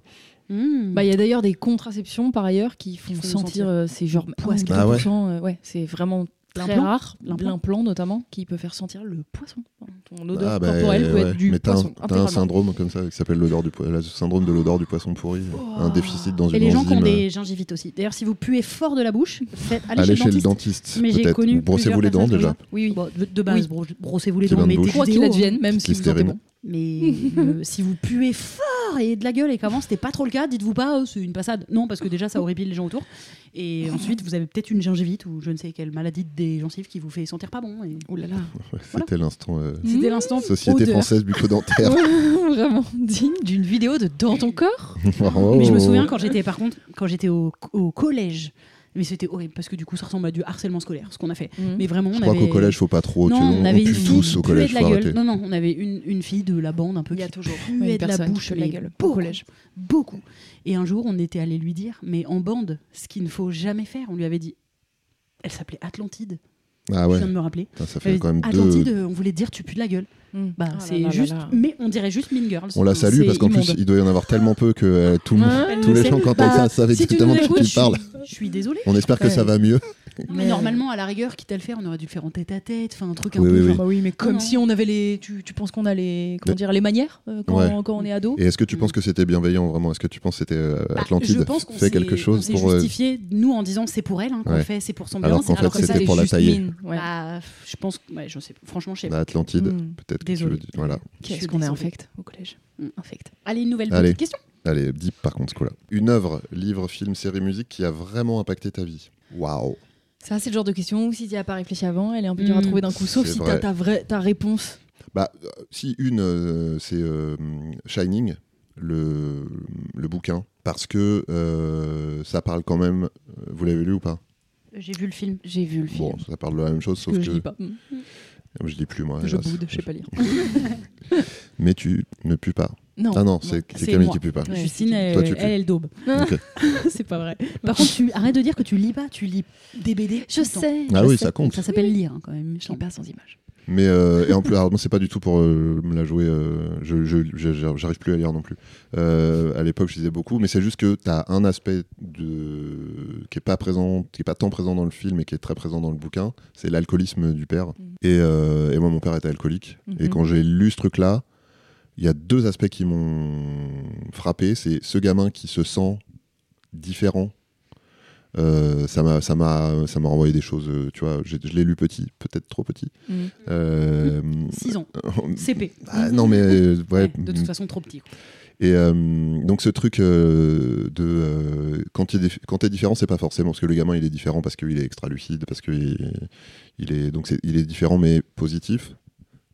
[SPEAKER 2] Hmm.
[SPEAKER 3] Bah, il y a d'ailleurs des contraceptions par ailleurs qui font
[SPEAKER 2] font
[SPEAKER 3] sentir,
[SPEAKER 2] sentir.
[SPEAKER 3] euh, ces genres
[SPEAKER 2] Poisson.
[SPEAKER 3] poissons. euh,
[SPEAKER 4] Ah ouais.
[SPEAKER 3] ouais, c'est vraiment très
[SPEAKER 2] L'implant.
[SPEAKER 3] rare.
[SPEAKER 2] L'implant.
[SPEAKER 3] L'implant notamment qui peut faire sentir le poisson. Ton odeur
[SPEAKER 4] Ah, bah,
[SPEAKER 3] corporelle peut
[SPEAKER 4] ouais.
[SPEAKER 3] être du
[SPEAKER 4] Mais t'as un-
[SPEAKER 3] poisson.
[SPEAKER 4] t'as un
[SPEAKER 3] intégralement.
[SPEAKER 4] syndrome comme ça qui s'appelle l'odeur du po- le syndrome de l'odeur du poisson pourri, un déficit dans
[SPEAKER 2] Oh. Et
[SPEAKER 4] une
[SPEAKER 2] les gens qui ont
[SPEAKER 4] enzyme. euh.
[SPEAKER 2] des gingivites aussi. D'ailleurs, si vous puez fort de la bouche, faites allez,
[SPEAKER 4] Allez
[SPEAKER 2] chez le dentiste.
[SPEAKER 4] dentiste,
[SPEAKER 2] Mais j'ai
[SPEAKER 4] peut-être.
[SPEAKER 2] connu
[SPEAKER 4] Ou Brossez-vous
[SPEAKER 2] plusieurs
[SPEAKER 4] les dents
[SPEAKER 2] personnes
[SPEAKER 4] déjà.
[SPEAKER 3] Oui, oui.
[SPEAKER 2] Bon, de- de base,
[SPEAKER 3] Oui.
[SPEAKER 2] bro- brossez-vous les
[SPEAKER 4] Petit
[SPEAKER 2] dents,
[SPEAKER 4] bain de
[SPEAKER 2] mettez
[SPEAKER 4] bouche.
[SPEAKER 2] du
[SPEAKER 3] Quoi qu'il
[SPEAKER 2] déo,
[SPEAKER 3] advienne, même si vous sentez
[SPEAKER 4] Listerine.
[SPEAKER 3] bon.
[SPEAKER 2] Mais euh, si vous puez fort et de la gueule et qu'avant c'était pas trop le cas, dites-vous pas oh, c'est une passade. Non, parce que déjà ça horripile les gens autour. Et ensuite, vous avez peut-être une gingivite ou je ne sais quelle maladie des gencives qui vous fait sentir pas bon. Et...
[SPEAKER 3] Ouh Oh là là.
[SPEAKER 4] Ouais, C'était l'instant euh,
[SPEAKER 2] C'était l'instant
[SPEAKER 4] Société
[SPEAKER 2] Mmh. odeur.
[SPEAKER 4] française bucco-dentaire.
[SPEAKER 3] Vraiment digne d'une vidéo de Dans ton corps.
[SPEAKER 4] Oh.
[SPEAKER 2] Mais je me souviens quand j'étais, par contre, quand j'étais au, au collège. Mais c'était horrible parce que du coup, ça ressemble à du harcèlement scolaire, ce qu'on a fait. Mais vraiment, on
[SPEAKER 4] Je crois
[SPEAKER 2] avait.
[SPEAKER 4] qu'au collège, faut pas trop.
[SPEAKER 2] non,
[SPEAKER 4] Oh, tu,
[SPEAKER 2] on avait une
[SPEAKER 4] pue
[SPEAKER 2] fille
[SPEAKER 4] tous au
[SPEAKER 2] qui puait
[SPEAKER 4] collège,
[SPEAKER 2] de la
[SPEAKER 4] faut
[SPEAKER 2] gueule.
[SPEAKER 4] arrêter.
[SPEAKER 2] Non, non, on avait une, une fille de la bande un peu.
[SPEAKER 3] Il y a
[SPEAKER 2] qui
[SPEAKER 3] toujours
[SPEAKER 2] puait de la bouche,
[SPEAKER 3] la
[SPEAKER 2] mais
[SPEAKER 3] gueule au
[SPEAKER 2] beaucoup,
[SPEAKER 3] collège.
[SPEAKER 2] Beaucoup. Et un jour, on était allé lui dire, mais en bande, ce qu'il ne faut jamais faire. On lui avait dit. Elle s'appelle Atlantide.
[SPEAKER 4] Ah ouais,
[SPEAKER 2] Je viens de me rappeler.
[SPEAKER 4] Ah putain, ça
[SPEAKER 2] Elle
[SPEAKER 4] fait
[SPEAKER 2] avait
[SPEAKER 4] quand même
[SPEAKER 2] dit, Atlantide,
[SPEAKER 4] deux.
[SPEAKER 2] euh, on voulait te dire tu pues de la gueule.
[SPEAKER 3] Mm.
[SPEAKER 2] Bah,
[SPEAKER 3] Ah là
[SPEAKER 2] c'est
[SPEAKER 3] là là
[SPEAKER 2] juste,
[SPEAKER 3] là.
[SPEAKER 2] mais on dirait juste Mean Girls.
[SPEAKER 4] On la salue
[SPEAKER 2] C'est
[SPEAKER 4] parce qu'en plus,
[SPEAKER 2] immonde.
[SPEAKER 4] il doit y en avoir tellement peu que euh, tout le monde-
[SPEAKER 3] Hein
[SPEAKER 2] Elle
[SPEAKER 4] tous
[SPEAKER 2] le
[SPEAKER 4] les
[SPEAKER 2] sait.
[SPEAKER 4] gens qui entendent
[SPEAKER 2] Bah,
[SPEAKER 4] ça savent
[SPEAKER 2] si tu
[SPEAKER 4] exactement
[SPEAKER 2] nous
[SPEAKER 4] de qui
[SPEAKER 2] écoutes,
[SPEAKER 4] tu parles.
[SPEAKER 2] je suis- Je suis désolée.
[SPEAKER 4] On espère que
[SPEAKER 3] Ouais.
[SPEAKER 4] ça va mieux.
[SPEAKER 2] Non, mais
[SPEAKER 3] Mais-
[SPEAKER 2] normalement, à la rigueur, quitte à le faire, on aurait dû le faire en tête à tête, enfin un truc un
[SPEAKER 4] Oui,
[SPEAKER 2] peu.
[SPEAKER 4] oui,
[SPEAKER 2] genre-
[SPEAKER 4] oui.
[SPEAKER 3] Bah oui, mais comme
[SPEAKER 2] non.
[SPEAKER 3] si on avait les. Tu, tu penses qu'on a les. Comment dire Les manières euh, quand,
[SPEAKER 4] Ouais.
[SPEAKER 3] quand on est ado
[SPEAKER 4] Et est-ce que tu penses que c'était bienveillant vraiment Est-ce que tu penses que c'était euh,
[SPEAKER 2] Bah,
[SPEAKER 4] Atlantide
[SPEAKER 2] je pense qu'on
[SPEAKER 4] fait
[SPEAKER 2] s'est-
[SPEAKER 4] quelque
[SPEAKER 2] on
[SPEAKER 4] chose
[SPEAKER 2] s'est
[SPEAKER 4] pour euh,
[SPEAKER 2] justifié nous en disant c'est pour elle hein, qu'on
[SPEAKER 4] Ouais.
[SPEAKER 2] le fait, c'est pour son bien.
[SPEAKER 4] Alors qu'en fait,
[SPEAKER 2] que ça,
[SPEAKER 4] c'était
[SPEAKER 3] c'est
[SPEAKER 4] pour la
[SPEAKER 3] juste
[SPEAKER 4] tailler.
[SPEAKER 3] mine, ouais.
[SPEAKER 2] bah, je pense, que- ouais, je sais, franchement, je sais. pas.
[SPEAKER 4] la bah, Atlantide
[SPEAKER 3] Mm.
[SPEAKER 4] Peut-être. que tu
[SPEAKER 2] Désolée.
[SPEAKER 4] veux dire- Voilà.
[SPEAKER 2] Je suis
[SPEAKER 3] Qu'est-ce qu'on est
[SPEAKER 2] désolée.
[SPEAKER 3] infect au collège Hmm.
[SPEAKER 2] Mm.
[SPEAKER 3] Infect.
[SPEAKER 2] Allez, une nouvelle
[SPEAKER 4] Allez.
[SPEAKER 2] petite question.
[SPEAKER 4] Allez, deep par contre, ce coup-là. Une œuvre, livre, film, série, musique qui a vraiment impacté ta vie. Waouh
[SPEAKER 3] Ça, c'est le genre de question où si tu n'y as pas réfléchi avant, elle est un peu dure à
[SPEAKER 2] Mm.
[SPEAKER 3] trouver d'un coup, sauf
[SPEAKER 4] C'est
[SPEAKER 3] si tu
[SPEAKER 4] vrai.
[SPEAKER 3] as ta, vraie- ta réponse.
[SPEAKER 4] Bah, euh, si une, euh, c'est euh, Shining, le, le bouquin, parce que euh, ça parle quand même. euh, Vous l'avez lu ou pas
[SPEAKER 2] J'ai vu le film. J'ai vu le
[SPEAKER 4] Bon, ça parle de la même chose, sauf
[SPEAKER 3] que
[SPEAKER 4] que.
[SPEAKER 3] je lis pas. Mm.
[SPEAKER 4] Je dis plus, moi.
[SPEAKER 3] je
[SPEAKER 4] hélas.
[SPEAKER 3] boude, je sais pas lire.
[SPEAKER 4] Mais tu ne pues pas.
[SPEAKER 3] Non.
[SPEAKER 4] ah non, c'est c'est
[SPEAKER 2] c'est
[SPEAKER 4] Camille
[SPEAKER 2] moi.
[SPEAKER 4] qui pue pas.
[SPEAKER 3] Ouais,
[SPEAKER 2] Justine,
[SPEAKER 3] c'est-
[SPEAKER 2] elle,
[SPEAKER 4] Toi, tu
[SPEAKER 2] elle,
[SPEAKER 4] pues.
[SPEAKER 2] elle daube.
[SPEAKER 4] Ok.
[SPEAKER 2] c'est pas vrai. Par contre, tu arrête de dire que tu lis pas, tu lis des BD.
[SPEAKER 3] Je
[SPEAKER 2] tout le temps.
[SPEAKER 3] sais.
[SPEAKER 4] Ah
[SPEAKER 3] je
[SPEAKER 4] oui,
[SPEAKER 3] sais.
[SPEAKER 4] ça compte.
[SPEAKER 2] Ça s'appelle lire hein, quand même.
[SPEAKER 3] Je lis pas sans image.
[SPEAKER 4] Mais euh, et en plus, alors moi, c'est pas du tout pour euh, me la jouer. euh, je, je- je- j'arrive plus à lire non plus. Euh, à l'époque, je disais beaucoup, mais c'est juste que tu as un aspect de qui est pas présent, qui est pas tant présent dans le film, et qui est très présent dans le bouquin. C'est l'alcoolisme du père. Et, euh, et moi, mon père était alcoolique. Et
[SPEAKER 3] Mhm.
[SPEAKER 4] quand j'ai lu ce truc-là, il y a deux aspects qui m'ont frappé. C'est ce gamin qui se sent différent. Euh, ça m'a ça m'a ça m'a renvoyé des choses euh, tu vois j'ai- je l'ai lu petit peut-être trop petit
[SPEAKER 3] Mm.
[SPEAKER 4] euh,
[SPEAKER 2] 6 ans.
[SPEAKER 4] euh,
[SPEAKER 2] CP.
[SPEAKER 4] ah, non mais euh, ouais.
[SPEAKER 2] Mm. Ouais, de toute façon, trop petit. quoi.
[SPEAKER 4] Et euh, donc ce truc euh, de euh, quand il est dif- quand t'es différent, c'est pas forcément parce que le gamin il est différent parce qu'il est extra lucide, parce qu'il est- il est donc c'est- il est différent mais positif.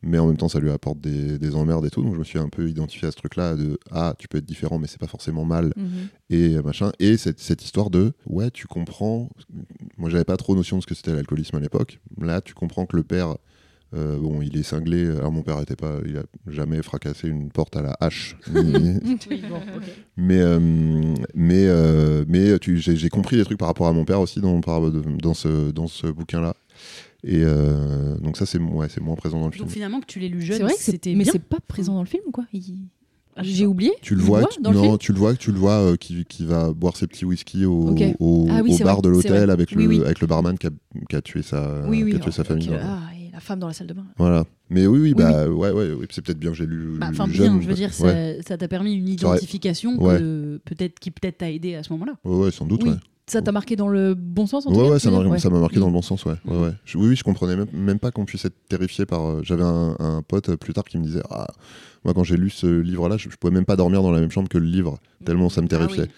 [SPEAKER 4] Mais en même temps, ça lui apporte des, des emmerdes et tout. Donc, je me suis un peu identifié à ce truc-là de ah, tu peux être différent, mais c'est pas forcément mal
[SPEAKER 3] Mhm.
[SPEAKER 4] et euh, machin. Et cette, cette histoire de ouais, tu comprends. Moi, j'avais pas trop notion de ce que c'était l'alcoolisme à l'époque. Là, tu comprends que le père, euh, bon, il est cinglé. Alors, mon père était pas, il a jamais fracassé une porte à la hache. ni- mais euh, mais euh, mais tu, j'ai, j'ai compris des trucs par rapport à mon père aussi dans par- dans ce dans ce bouquin là. Et euh, donc ça, c'est ouais, c'est moins présent dans le film.
[SPEAKER 2] Donc finalement, que tu l'aies lu jeune,
[SPEAKER 3] C'est vrai que
[SPEAKER 2] c'était
[SPEAKER 3] c'était. Hmm. Mais
[SPEAKER 2] bien.
[SPEAKER 3] c'est pas présent dans le film, quoi. Il-
[SPEAKER 2] Ah, je sais
[SPEAKER 3] J'ai
[SPEAKER 2] pas.
[SPEAKER 3] oublié.
[SPEAKER 4] Tu le
[SPEAKER 3] Il
[SPEAKER 4] vois,
[SPEAKER 3] voit
[SPEAKER 4] tu,
[SPEAKER 3] dans le
[SPEAKER 4] non,
[SPEAKER 3] film
[SPEAKER 4] tu le vois, tu le vois euh, qui, qui va boire ses petits whisky au,
[SPEAKER 3] Ok.
[SPEAKER 4] au,
[SPEAKER 3] Ah oui,
[SPEAKER 4] au
[SPEAKER 3] c'est
[SPEAKER 4] bar
[SPEAKER 3] vrai,
[SPEAKER 4] de
[SPEAKER 3] c'est
[SPEAKER 4] l'hôtel
[SPEAKER 3] vrai.
[SPEAKER 4] avec le
[SPEAKER 3] Oui, oui.
[SPEAKER 4] avec le barman qui a, qui a tué sa
[SPEAKER 3] Oui, oui.
[SPEAKER 4] qui a tué sa
[SPEAKER 3] ok,
[SPEAKER 4] famille.
[SPEAKER 3] ok. Ah, et la femme dans la salle de bain.
[SPEAKER 4] Voilà. Mais oui, oui,
[SPEAKER 3] Oui,
[SPEAKER 4] bah ouais, ouais, oui, c'est peut-être bien que j'ai lu.
[SPEAKER 2] Bah,
[SPEAKER 4] lu
[SPEAKER 2] Enfin,
[SPEAKER 4] Mm, jeune,
[SPEAKER 2] bien, je veux dire, ça-
[SPEAKER 4] Ouais,
[SPEAKER 2] ça t'a permis une
[SPEAKER 4] Ça aurait-
[SPEAKER 2] identification que
[SPEAKER 4] Ouais.
[SPEAKER 2] de- peut-être qui peut-être t'a aidé à ce moment-là.
[SPEAKER 4] ouais, ouais, sans doute.
[SPEAKER 3] Oui.
[SPEAKER 4] ouais.
[SPEAKER 3] Ça t'a marqué dans le bon sens en tout
[SPEAKER 4] Oh. Ouais,
[SPEAKER 3] cas,
[SPEAKER 4] ouais,
[SPEAKER 3] tu
[SPEAKER 4] ça
[SPEAKER 3] veux
[SPEAKER 4] m'a
[SPEAKER 3] dire Ouais.
[SPEAKER 4] ça m'a marqué
[SPEAKER 3] Mm.
[SPEAKER 4] dans le bon sens, ouais. ouais, ouais. Je- oui, oui, je comprenais même, même pas qu'on puisse être terrifié par. euh, J'avais un, un pote euh, plus tard qui me disait Ah, moi, quand j'ai lu ce livre-là, je, je pouvais même pas dormir dans la même chambre que le livre, tellement ça me
[SPEAKER 2] Ah oui.
[SPEAKER 4] terrifiait.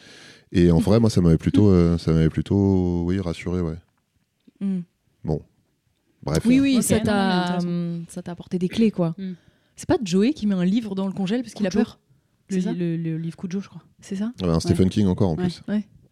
[SPEAKER 4] Et en vrai, moi, ça m'avait plutôt, euh, ça m'avait plutôt, oui, rassuré, ouais.
[SPEAKER 3] Mm.
[SPEAKER 4] Bref.
[SPEAKER 3] Oui, oui,
[SPEAKER 2] Ok,
[SPEAKER 3] ça
[SPEAKER 2] non, mais
[SPEAKER 3] t'a
[SPEAKER 2] intéressant.
[SPEAKER 3] hum, ça t'a apporté des clés, quoi.
[SPEAKER 2] Mm.
[SPEAKER 3] C'est pas Joey qui met un livre dans le congèle parce qu'il a
[SPEAKER 2] Cujo.
[SPEAKER 3] peur C'est ça
[SPEAKER 2] Le, le, le livre Cujo, je crois.
[SPEAKER 3] C'est ça
[SPEAKER 4] Ah bah, un Stephen King encore en
[SPEAKER 2] Ouais.
[SPEAKER 4] plus.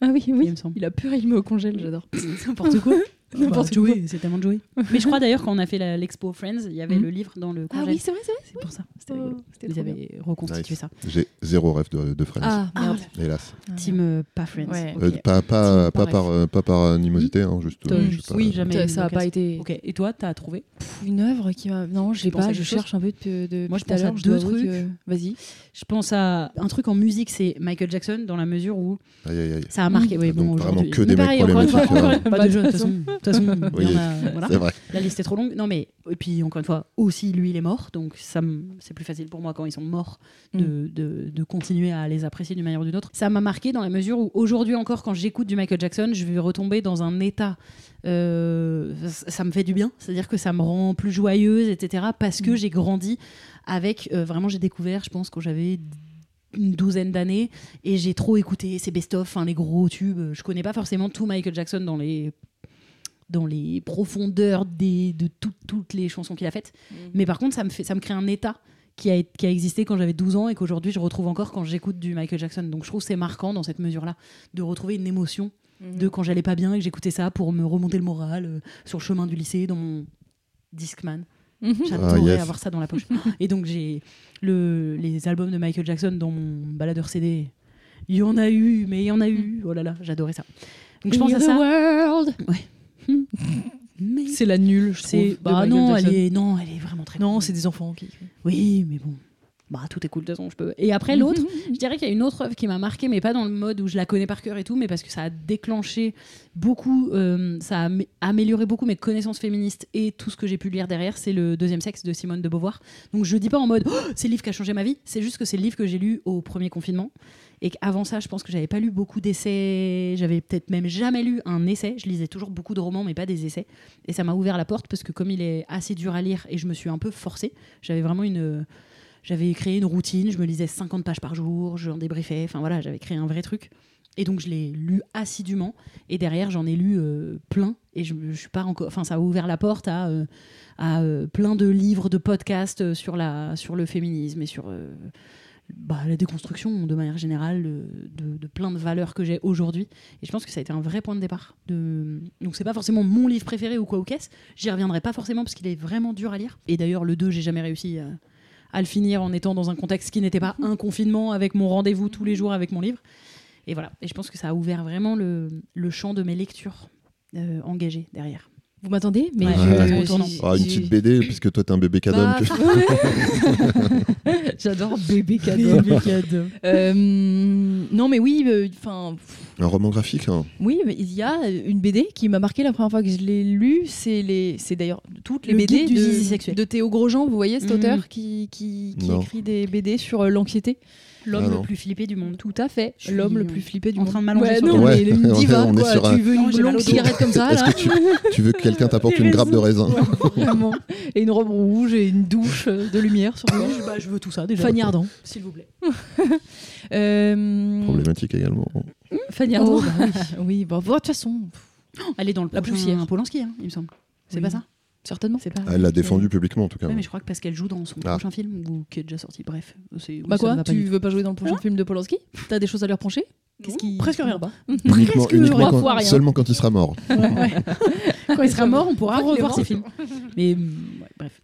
[SPEAKER 3] Ah oui,
[SPEAKER 2] Il me semble.
[SPEAKER 3] Il a peur, il met au congèle, j'adore.
[SPEAKER 2] N'importe quoi.
[SPEAKER 3] N'importe Ah
[SPEAKER 2] Bah, Joey, c'est tellement Joey. Mais je crois d'ailleurs quand on a fait la- l'expo Friends, il y avait
[SPEAKER 3] Mhm.
[SPEAKER 2] le livre dans le
[SPEAKER 3] Ah
[SPEAKER 2] congé.
[SPEAKER 3] oui, c'est vrai, c'est vrai. Oh,
[SPEAKER 2] c'est pour ça. C'était rigolo.
[SPEAKER 3] C'était
[SPEAKER 2] Ils
[SPEAKER 3] trop bien.
[SPEAKER 2] avaient reconstitué
[SPEAKER 4] Nice.
[SPEAKER 2] ça.
[SPEAKER 4] J'ai zéro rêve de, de Friends,
[SPEAKER 3] Ah, merde.
[SPEAKER 4] hélas.
[SPEAKER 2] Team euh, pas Friends.
[SPEAKER 3] Ouais.
[SPEAKER 2] Ok.
[SPEAKER 4] Euh,
[SPEAKER 2] Team,
[SPEAKER 4] pas, pas, pas,
[SPEAKER 2] pareil.
[SPEAKER 4] par, euh, pas par animosité, hein, juste.
[SPEAKER 2] Toi,
[SPEAKER 4] euh,
[SPEAKER 2] juste-
[SPEAKER 4] pas-
[SPEAKER 2] oui, jamais.
[SPEAKER 3] Ça n'a pas été
[SPEAKER 2] Ok. Et toi, t'as trouvé
[SPEAKER 3] Pff, une œuvre qui m'a. Non, je sais
[SPEAKER 2] penses à
[SPEAKER 3] pas,
[SPEAKER 2] quelque
[SPEAKER 3] je
[SPEAKER 2] chose
[SPEAKER 3] cherche un peu de. de
[SPEAKER 2] Moi,
[SPEAKER 3] depuis tout
[SPEAKER 2] je
[SPEAKER 3] à
[SPEAKER 2] pense à
[SPEAKER 3] l'heure,
[SPEAKER 2] deux
[SPEAKER 3] dois avouer que-
[SPEAKER 2] trucs.
[SPEAKER 3] Vas-y.
[SPEAKER 2] Je pense à un truc en musique, c'est Michael Jackson dans la mesure où
[SPEAKER 4] Aïe, aïe, aïe.
[SPEAKER 3] Mm.
[SPEAKER 2] ça a marqué. Oui,
[SPEAKER 4] Ah,
[SPEAKER 2] bon,
[SPEAKER 4] donc vraiment
[SPEAKER 2] aujourd'hui.
[SPEAKER 4] que des
[SPEAKER 2] Mais
[SPEAKER 4] mecs
[SPEAKER 2] pareil, encore une
[SPEAKER 4] problématiques,
[SPEAKER 2] fois,
[SPEAKER 4] hein.
[SPEAKER 2] encore une fois, Pas de jeunes, de toute façon. De toute façon, il y
[SPEAKER 4] Oui.
[SPEAKER 2] en a. voilà.
[SPEAKER 4] C'est vrai.
[SPEAKER 2] La liste est trop longue. Non, mais et puis encore une fois, aussi lui, il est mort, donc ça me- c'est plus facile pour moi quand ils sont morts de, de- de continuer à les apprécier d'une manière ou d'une autre. Ça m'a marqué dans la mesure où aujourd'hui encore, quand j'écoute du Michael Jackson, je vais retomber dans un état. euh, ça ça me fait du bien, c'est-à-dire que ça me rend plus joyeuse, etc. Parce que
[SPEAKER 3] Mm.
[SPEAKER 2] j'ai grandi avec euh, vraiment, j'ai découvert, je pense, quand j'avais une douzaine d'années et j'ai trop écouté ses best-of, enfin, les gros tubes. Je connais pas forcément tout Michael Jackson dans les dans les profondeurs des, de tout- toutes les chansons qu'il a faites.
[SPEAKER 3] Mhm.
[SPEAKER 2] Mais par contre, ça me, fait, ça me crée un état qui a, qui a existé quand j'avais 12 ans et qu'aujourd'hui je retrouve encore quand j'écoute du Michael Jackson. Donc je trouve que c'est marquant dans cette mesure-là de retrouver une émotion
[SPEAKER 3] Hmm. Mhm.
[SPEAKER 2] de quand j'allais pas bien et que j'écoutais ça pour me remonter le moral euh, sur le chemin du lycée dans mon Discman.
[SPEAKER 3] Mhm.
[SPEAKER 2] J'adorais
[SPEAKER 4] Ah, yes.
[SPEAKER 2] avoir ça dans la poche. Et donc j'ai le, les albums de Michael Jackson dans mon baladeur CD. Il y en a
[SPEAKER 3] Mhm.
[SPEAKER 2] eu, mais il y en a eu. Oh là là, j'adorais ça. Donc je pense
[SPEAKER 3] Hear
[SPEAKER 2] à
[SPEAKER 3] the
[SPEAKER 2] ça.
[SPEAKER 3] world.
[SPEAKER 2] Mais
[SPEAKER 3] C'est la nulle, je
[SPEAKER 2] c'est
[SPEAKER 3] trouve. de
[SPEAKER 2] bah
[SPEAKER 3] Michael
[SPEAKER 2] non, elle
[SPEAKER 3] Jackson.
[SPEAKER 2] est non, elle est vraiment très
[SPEAKER 3] Non,
[SPEAKER 2] cool.
[SPEAKER 3] c'est des Mhm. enfants qui écrivent.
[SPEAKER 2] Oui, mais bon. Bah tout est cool de toute façon, je peux. Et après l'autre, je dirais qu'il y a une autre œuvre qui m'a marqué, mais pas dans le mode où je la connais par cœur et tout, mais parce que ça a déclenché beaucoup, euh, ça a amé- amélioré beaucoup mes connaissances féministes et tout ce que j'ai pu lire derrière, c'est le deuxième sexe de Simone de Beauvoir. Donc je dis pas en mode oh, c'est le livre qui a changé ma vie, c'est juste que c'est le livre que j'ai lu au premier confinement et qu'avant ça, je pense que j'avais pas lu beaucoup d'essais, j'avais peut-être même jamais lu un essai. Je lisais toujours beaucoup de romans, mais pas des essais. Et ça m'a ouvert la porte parce que comme il est assez dur à lire et je me suis un peu forcée, j'avais vraiment une j'avais créé une routine, je me lisais 50 pages par jour, j'en débriefais, enfin voilà, j'avais créé un vrai truc. Et donc je l'ai lu assidûment, et derrière j'en ai lu euh, plein, et je, je suis pas encore, enfin ça a ouvert la porte à, euh, à euh, plein de livres, de podcasts euh, sur la sur le féminisme et sur euh, bah, la déconstruction de manière générale euh, de, de plein de valeurs que j'ai aujourd'hui. Et je pense que ça a été un vrai point de départ. De... Donc c'est pas forcément mon livre préféré ou quoi ou qu'est-ce, j'y reviendrai pas forcément parce qu'il est vraiment dur à lire. Et d'ailleurs le 2 j'ai jamais réussi. à à le finir en étant dans un contexte qui n'était pas un confinement avec mon rendez-vous tous les jours avec mon livre. Et voilà. Et je pense que ça a ouvert vraiment le, le champ de mes lectures euh, engagées derrière.
[SPEAKER 3] Vous m'attendez Mais
[SPEAKER 2] Ouais.
[SPEAKER 3] je-
[SPEAKER 2] Ouais.
[SPEAKER 3] je-
[SPEAKER 4] Ah,
[SPEAKER 3] je-
[SPEAKER 4] une petite BD, puisque toi, t'es un bébé cadom.
[SPEAKER 3] Bah,
[SPEAKER 4] que-
[SPEAKER 3] J'adore bébé cadeau. Euh, non, mais oui, euh, enfin,
[SPEAKER 4] Un roman graphique, hein.
[SPEAKER 3] oui, mais il y a une BD qui m'a marqué la première fois que je l'ai lue. C'est les, c'est d'ailleurs toutes les
[SPEAKER 2] Le
[SPEAKER 3] BD
[SPEAKER 2] guide du
[SPEAKER 3] de,
[SPEAKER 2] zizi sexuel.
[SPEAKER 3] de Théo Grosjean. Vous voyez cet
[SPEAKER 2] Mhm.
[SPEAKER 3] auteur qui qui, qui
[SPEAKER 4] Non.
[SPEAKER 3] écrit des BD sur euh, l'anxiété.
[SPEAKER 2] L'homme
[SPEAKER 4] Ah non.
[SPEAKER 2] le plus flippé du monde.
[SPEAKER 3] Tout à fait.
[SPEAKER 2] Je suis
[SPEAKER 3] L'homme le
[SPEAKER 2] en-
[SPEAKER 3] plus flippé du
[SPEAKER 2] en
[SPEAKER 3] monde.
[SPEAKER 2] train de m'allonger
[SPEAKER 3] Ouais,
[SPEAKER 2] sur
[SPEAKER 3] non,
[SPEAKER 2] le
[SPEAKER 3] mais
[SPEAKER 4] lit.
[SPEAKER 3] il est une
[SPEAKER 4] Ouais, on est-
[SPEAKER 3] diva,
[SPEAKER 4] on est
[SPEAKER 3] quoi.
[SPEAKER 4] sur un-
[SPEAKER 3] Tu veux
[SPEAKER 2] Non,
[SPEAKER 3] une
[SPEAKER 2] j'ai mal
[SPEAKER 3] longue
[SPEAKER 2] au dos.
[SPEAKER 3] cigarette comme ça
[SPEAKER 4] Est-ce
[SPEAKER 3] là
[SPEAKER 4] que tu, tu veux que quelqu'un t'apporte
[SPEAKER 3] Des
[SPEAKER 4] une grappe de raisin
[SPEAKER 3] Vraiment. Et une robe rouge et une douche euh, de lumière sur moi.
[SPEAKER 2] Bah, je veux tout ça déjà.
[SPEAKER 3] Fanny Ardant.
[SPEAKER 2] s'il vous plaît.
[SPEAKER 3] Euh,
[SPEAKER 4] Problématique également.
[SPEAKER 2] Oh,
[SPEAKER 3] Fanny Ardant. oui, bah, bon, de toute façon, pff,
[SPEAKER 2] Elle est dans le
[SPEAKER 3] La
[SPEAKER 2] prochain
[SPEAKER 3] poussière.
[SPEAKER 2] Polanski, hein, il me semble. C'est
[SPEAKER 3] Oui.
[SPEAKER 2] pas ça
[SPEAKER 3] certainement.
[SPEAKER 2] C'est pas.
[SPEAKER 4] Elle l'a défendu publiquement, en tout cas.
[SPEAKER 2] Ouais, mais je crois que parce qu'elle joue dans son
[SPEAKER 4] Ah.
[SPEAKER 2] prochain film ou qui est déjà sorti. Bref, euh, c'est. oui,
[SPEAKER 3] Bah
[SPEAKER 2] ça me
[SPEAKER 3] quoi
[SPEAKER 2] va pas
[SPEAKER 3] Tu
[SPEAKER 2] du tout.
[SPEAKER 3] veux pas jouer dans le prochain film de Polanski T'as des choses à leur pencher Qu'est-ce qui
[SPEAKER 2] Presque rien.
[SPEAKER 4] Uniquement,
[SPEAKER 3] Presque
[SPEAKER 4] uniquement
[SPEAKER 3] trois
[SPEAKER 4] quand-
[SPEAKER 3] fois rien.
[SPEAKER 4] seulement quand il sera mort.
[SPEAKER 2] Quand il sera mort, on pourra
[SPEAKER 3] Faut qu'il
[SPEAKER 2] revoir
[SPEAKER 3] est
[SPEAKER 2] ses
[SPEAKER 3] mort.
[SPEAKER 2] films. Mais mm, ouais, bref.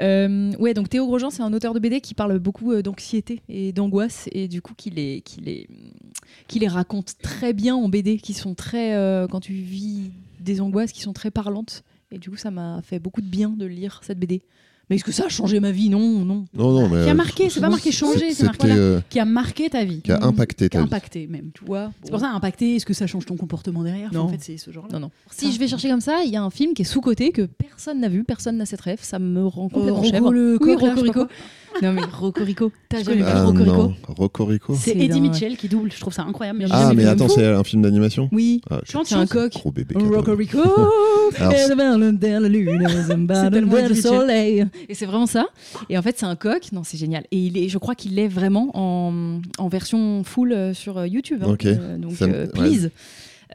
[SPEAKER 3] Euh, ouais, donc Théo Grosjean, c'est un auteur de BD qui parle beaucoup euh, d'anxiété et d'angoisse et du coup qui les, qui, les, qui mm, les raconte très bien en BD, qui sont très, euh, quand tu vis des angoisses, qui sont très parlantes. Et du coup, ça m'a fait beaucoup de bien de lire cette BD. Mais est-ce que ça a changé ma vie Non, non.
[SPEAKER 4] Non, non, mais.
[SPEAKER 2] Qui a
[SPEAKER 4] euh,
[SPEAKER 2] marqué, c'est pas marqué
[SPEAKER 4] c'est-
[SPEAKER 2] changer, c'est
[SPEAKER 4] c'était,
[SPEAKER 2] marqué voilà.
[SPEAKER 4] euh,
[SPEAKER 2] Qui a marqué ta vie.
[SPEAKER 4] qui a impacté
[SPEAKER 2] Qui a
[SPEAKER 4] ta vie.
[SPEAKER 2] impacté même.
[SPEAKER 3] Tu vois
[SPEAKER 2] C'est pour ça, impacter, est-ce que ça change ton comportement derrière
[SPEAKER 3] Non.
[SPEAKER 2] En fait, c'est ce genre-là.
[SPEAKER 3] Non, non. Si je vais chercher comme ça, il y a un film qui est sous-coté, que personne n'a vu, personne n'a cette rêve, ça me rend complètement
[SPEAKER 2] Euh, Rocco
[SPEAKER 3] chèvre.
[SPEAKER 2] le
[SPEAKER 3] oui,
[SPEAKER 2] coq, là, je sais pas
[SPEAKER 3] Rocorico. Non mais Rocorico, t'as
[SPEAKER 2] Je
[SPEAKER 3] jamais vu
[SPEAKER 2] connais
[SPEAKER 4] Ah
[SPEAKER 3] Rocorico
[SPEAKER 4] non, Rocorico.
[SPEAKER 2] C'est
[SPEAKER 3] C'est
[SPEAKER 2] Eddie
[SPEAKER 3] dingue.
[SPEAKER 2] Mitchell qui double, je trouve ça incroyable. j'ai
[SPEAKER 4] Ah,
[SPEAKER 2] jamais
[SPEAKER 4] mais
[SPEAKER 2] vu.
[SPEAKER 4] attends, c'est un film d'animation
[SPEAKER 3] Oui,
[SPEAKER 4] Ah,
[SPEAKER 2] Chante,
[SPEAKER 3] c'est un
[SPEAKER 2] chante.
[SPEAKER 3] coq.
[SPEAKER 4] Gros bébé cadom.
[SPEAKER 3] Rocorico,
[SPEAKER 4] Alors,
[SPEAKER 3] et vers la lune, vers
[SPEAKER 2] tellement
[SPEAKER 3] le
[SPEAKER 2] difficile.
[SPEAKER 3] soleil. Et c'est vraiment ça. Et en fait, c'est un coq. Non, c'est génial. Et il est, je crois qu'il est vraiment en, en version full euh, sur euh, YouTube. hein.
[SPEAKER 4] Ok.
[SPEAKER 3] Euh, donc,
[SPEAKER 4] Ça me-
[SPEAKER 3] euh,
[SPEAKER 4] ouais.
[SPEAKER 3] please.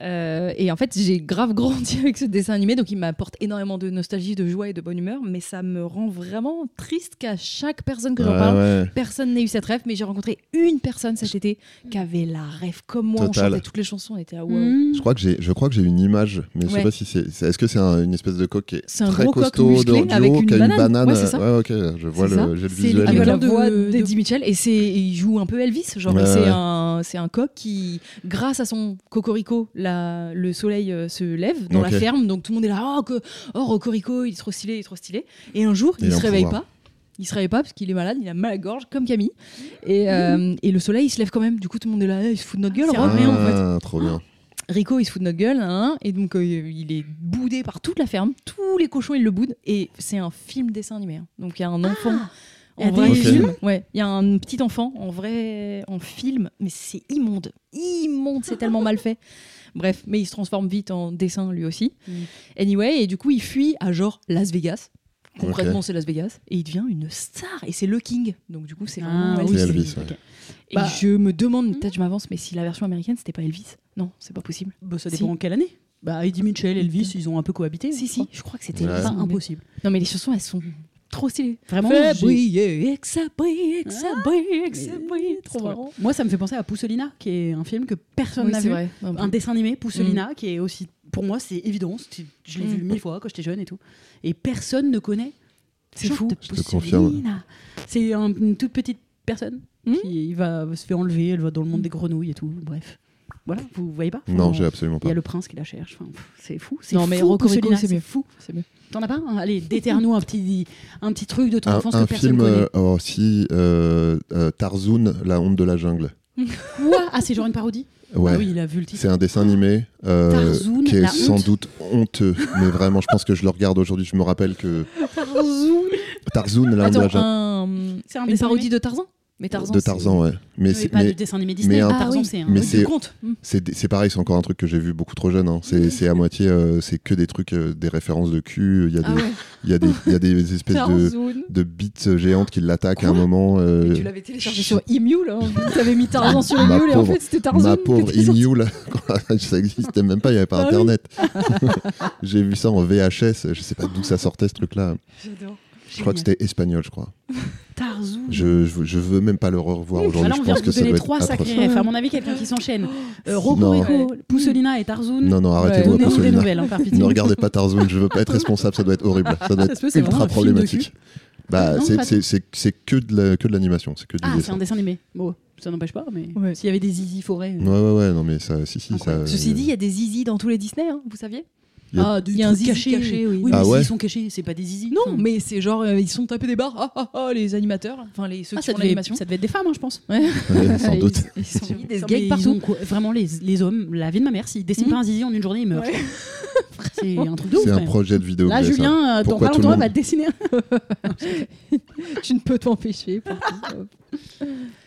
[SPEAKER 3] Euh, et en fait, j'ai grave grandi avec ce dessin animé, donc il m'apporte énormément de nostalgie, de joie et de bonne humeur, mais ça me rend vraiment triste qu'à chaque personne que j'en
[SPEAKER 4] ouais,
[SPEAKER 3] parle,
[SPEAKER 4] ouais.
[SPEAKER 3] personne n'ait eu cette rêve, mais j'ai rencontré une personne cet été qui avait la rêve comme moi.
[SPEAKER 4] Total.
[SPEAKER 3] On chantait toutes les chansons, on était à wow.
[SPEAKER 2] Mmh.
[SPEAKER 4] Je crois que j'ai, je crois que j'ai une image, mais je
[SPEAKER 3] Ouais.
[SPEAKER 4] sais pas si c'est, c'est- est-ce que c'est un- une espèce de coque qui est
[SPEAKER 3] C'est un
[SPEAKER 4] très
[SPEAKER 3] gros coq
[SPEAKER 4] costaud,
[SPEAKER 3] musclé
[SPEAKER 4] d'ordure,
[SPEAKER 3] avec une
[SPEAKER 4] qui a
[SPEAKER 3] banane.
[SPEAKER 4] une banane. euh,
[SPEAKER 3] Ouais, c'est ça.
[SPEAKER 4] ouais, ok, je vois
[SPEAKER 3] C'est
[SPEAKER 4] le,
[SPEAKER 3] ça.
[SPEAKER 4] j'ai le
[SPEAKER 3] C'est
[SPEAKER 4] visuel.
[SPEAKER 3] l'équivalent
[SPEAKER 2] l'équivalent
[SPEAKER 3] de,
[SPEAKER 2] de-
[SPEAKER 3] d'Eddie Mitchell et c'est il joue un peu Elvis genre
[SPEAKER 4] Ouais,
[SPEAKER 3] et c'est
[SPEAKER 4] ouais.
[SPEAKER 3] un c'est un coq qui grâce à son cocorico la, le soleil euh, se lève dans la
[SPEAKER 4] Ok.
[SPEAKER 3] ferme donc tout le monde est là oh, que, oh cocorico il est trop stylé il est trop stylé et un jour
[SPEAKER 4] Il
[SPEAKER 3] il
[SPEAKER 4] est
[SPEAKER 3] se
[SPEAKER 4] en
[SPEAKER 3] réveille
[SPEAKER 4] pouvoir.
[SPEAKER 3] pas il se réveille pas parce qu'il est malade il a mal à la gorge comme Camille et, euh, et le soleil il se lève quand même du coup tout le monde est là Eh, il se fout de notre gueule
[SPEAKER 2] Mmh. C'est
[SPEAKER 3] Rob,
[SPEAKER 2] vrai.
[SPEAKER 3] mais en fait
[SPEAKER 4] Ah, trop bien.
[SPEAKER 3] Rico, il se fout de notre gueule, hein, et donc euh, il est boudé par toute la ferme. Tous les cochons, ils le boudent, et c'est un film dessin animé. hein. Donc il y a un enfant
[SPEAKER 2] Ah, il y a
[SPEAKER 3] en vrai
[SPEAKER 4] des
[SPEAKER 3] film.
[SPEAKER 2] films
[SPEAKER 3] Ouais, il y a un petit enfant en vrai en film, mais c'est immonde, immonde, c'est tellement mal fait. Bref, mais il se transforme vite en dessin lui aussi.
[SPEAKER 2] Mm.
[SPEAKER 3] Anyway, et du coup, il fuit à genre Las Vegas. Concrètement,
[SPEAKER 4] Ok.
[SPEAKER 3] c'est Las Vegas, et il devient une star, et c'est le King. Donc du coup, c'est vraiment
[SPEAKER 2] Ah,
[SPEAKER 3] Elvis.
[SPEAKER 2] oui,
[SPEAKER 4] C'est Elvis, ouais.
[SPEAKER 2] ok.
[SPEAKER 3] Et
[SPEAKER 2] Bah-
[SPEAKER 3] je me demande, peut-être je m'avance, mais si la version américaine, c'était pas Elvis Non, c'est pas possible.
[SPEAKER 2] Bah, ça
[SPEAKER 3] Si.
[SPEAKER 2] dépend en quelle année. Bah, Eddie Mitchell, Elvis, ils ont un peu cohabité.
[SPEAKER 3] Si,
[SPEAKER 2] je crois.
[SPEAKER 3] si, je crois que c'était
[SPEAKER 4] Ouais.
[SPEAKER 3] Elvis,
[SPEAKER 2] C'est pas
[SPEAKER 3] mais-
[SPEAKER 2] impossible.
[SPEAKER 3] Non, mais les chansons, elles sont trop stylées.
[SPEAKER 2] Vraiment,
[SPEAKER 3] Fais
[SPEAKER 2] j'ai-
[SPEAKER 3] briller, que ça brille, que ça brille, que ça
[SPEAKER 2] Mais-
[SPEAKER 3] brille.
[SPEAKER 2] c'est trop marrant. Moi, ça me fait penser à Pousselina, qui est un film que personne
[SPEAKER 3] Oui,
[SPEAKER 2] n'a
[SPEAKER 3] c'est
[SPEAKER 2] vu.
[SPEAKER 3] vrai.
[SPEAKER 2] Un dessin animé, Pousselina, qui est aussi, pour moi, c'est évident. c'est- Je l'ai
[SPEAKER 3] Mm.
[SPEAKER 2] vu mille fois quand j'étais jeune et tout. Et personne ne connaît.
[SPEAKER 3] C'est
[SPEAKER 2] Chante
[SPEAKER 3] fou.
[SPEAKER 4] Je te confirme.
[SPEAKER 2] Pousselina. C'est un- une toute petite personne
[SPEAKER 3] Mm.
[SPEAKER 2] Hmm. qui va se fait enlever. Elle va dans le monde des grenouilles et tout. Bref. Voilà, vous voyez pas
[SPEAKER 4] Non,
[SPEAKER 2] Enfin,
[SPEAKER 4] j'ai absolument
[SPEAKER 2] Il y
[SPEAKER 4] pas.
[SPEAKER 2] a le prince qui la cherche. Enfin, pff, c'est fou. c'est
[SPEAKER 3] Non, mais
[SPEAKER 2] fou,
[SPEAKER 3] Rocco Rico,
[SPEAKER 2] Pousselina,
[SPEAKER 3] c'est mieux.
[SPEAKER 2] fou.
[SPEAKER 3] C'est mieux.
[SPEAKER 2] T'en as pas un Allez, déterre-nous un petit, un petit truc de ton
[SPEAKER 4] Un,
[SPEAKER 2] enfance
[SPEAKER 4] un
[SPEAKER 2] que personne
[SPEAKER 4] film
[SPEAKER 2] connaît.
[SPEAKER 4] euh, alors, si euh, euh, Tarzoun, la honte de la jungle.
[SPEAKER 2] Quoi Ah, c'est genre une parodie
[SPEAKER 4] Ouais.
[SPEAKER 2] Ah oui, il a vu le titre.
[SPEAKER 4] C'est un dessin animé euh,
[SPEAKER 2] Tarzoun,
[SPEAKER 4] qui est
[SPEAKER 2] la
[SPEAKER 4] sans
[SPEAKER 2] honte.
[SPEAKER 4] doute honteux, mais vraiment, je pense que je le regarde aujourd'hui. Je me rappelle que Tarzoun, la honte de la
[SPEAKER 3] Attends,
[SPEAKER 4] jungle
[SPEAKER 3] un-
[SPEAKER 2] C'est un
[SPEAKER 3] une
[SPEAKER 2] dessin
[SPEAKER 3] parodie
[SPEAKER 2] animé
[SPEAKER 3] de Tarzan Mais Tarzan.
[SPEAKER 4] de
[SPEAKER 3] c'est-
[SPEAKER 4] Tarzan, ouais. Mais
[SPEAKER 2] Mais
[SPEAKER 4] c'est-
[SPEAKER 2] pas
[SPEAKER 4] mais-
[SPEAKER 2] de dessin animé Disney.
[SPEAKER 4] un-
[SPEAKER 2] Tarzan,
[SPEAKER 3] Ah oui.
[SPEAKER 2] c'est un.
[SPEAKER 4] mais
[SPEAKER 2] autre
[SPEAKER 4] c'est-
[SPEAKER 2] du conte.
[SPEAKER 4] C'est des- c'est pareil, c'est encore un truc que j'ai vu beaucoup trop jeune. hein. C'est c'est à moitié, euh, c'est que des trucs, euh, des références de cul. Il y a
[SPEAKER 3] Ah
[SPEAKER 4] des,
[SPEAKER 3] ouais.
[SPEAKER 4] il y a des, il y a des espèces de,
[SPEAKER 3] Tarzan.
[SPEAKER 4] de bites géantes qui l'attaquent à un moment. euh,
[SPEAKER 3] Tu l'avais téléchargé sur Imu là. T'avais mis Tarzan sur
[SPEAKER 4] Ma
[SPEAKER 3] Imu et en
[SPEAKER 4] pauvre-
[SPEAKER 3] fait c'était Tarzan.
[SPEAKER 4] ma pauvre
[SPEAKER 3] qui était sorti.
[SPEAKER 4] Inyu, là, quand ça existait même pas, il n'y avait pas
[SPEAKER 3] Ah oui.
[SPEAKER 4] internet. j'ai vu ça en VHS, je sais pas d'où ça sortait ce truc-là.
[SPEAKER 3] J'adore.
[SPEAKER 4] Je crois que c'était espagnol, je crois.
[SPEAKER 3] Mm.
[SPEAKER 2] Tarzou.
[SPEAKER 4] Je, je, je veux même pas le revoir
[SPEAKER 2] Ah là,
[SPEAKER 4] aujourd'hui,
[SPEAKER 2] on
[SPEAKER 4] je
[SPEAKER 2] vient
[SPEAKER 4] pense
[SPEAKER 2] de vous
[SPEAKER 4] que ça
[SPEAKER 2] donner
[SPEAKER 4] doit
[SPEAKER 2] trois
[SPEAKER 4] être atroce.
[SPEAKER 2] sacrés refs. À mon avis, quelqu'un qui s'enchaîne. Euh, Rocco
[SPEAKER 4] Non.
[SPEAKER 2] Rico, Pousselina et Tarzoun.
[SPEAKER 4] Non, non, arrêtez-moi,
[SPEAKER 2] Donnez-nous des
[SPEAKER 4] Pousselina.
[SPEAKER 2] nouvelles, hein, par pitié.
[SPEAKER 4] Ne regardez pas Tarzan, je veux pas être responsable, ça doit être horrible, ça
[SPEAKER 2] Ça
[SPEAKER 4] doit
[SPEAKER 2] se
[SPEAKER 4] être
[SPEAKER 2] peut, c'est vraiment
[SPEAKER 4] ultra
[SPEAKER 2] un film de
[SPEAKER 4] problématique. Bah,
[SPEAKER 2] Non,
[SPEAKER 4] c'est-
[SPEAKER 2] pas
[SPEAKER 4] c'est c'est- c'est que de la- que de l'animation, c'est que du
[SPEAKER 2] Ah, c'est
[SPEAKER 4] dessin.
[SPEAKER 2] un dessin animé. Bon, ça n'empêche pas, mais
[SPEAKER 3] Ouais.
[SPEAKER 2] s'il y avait des zizi forêts.
[SPEAKER 4] Ouais, ouais, ouais, non, mais ça, si, si, ça.
[SPEAKER 2] Incroyable.
[SPEAKER 3] Ceci dit, il y a des zizi dans tous les Disney, hein, vous saviez
[SPEAKER 4] Il y a-
[SPEAKER 2] Ah, du
[SPEAKER 3] il y a un
[SPEAKER 2] truc
[SPEAKER 3] zizi
[SPEAKER 2] caché.
[SPEAKER 3] caché, oui. Ah.
[SPEAKER 2] oui,
[SPEAKER 4] Ah
[SPEAKER 2] mais
[SPEAKER 4] ouais
[SPEAKER 2] s'ils sont cachés, c'est pas des zizi.
[SPEAKER 3] Non,
[SPEAKER 2] enfin.
[SPEAKER 3] mais c'est genre euh, ils sont tapés des barres, ah ah ah, les animateurs, enfin les ceux
[SPEAKER 2] Ah,
[SPEAKER 3] qui
[SPEAKER 2] ça
[SPEAKER 3] font
[SPEAKER 2] devait,
[SPEAKER 3] l'animation.
[SPEAKER 2] ça devait être des femmes, hein, je pense.
[SPEAKER 4] ouais, sans doute.
[SPEAKER 3] Ils, ils sont mis des
[SPEAKER 2] Non, mais
[SPEAKER 3] gags
[SPEAKER 2] ils
[SPEAKER 3] partout.
[SPEAKER 2] ont quoi- vraiment, les, les hommes, la vie de ma mère, s'ils dessinent
[SPEAKER 3] Mhm.
[SPEAKER 2] pas un zizi en une journée, ils meurent.
[SPEAKER 3] Ouais.
[SPEAKER 2] C'est un truc de ouf.
[SPEAKER 4] C'est
[SPEAKER 2] quand
[SPEAKER 4] un
[SPEAKER 2] même.
[SPEAKER 4] projet de vidéo.
[SPEAKER 2] Là,
[SPEAKER 4] que j'ai, ça.
[SPEAKER 2] Julien, euh, dans
[SPEAKER 4] Pourquoi
[SPEAKER 2] pas
[SPEAKER 4] tout le
[SPEAKER 2] longtemps,
[SPEAKER 4] monde
[SPEAKER 2] va te dessiner. un-
[SPEAKER 3] tu ne peux t'empêcher. partout.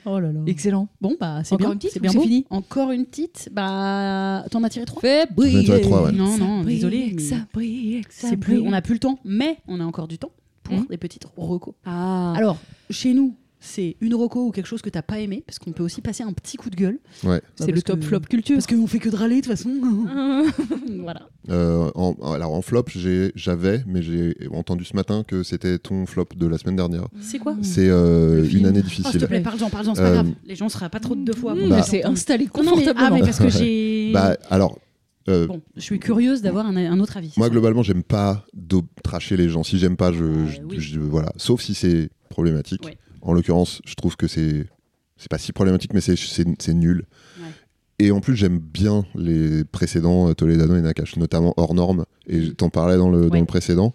[SPEAKER 2] Oh là là.
[SPEAKER 3] Excellent.
[SPEAKER 2] Bon, bah, c'est
[SPEAKER 3] Encore
[SPEAKER 2] bien.
[SPEAKER 3] une petite
[SPEAKER 2] C'est
[SPEAKER 3] ou
[SPEAKER 2] bien
[SPEAKER 3] c'est
[SPEAKER 2] beau.
[SPEAKER 3] fini
[SPEAKER 2] Encore une petite. Bah, t'en as tiré trois.
[SPEAKER 3] Fais
[SPEAKER 4] J'en ai tiré trois, ouais.
[SPEAKER 2] Non, non,
[SPEAKER 3] brille,
[SPEAKER 2] désolé.
[SPEAKER 3] que
[SPEAKER 2] mais
[SPEAKER 3] Ça brille, que ça
[SPEAKER 2] c'est plus,
[SPEAKER 3] brille.
[SPEAKER 2] on n'a plus le temps, mais on a encore du temps pour
[SPEAKER 3] Mhm.
[SPEAKER 2] des petites recos.
[SPEAKER 3] Ah.
[SPEAKER 2] Alors, chez nous, c'est une reco ou quelque chose que t'as pas aimé, parce qu'on peut aussi passer un petit coup de gueule.
[SPEAKER 4] Ouais.
[SPEAKER 3] c'est le
[SPEAKER 2] parce
[SPEAKER 3] top
[SPEAKER 2] que-
[SPEAKER 3] flop culture.
[SPEAKER 2] Parce qu'on fait que de râler, de toute façon. voilà.
[SPEAKER 4] Euh, en- alors en flop, j'ai- j'avais, mais j'ai entendu ce matin que c'était ton flop de la semaine dernière.
[SPEAKER 2] C'est quoi
[SPEAKER 4] C'est euh,
[SPEAKER 2] Mmh. Le film.
[SPEAKER 4] une année
[SPEAKER 2] Oh, s'il te
[SPEAKER 4] difficile.
[SPEAKER 2] plaît, parle-en, parle-en, c'est pas
[SPEAKER 4] Euh,
[SPEAKER 2] grave. Les gens ne sera pas trop de deux fois.
[SPEAKER 3] Mmh,
[SPEAKER 4] Bah-
[SPEAKER 3] mais c'est installé
[SPEAKER 2] Non, non, mais, ah,
[SPEAKER 3] confortablement.
[SPEAKER 2] mais parce que
[SPEAKER 4] Ouais.
[SPEAKER 2] j'ai.
[SPEAKER 4] bah alors, euh,
[SPEAKER 2] Bon, je suis curieuse d'avoir un, un autre avis.
[SPEAKER 4] moi globalement, j'aime pas do- tracher les gens. Si j'aime pas, je,
[SPEAKER 2] Euh,
[SPEAKER 4] je-
[SPEAKER 2] oui.
[SPEAKER 4] je- voilà. Sauf si c'est problématique.
[SPEAKER 2] Ouais.
[SPEAKER 4] En l'occurrence, je trouve que c'est c'est pas si problématique, mais c'est- c'est c'est nul.
[SPEAKER 2] Ouais.
[SPEAKER 4] Et en plus, j'aime bien les précédents euh, Toledano et Nakash, notamment hors norme. Et je t'en parlais dans le, dans
[SPEAKER 2] Ouais.
[SPEAKER 4] le précédent.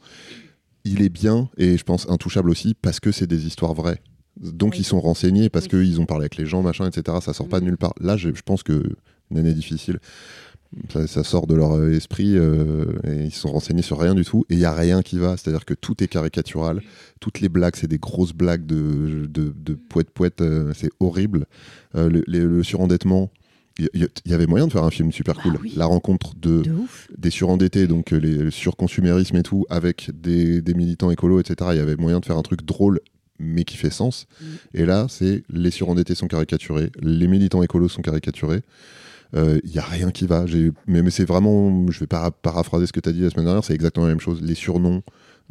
[SPEAKER 4] Il est bien et je pense intouchable aussi parce que c'est des histoires vraies. Donc
[SPEAKER 2] Oui.
[SPEAKER 4] ils sont renseignés parce
[SPEAKER 2] Oui. Mm.
[SPEAKER 4] qu'ils ont parlé avec les gens, machin, etc. Ça sort pas de nulle part. Là, je, je pense que une année difficile, ça, ça sort de leur euh, esprit euh, et ils sont renseignés sur rien du tout. Et il y a rien qui va. C'est-à-dire que tout est caricatural. Toutes les blagues, c'est des grosses blagues de de, de poète poète. euh, c'est horrible. Euh, le, les- le surendettement. Il y, il y avait moyen de faire un film super cool.
[SPEAKER 2] Bah oui.
[SPEAKER 4] La rencontre de,
[SPEAKER 2] de ouf.
[SPEAKER 4] des surendettés, donc euh, les, le surconsumérisme et tout, avec des, des militants écolos, etc. Il y avait moyen de faire un truc drôle, mais qui fait sens.
[SPEAKER 2] Mm.
[SPEAKER 4] Et là, c'est les surendettés sont caricaturés, les militants écolos sont caricaturés. Euh, Il y a rien qui va. J'ai- Mais, mais c'est vraiment, je vais pas paraphraser ce que tu as dit la semaine dernière, c'est exactement la même chose. Les surnoms.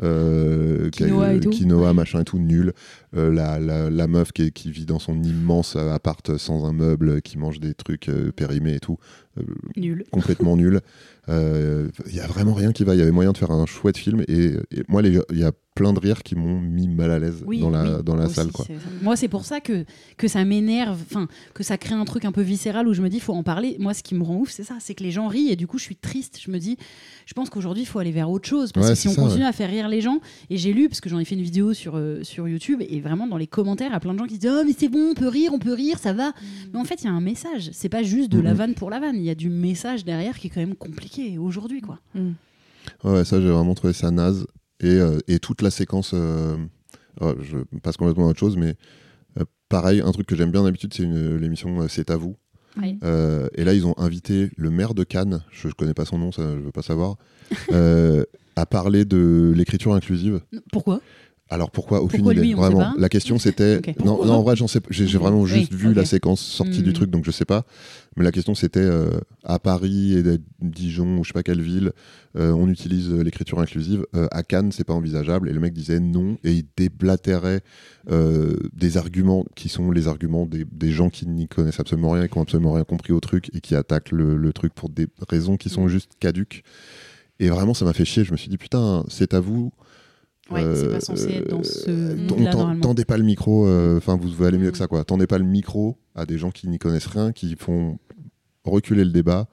[SPEAKER 4] euh,
[SPEAKER 3] Quinoa
[SPEAKER 4] qu'a-
[SPEAKER 3] et tout.
[SPEAKER 4] quinoa, machin et tout, nul. Euh, la, la- la meuf qui, est- qui vit dans son immense appart sans un meuble, qui mange des trucs euh, périmés et tout. Euh,
[SPEAKER 2] Nul.
[SPEAKER 4] complètement nul. Euh, Il y a vraiment rien qui va. Il y avait moyen de faire un chouette film. Et, et moi, les- il y a plein de rires qui m'ont mis mal à l'aise
[SPEAKER 2] Oui,
[SPEAKER 4] dans la,
[SPEAKER 2] oui,
[SPEAKER 4] dans la
[SPEAKER 2] aussi,
[SPEAKER 4] salle. Quoi.
[SPEAKER 2] c'est ça. Moi, c'est pour ça que, que ça m'énerve, enfin, que ça crée un truc un peu viscéral où je me dis, faut en parler. Moi, ce qui me rend ouf, c'est ça, c'est que les gens rient et du coup, je suis triste. Je me dis, je pense qu'aujourd'hui, il faut aller vers autre chose. Parce
[SPEAKER 4] Ouais,
[SPEAKER 2] que si
[SPEAKER 4] c'est
[SPEAKER 2] on
[SPEAKER 4] ça,
[SPEAKER 2] continue à faire rire les gens, et j'ai lu, parce que j'en ai fait une vidéo sur, euh, sur YouTube, et vraiment dans les commentaires, il y a plein de gens qui disent, oh, mais c'est bon, on peut rire, on peut rire, ça va. Mais en fait, il y a un message. C'est pas juste de la
[SPEAKER 4] Mhm.
[SPEAKER 2] vanne pour la vanne. Il y a du message derrière qui est quand même compliqué aujourd'hui, quoi.
[SPEAKER 4] Ouais, ça, j'ai vraiment trouvé ça naze. Et, euh, et toute la séquence, euh, oh, je passe complètement à autre chose, mais euh, pareil, un truc que j'aime bien d'habitude, c'est une- l'émission euh, C'est à vous.
[SPEAKER 2] Ouais.
[SPEAKER 4] Euh, et là, ils ont invité le maire de Cannes, je, je connais pas son nom, ça, je veux pas savoir, euh, à parler de l'écriture inclusive.
[SPEAKER 2] Pourquoi
[SPEAKER 4] Alors pourquoi aucune
[SPEAKER 2] Pourquoi
[SPEAKER 4] idée
[SPEAKER 2] lui, on sait pas
[SPEAKER 4] vraiment la question c'était
[SPEAKER 2] Ok.
[SPEAKER 4] non, non en vrai j'en sais pas. j'ai j'ai vraiment
[SPEAKER 2] Oui,
[SPEAKER 4] juste vu la
[SPEAKER 2] ok.
[SPEAKER 4] séquence sortie du
[SPEAKER 2] Hmm.
[SPEAKER 4] truc donc je sais pas mais la question c'était euh, à Paris et à Dijon ou je sais pas quelle ville euh, on utilise euh, l'écriture inclusive Euh, à Cannes c'est pas envisageable et le mec disait non et il déblatérait euh, des arguments qui sont les arguments des, des gens qui n'y connaissent absolument rien et qui ont absolument rien compris au truc et qui attaquent le, le truc pour des raisons qui
[SPEAKER 2] Hmm.
[SPEAKER 4] sont juste caduques et vraiment ça m'a fait chier je me suis dit putain c'est à vous
[SPEAKER 2] Ouais, c'est pas censé
[SPEAKER 4] euh,
[SPEAKER 2] être dans ce
[SPEAKER 4] euh,
[SPEAKER 3] Mm.
[SPEAKER 2] monde-là,
[SPEAKER 4] on t'en-
[SPEAKER 2] normalement.
[SPEAKER 4] Tendez pas le micro, euh, enfin vous allez mieux
[SPEAKER 2] Mm.
[SPEAKER 4] que ça quoi. Tendez pas le micro à des gens qui n'y connaissent rien, qui font reculer le débat.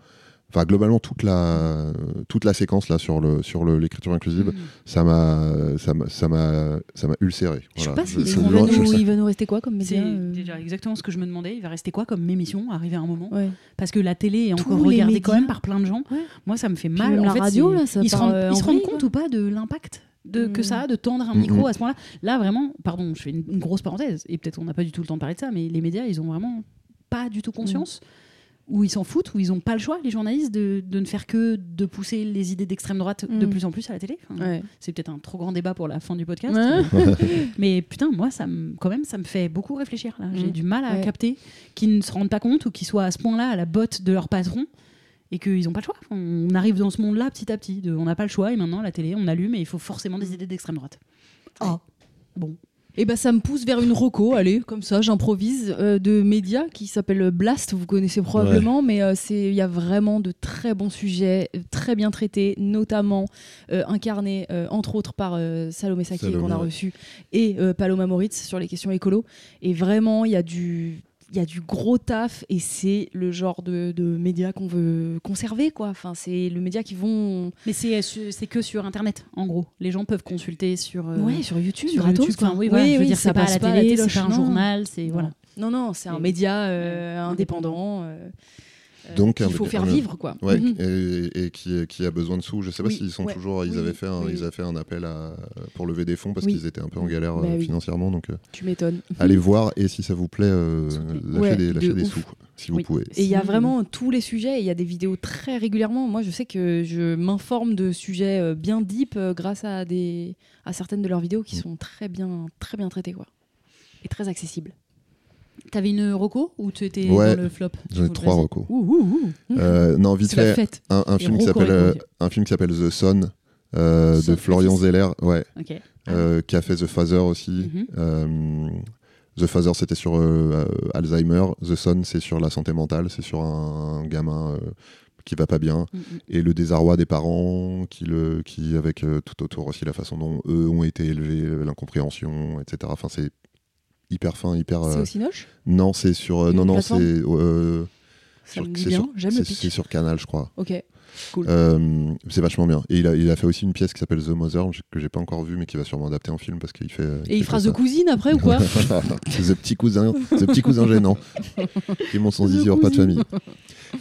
[SPEAKER 4] Enfin, globalement, toute la, toute la séquence là sur l'écriture le, sur le- l'écriture
[SPEAKER 3] Mm.
[SPEAKER 4] inclusive,
[SPEAKER 2] Hmm.
[SPEAKER 4] ça m'a ça m'a- ça m'a ça m'a ulcéré.
[SPEAKER 3] Je sais
[SPEAKER 4] Voilà.
[SPEAKER 3] pas s'il
[SPEAKER 4] Je-
[SPEAKER 3] si
[SPEAKER 4] je-
[SPEAKER 3] il
[SPEAKER 4] je-
[SPEAKER 3] va,
[SPEAKER 4] je-
[SPEAKER 3] nous- il va nous rester quoi comme
[SPEAKER 2] C'est
[SPEAKER 3] média euh,
[SPEAKER 2] déjà exactement ce que je me demandais. Il va rester quoi comme émission arrivé à un moment
[SPEAKER 3] ouais.
[SPEAKER 2] Parce que la télé est
[SPEAKER 3] Tous
[SPEAKER 2] encore
[SPEAKER 3] les
[SPEAKER 2] regardée
[SPEAKER 3] médias.
[SPEAKER 2] quand même par plein de gens.
[SPEAKER 3] Ouais.
[SPEAKER 2] Moi, ça me fait
[SPEAKER 3] Puis
[SPEAKER 2] mal.
[SPEAKER 3] même
[SPEAKER 2] En
[SPEAKER 3] la
[SPEAKER 2] fait,
[SPEAKER 3] radio,
[SPEAKER 2] c'est-
[SPEAKER 3] là, ça
[SPEAKER 2] ils se
[SPEAKER 3] part,
[SPEAKER 2] rendent,
[SPEAKER 3] euh,
[SPEAKER 2] ils
[SPEAKER 3] en
[SPEAKER 2] se rendent
[SPEAKER 3] vrille,
[SPEAKER 2] compte
[SPEAKER 3] quoi.
[SPEAKER 2] ou pas de l'impact de, que
[SPEAKER 3] Mm.
[SPEAKER 2] ça a de tendre un
[SPEAKER 4] Mm,
[SPEAKER 2] micro
[SPEAKER 4] mm.
[SPEAKER 2] à ce moment-là Là, vraiment, pardon, je fais une, une grosse parenthèse, et peut-être on n'a pas du tout le temps de parler de ça, mais les médias, ils ont vraiment pas du tout conscience.
[SPEAKER 3] Mm.
[SPEAKER 2] Ou ils s'en foutent, ou ils n'ont pas le choix, les journalistes, de, de ne faire que de pousser les idées d'extrême droite de
[SPEAKER 3] Mm.
[SPEAKER 2] plus en plus à la télé. Enfin,
[SPEAKER 3] Ouais.
[SPEAKER 2] C'est peut-être un trop grand débat pour la fin du podcast.
[SPEAKER 3] Hein
[SPEAKER 2] Mais putain, moi, ça me- quand même, ça me fait beaucoup réfléchir. là. J'ai
[SPEAKER 3] Mm.
[SPEAKER 2] du mal à
[SPEAKER 3] Ouais.
[SPEAKER 2] capter qu'ils ne se rendent pas compte ou qu'ils soient à ce point-là à la botte de leur patron et qu'ils n'ont pas le choix. On arrive dans ce monde-là petit à petit. de- on n'a pas le choix et maintenant, la télé, on allume et il faut forcément des idées d'extrême droite. Ah, bon.
[SPEAKER 3] Et bah ça me pousse vers une roco, allez, comme ça, j'improvise, euh, de média qui s'appelle Blast, vous connaissez probablement, mais euh, c'est il y a vraiment de très bons sujets, euh, très bien traités, notamment euh, incarnés euh, entre autres par euh, Salomé Saké
[SPEAKER 4] Salomé,
[SPEAKER 3] qu'on a
[SPEAKER 4] ouais.
[SPEAKER 3] reçu et euh, Paloma Moritz sur les questions écolo. Et vraiment, il y a du il y a du gros taf et c'est le genre de, de média qu'on veut conserver quoi. Enfin, c'est le média qui vont euh,
[SPEAKER 2] Mais c'est euh, c'est que sur Internet, en gros. Les gens peuvent consulter sur. euh,
[SPEAKER 3] ouais sur YouTube,
[SPEAKER 2] Sur
[SPEAKER 3] gratos,
[SPEAKER 2] YouTube,
[SPEAKER 3] quoi.
[SPEAKER 2] Enfin, oui, voilà, je veux dire,
[SPEAKER 3] ça
[SPEAKER 2] c'est pas à
[SPEAKER 3] passe
[SPEAKER 2] la télé, c'est
[SPEAKER 3] téloche,
[SPEAKER 2] pas un
[SPEAKER 3] non.
[SPEAKER 2] journal, c'est
[SPEAKER 3] Non.
[SPEAKER 2] voilà.
[SPEAKER 3] Non, non, c'est un
[SPEAKER 2] Et-
[SPEAKER 3] média euh,
[SPEAKER 2] Ouais.
[SPEAKER 3] indépendant. euh, euh,
[SPEAKER 4] Donc,
[SPEAKER 3] qu'il faut
[SPEAKER 4] indépendant.
[SPEAKER 3] faire vivre, quoi.
[SPEAKER 4] Ouais,
[SPEAKER 3] Mhm.
[SPEAKER 4] et, et qui, qui a besoin de sous. Je sais pas
[SPEAKER 3] Oui,
[SPEAKER 4] s'ils sont
[SPEAKER 3] ouais.
[SPEAKER 4] toujours. Ils
[SPEAKER 3] Oui,
[SPEAKER 4] avaient fait un,
[SPEAKER 3] oui,
[SPEAKER 4] ils
[SPEAKER 3] oui.
[SPEAKER 4] avaient fait un appel à, pour lever des fonds parce
[SPEAKER 3] Oui.
[SPEAKER 4] qu'ils étaient un peu en galère
[SPEAKER 3] Bah
[SPEAKER 4] euh,
[SPEAKER 3] oui. Mm.
[SPEAKER 4] financièrement. Donc euh,
[SPEAKER 3] Tu m'étonnes.
[SPEAKER 4] allez voir et si ça vous plaît, euh,
[SPEAKER 2] Soutenez.
[SPEAKER 4] lâchez
[SPEAKER 3] Ouais,
[SPEAKER 4] des,
[SPEAKER 3] de
[SPEAKER 4] lâchez des
[SPEAKER 3] ouf.
[SPEAKER 4] sous si vous
[SPEAKER 2] Oui.
[SPEAKER 4] pouvez.
[SPEAKER 3] Et il y a
[SPEAKER 2] Sinon,
[SPEAKER 3] vraiment tous les sujets. et Il y a des vidéos très régulièrement. Moi, je sais que je m'informe de sujets euh, bien deep euh, grâce à des à certaines de leurs vidéos qui
[SPEAKER 4] Mm.
[SPEAKER 3] sont très bien, très bien traitées, quoi, et très accessibles.
[SPEAKER 2] T'avais une roco ou tu étais
[SPEAKER 4] Ouais.
[SPEAKER 2] dans le flop
[SPEAKER 4] J'en ai trois recos.
[SPEAKER 3] Ouh, ouh, ouh.
[SPEAKER 4] Euh, non, vite
[SPEAKER 3] Mhm. C'est la
[SPEAKER 4] fait,
[SPEAKER 3] fête.
[SPEAKER 4] un, un
[SPEAKER 2] Et
[SPEAKER 4] film qui
[SPEAKER 2] Rocco
[SPEAKER 4] s'appelle euh,
[SPEAKER 2] Rocco.
[SPEAKER 4] un film qui s'appelle The Son euh,
[SPEAKER 2] Son,
[SPEAKER 4] de Florian
[SPEAKER 2] c'est ça.
[SPEAKER 4] Zeller, ouais,
[SPEAKER 2] Ok.
[SPEAKER 4] euh, qui a fait The Father aussi.
[SPEAKER 2] Mhm.
[SPEAKER 4] Euh, The Father, c'était sur euh, euh, Alzheimer. The Son, c'est sur la santé mentale. C'est sur un, gamin euh, qui va pas bien.
[SPEAKER 2] Mm, mm.
[SPEAKER 4] et le désarroi des parents qui le qui avec euh, tout autour aussi la façon dont eux ont été élevés euh, l'incompréhension etc enfin c'est hyper fin hyper
[SPEAKER 3] C'est
[SPEAKER 4] euh,
[SPEAKER 3] aussi noche.
[SPEAKER 4] non c'est sur euh,
[SPEAKER 3] une
[SPEAKER 4] non non c'est
[SPEAKER 3] plateforme
[SPEAKER 4] euh,
[SPEAKER 3] Ça
[SPEAKER 4] sur-
[SPEAKER 3] me dit
[SPEAKER 4] c'est
[SPEAKER 3] bien.
[SPEAKER 4] sur,
[SPEAKER 3] J'aime
[SPEAKER 4] c'est-
[SPEAKER 3] le
[SPEAKER 4] c'est
[SPEAKER 3] pitch.
[SPEAKER 4] sur Canal je crois
[SPEAKER 3] Ok. Cool.
[SPEAKER 4] Euh, c'est vachement bien et il a, il a fait aussi une pièce qui s'appelle The Mother je- que j'ai pas encore vue mais qui va sûrement adapter en film parce qu'il fait euh,
[SPEAKER 3] Et il
[SPEAKER 4] fait
[SPEAKER 3] phrase
[SPEAKER 4] ça.
[SPEAKER 3] de cousine après ou quoi
[SPEAKER 4] The petit cousin, ce petit cousin gênant. Qui monte son zizi au repas de famille.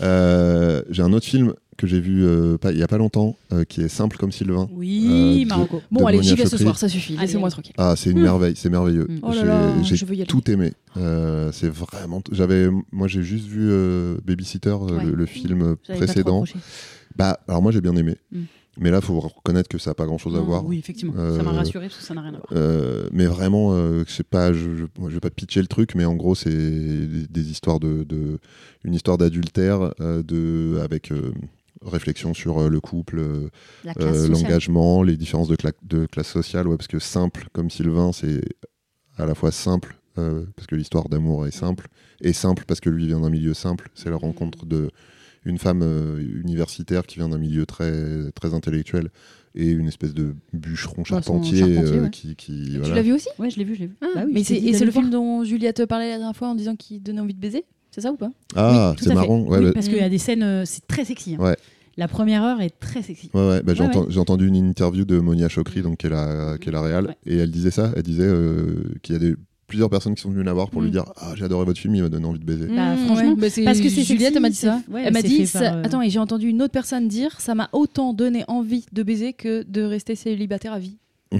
[SPEAKER 4] Euh, j'ai un autre film que j'ai vu euh, pas- il y a pas longtemps euh, qui est simple comme Sylvain.
[SPEAKER 2] Oui,
[SPEAKER 4] Euh, de-
[SPEAKER 2] Marocco.
[SPEAKER 3] Bon,
[SPEAKER 4] de
[SPEAKER 3] allez,
[SPEAKER 4] Monia
[SPEAKER 3] j'y vais ce
[SPEAKER 4] Chokri.
[SPEAKER 3] soir. Ça suffit.
[SPEAKER 2] Allez,
[SPEAKER 3] Laissez-moi
[SPEAKER 2] allez.
[SPEAKER 3] tranquille.
[SPEAKER 4] Ah, c'est une
[SPEAKER 2] Mm.
[SPEAKER 4] merveille, c'est merveilleux.
[SPEAKER 2] Mm.
[SPEAKER 3] Oh là
[SPEAKER 4] J'ai-
[SPEAKER 3] là,
[SPEAKER 4] j'ai
[SPEAKER 3] je veux y aller.
[SPEAKER 4] tout aimé. Euh, c'est vraiment. t- J'avais, moi, j'ai juste vu euh, Babysitter, euh,
[SPEAKER 2] Ouais. Hmm.
[SPEAKER 4] le, le film
[SPEAKER 2] J'avais pas trop
[SPEAKER 4] précédent.
[SPEAKER 2] accroché.
[SPEAKER 4] Bah, alors moi, j'ai bien aimé.
[SPEAKER 2] Mm.
[SPEAKER 4] Mais là, faut reconnaître que ça n'a pas grand-chose à
[SPEAKER 2] Non,
[SPEAKER 4] voir.
[SPEAKER 2] Ah, Oui, effectivement.
[SPEAKER 4] Euh,
[SPEAKER 2] Ça m'a rassuré parce que ça n'a rien à voir.
[SPEAKER 4] Euh, mais vraiment, euh, je sais pas, je, je, moi, je vais pas pitcher le truc, mais en gros, c'est des, des histoires de, de- une histoire d'adultère, euh, de avec euh, réflexion sur euh, le couple, euh,
[SPEAKER 2] La
[SPEAKER 4] euh,
[SPEAKER 2] classe sociale.
[SPEAKER 4] l'engagement, les différences de, cla- de classe sociale, ouais, parce que simple comme Sylvain, c'est à la fois simple euh, parce que l'histoire d'amour est simple, et simple parce que lui vient d'un milieu simple. C'est
[SPEAKER 2] Mm.
[SPEAKER 4] la rencontre de une femme euh, universitaire qui vient d'un milieu très très intellectuel et une espèce de
[SPEAKER 2] son
[SPEAKER 4] bûcheron charpentier,
[SPEAKER 2] charpentier,
[SPEAKER 4] euh,
[SPEAKER 2] ouais.
[SPEAKER 4] qui, qui
[SPEAKER 3] Tu
[SPEAKER 4] voilà.
[SPEAKER 3] l'as vu aussi
[SPEAKER 2] Ouais, je l'ai vu, je l'ai vu.
[SPEAKER 3] Ah,
[SPEAKER 2] Bah oui,
[SPEAKER 3] mais
[SPEAKER 2] je t'ai
[SPEAKER 3] c'est,
[SPEAKER 2] dit
[SPEAKER 3] et c'est
[SPEAKER 2] d'aller
[SPEAKER 3] le
[SPEAKER 2] voir.
[SPEAKER 3] film dont Julia te parlait la dernière fois en disant qu'il donnait envie de baiser C'est ça ou pas
[SPEAKER 4] Ah,
[SPEAKER 2] Oui, tout
[SPEAKER 4] c'est
[SPEAKER 2] à fait.
[SPEAKER 4] marrant. Ouais,
[SPEAKER 2] Oui,
[SPEAKER 4] bah-
[SPEAKER 2] parce qu'il y a des scènes, euh, c'est très sexy. hein.
[SPEAKER 4] Ouais.
[SPEAKER 2] La première heure est très sexy.
[SPEAKER 4] Ouais, ouais, bah, j'ai
[SPEAKER 2] Ouais,
[SPEAKER 4] enten- j'ai entendu une interview de Monia Chokri, donc, qui est la, qui est la réal,
[SPEAKER 2] Ouais.
[SPEAKER 4] et elle disait ça. Elle disait euh, qu'il y a des, plusieurs personnes qui sont venues la voir
[SPEAKER 2] Mm.
[SPEAKER 4] pour lui dire Ah, j'ai adoré votre film, il m'a donné envie de baiser.
[SPEAKER 2] Bah,
[SPEAKER 3] Mmh,
[SPEAKER 2] franchement,
[SPEAKER 3] ouais.
[SPEAKER 2] parce que c'est
[SPEAKER 3] Juliette,
[SPEAKER 2] sexy,
[SPEAKER 3] elle m'a dit
[SPEAKER 2] c'est-
[SPEAKER 3] ça.
[SPEAKER 2] ouais,
[SPEAKER 3] elle m'a
[SPEAKER 2] c'est
[SPEAKER 3] dit,
[SPEAKER 2] fait
[SPEAKER 3] ça-
[SPEAKER 2] par, euh,
[SPEAKER 3] attends, et j'ai entendu une autre personne dire, ça m'a autant donné envie de baiser que de rester célibataire à vie.
[SPEAKER 2] Mm.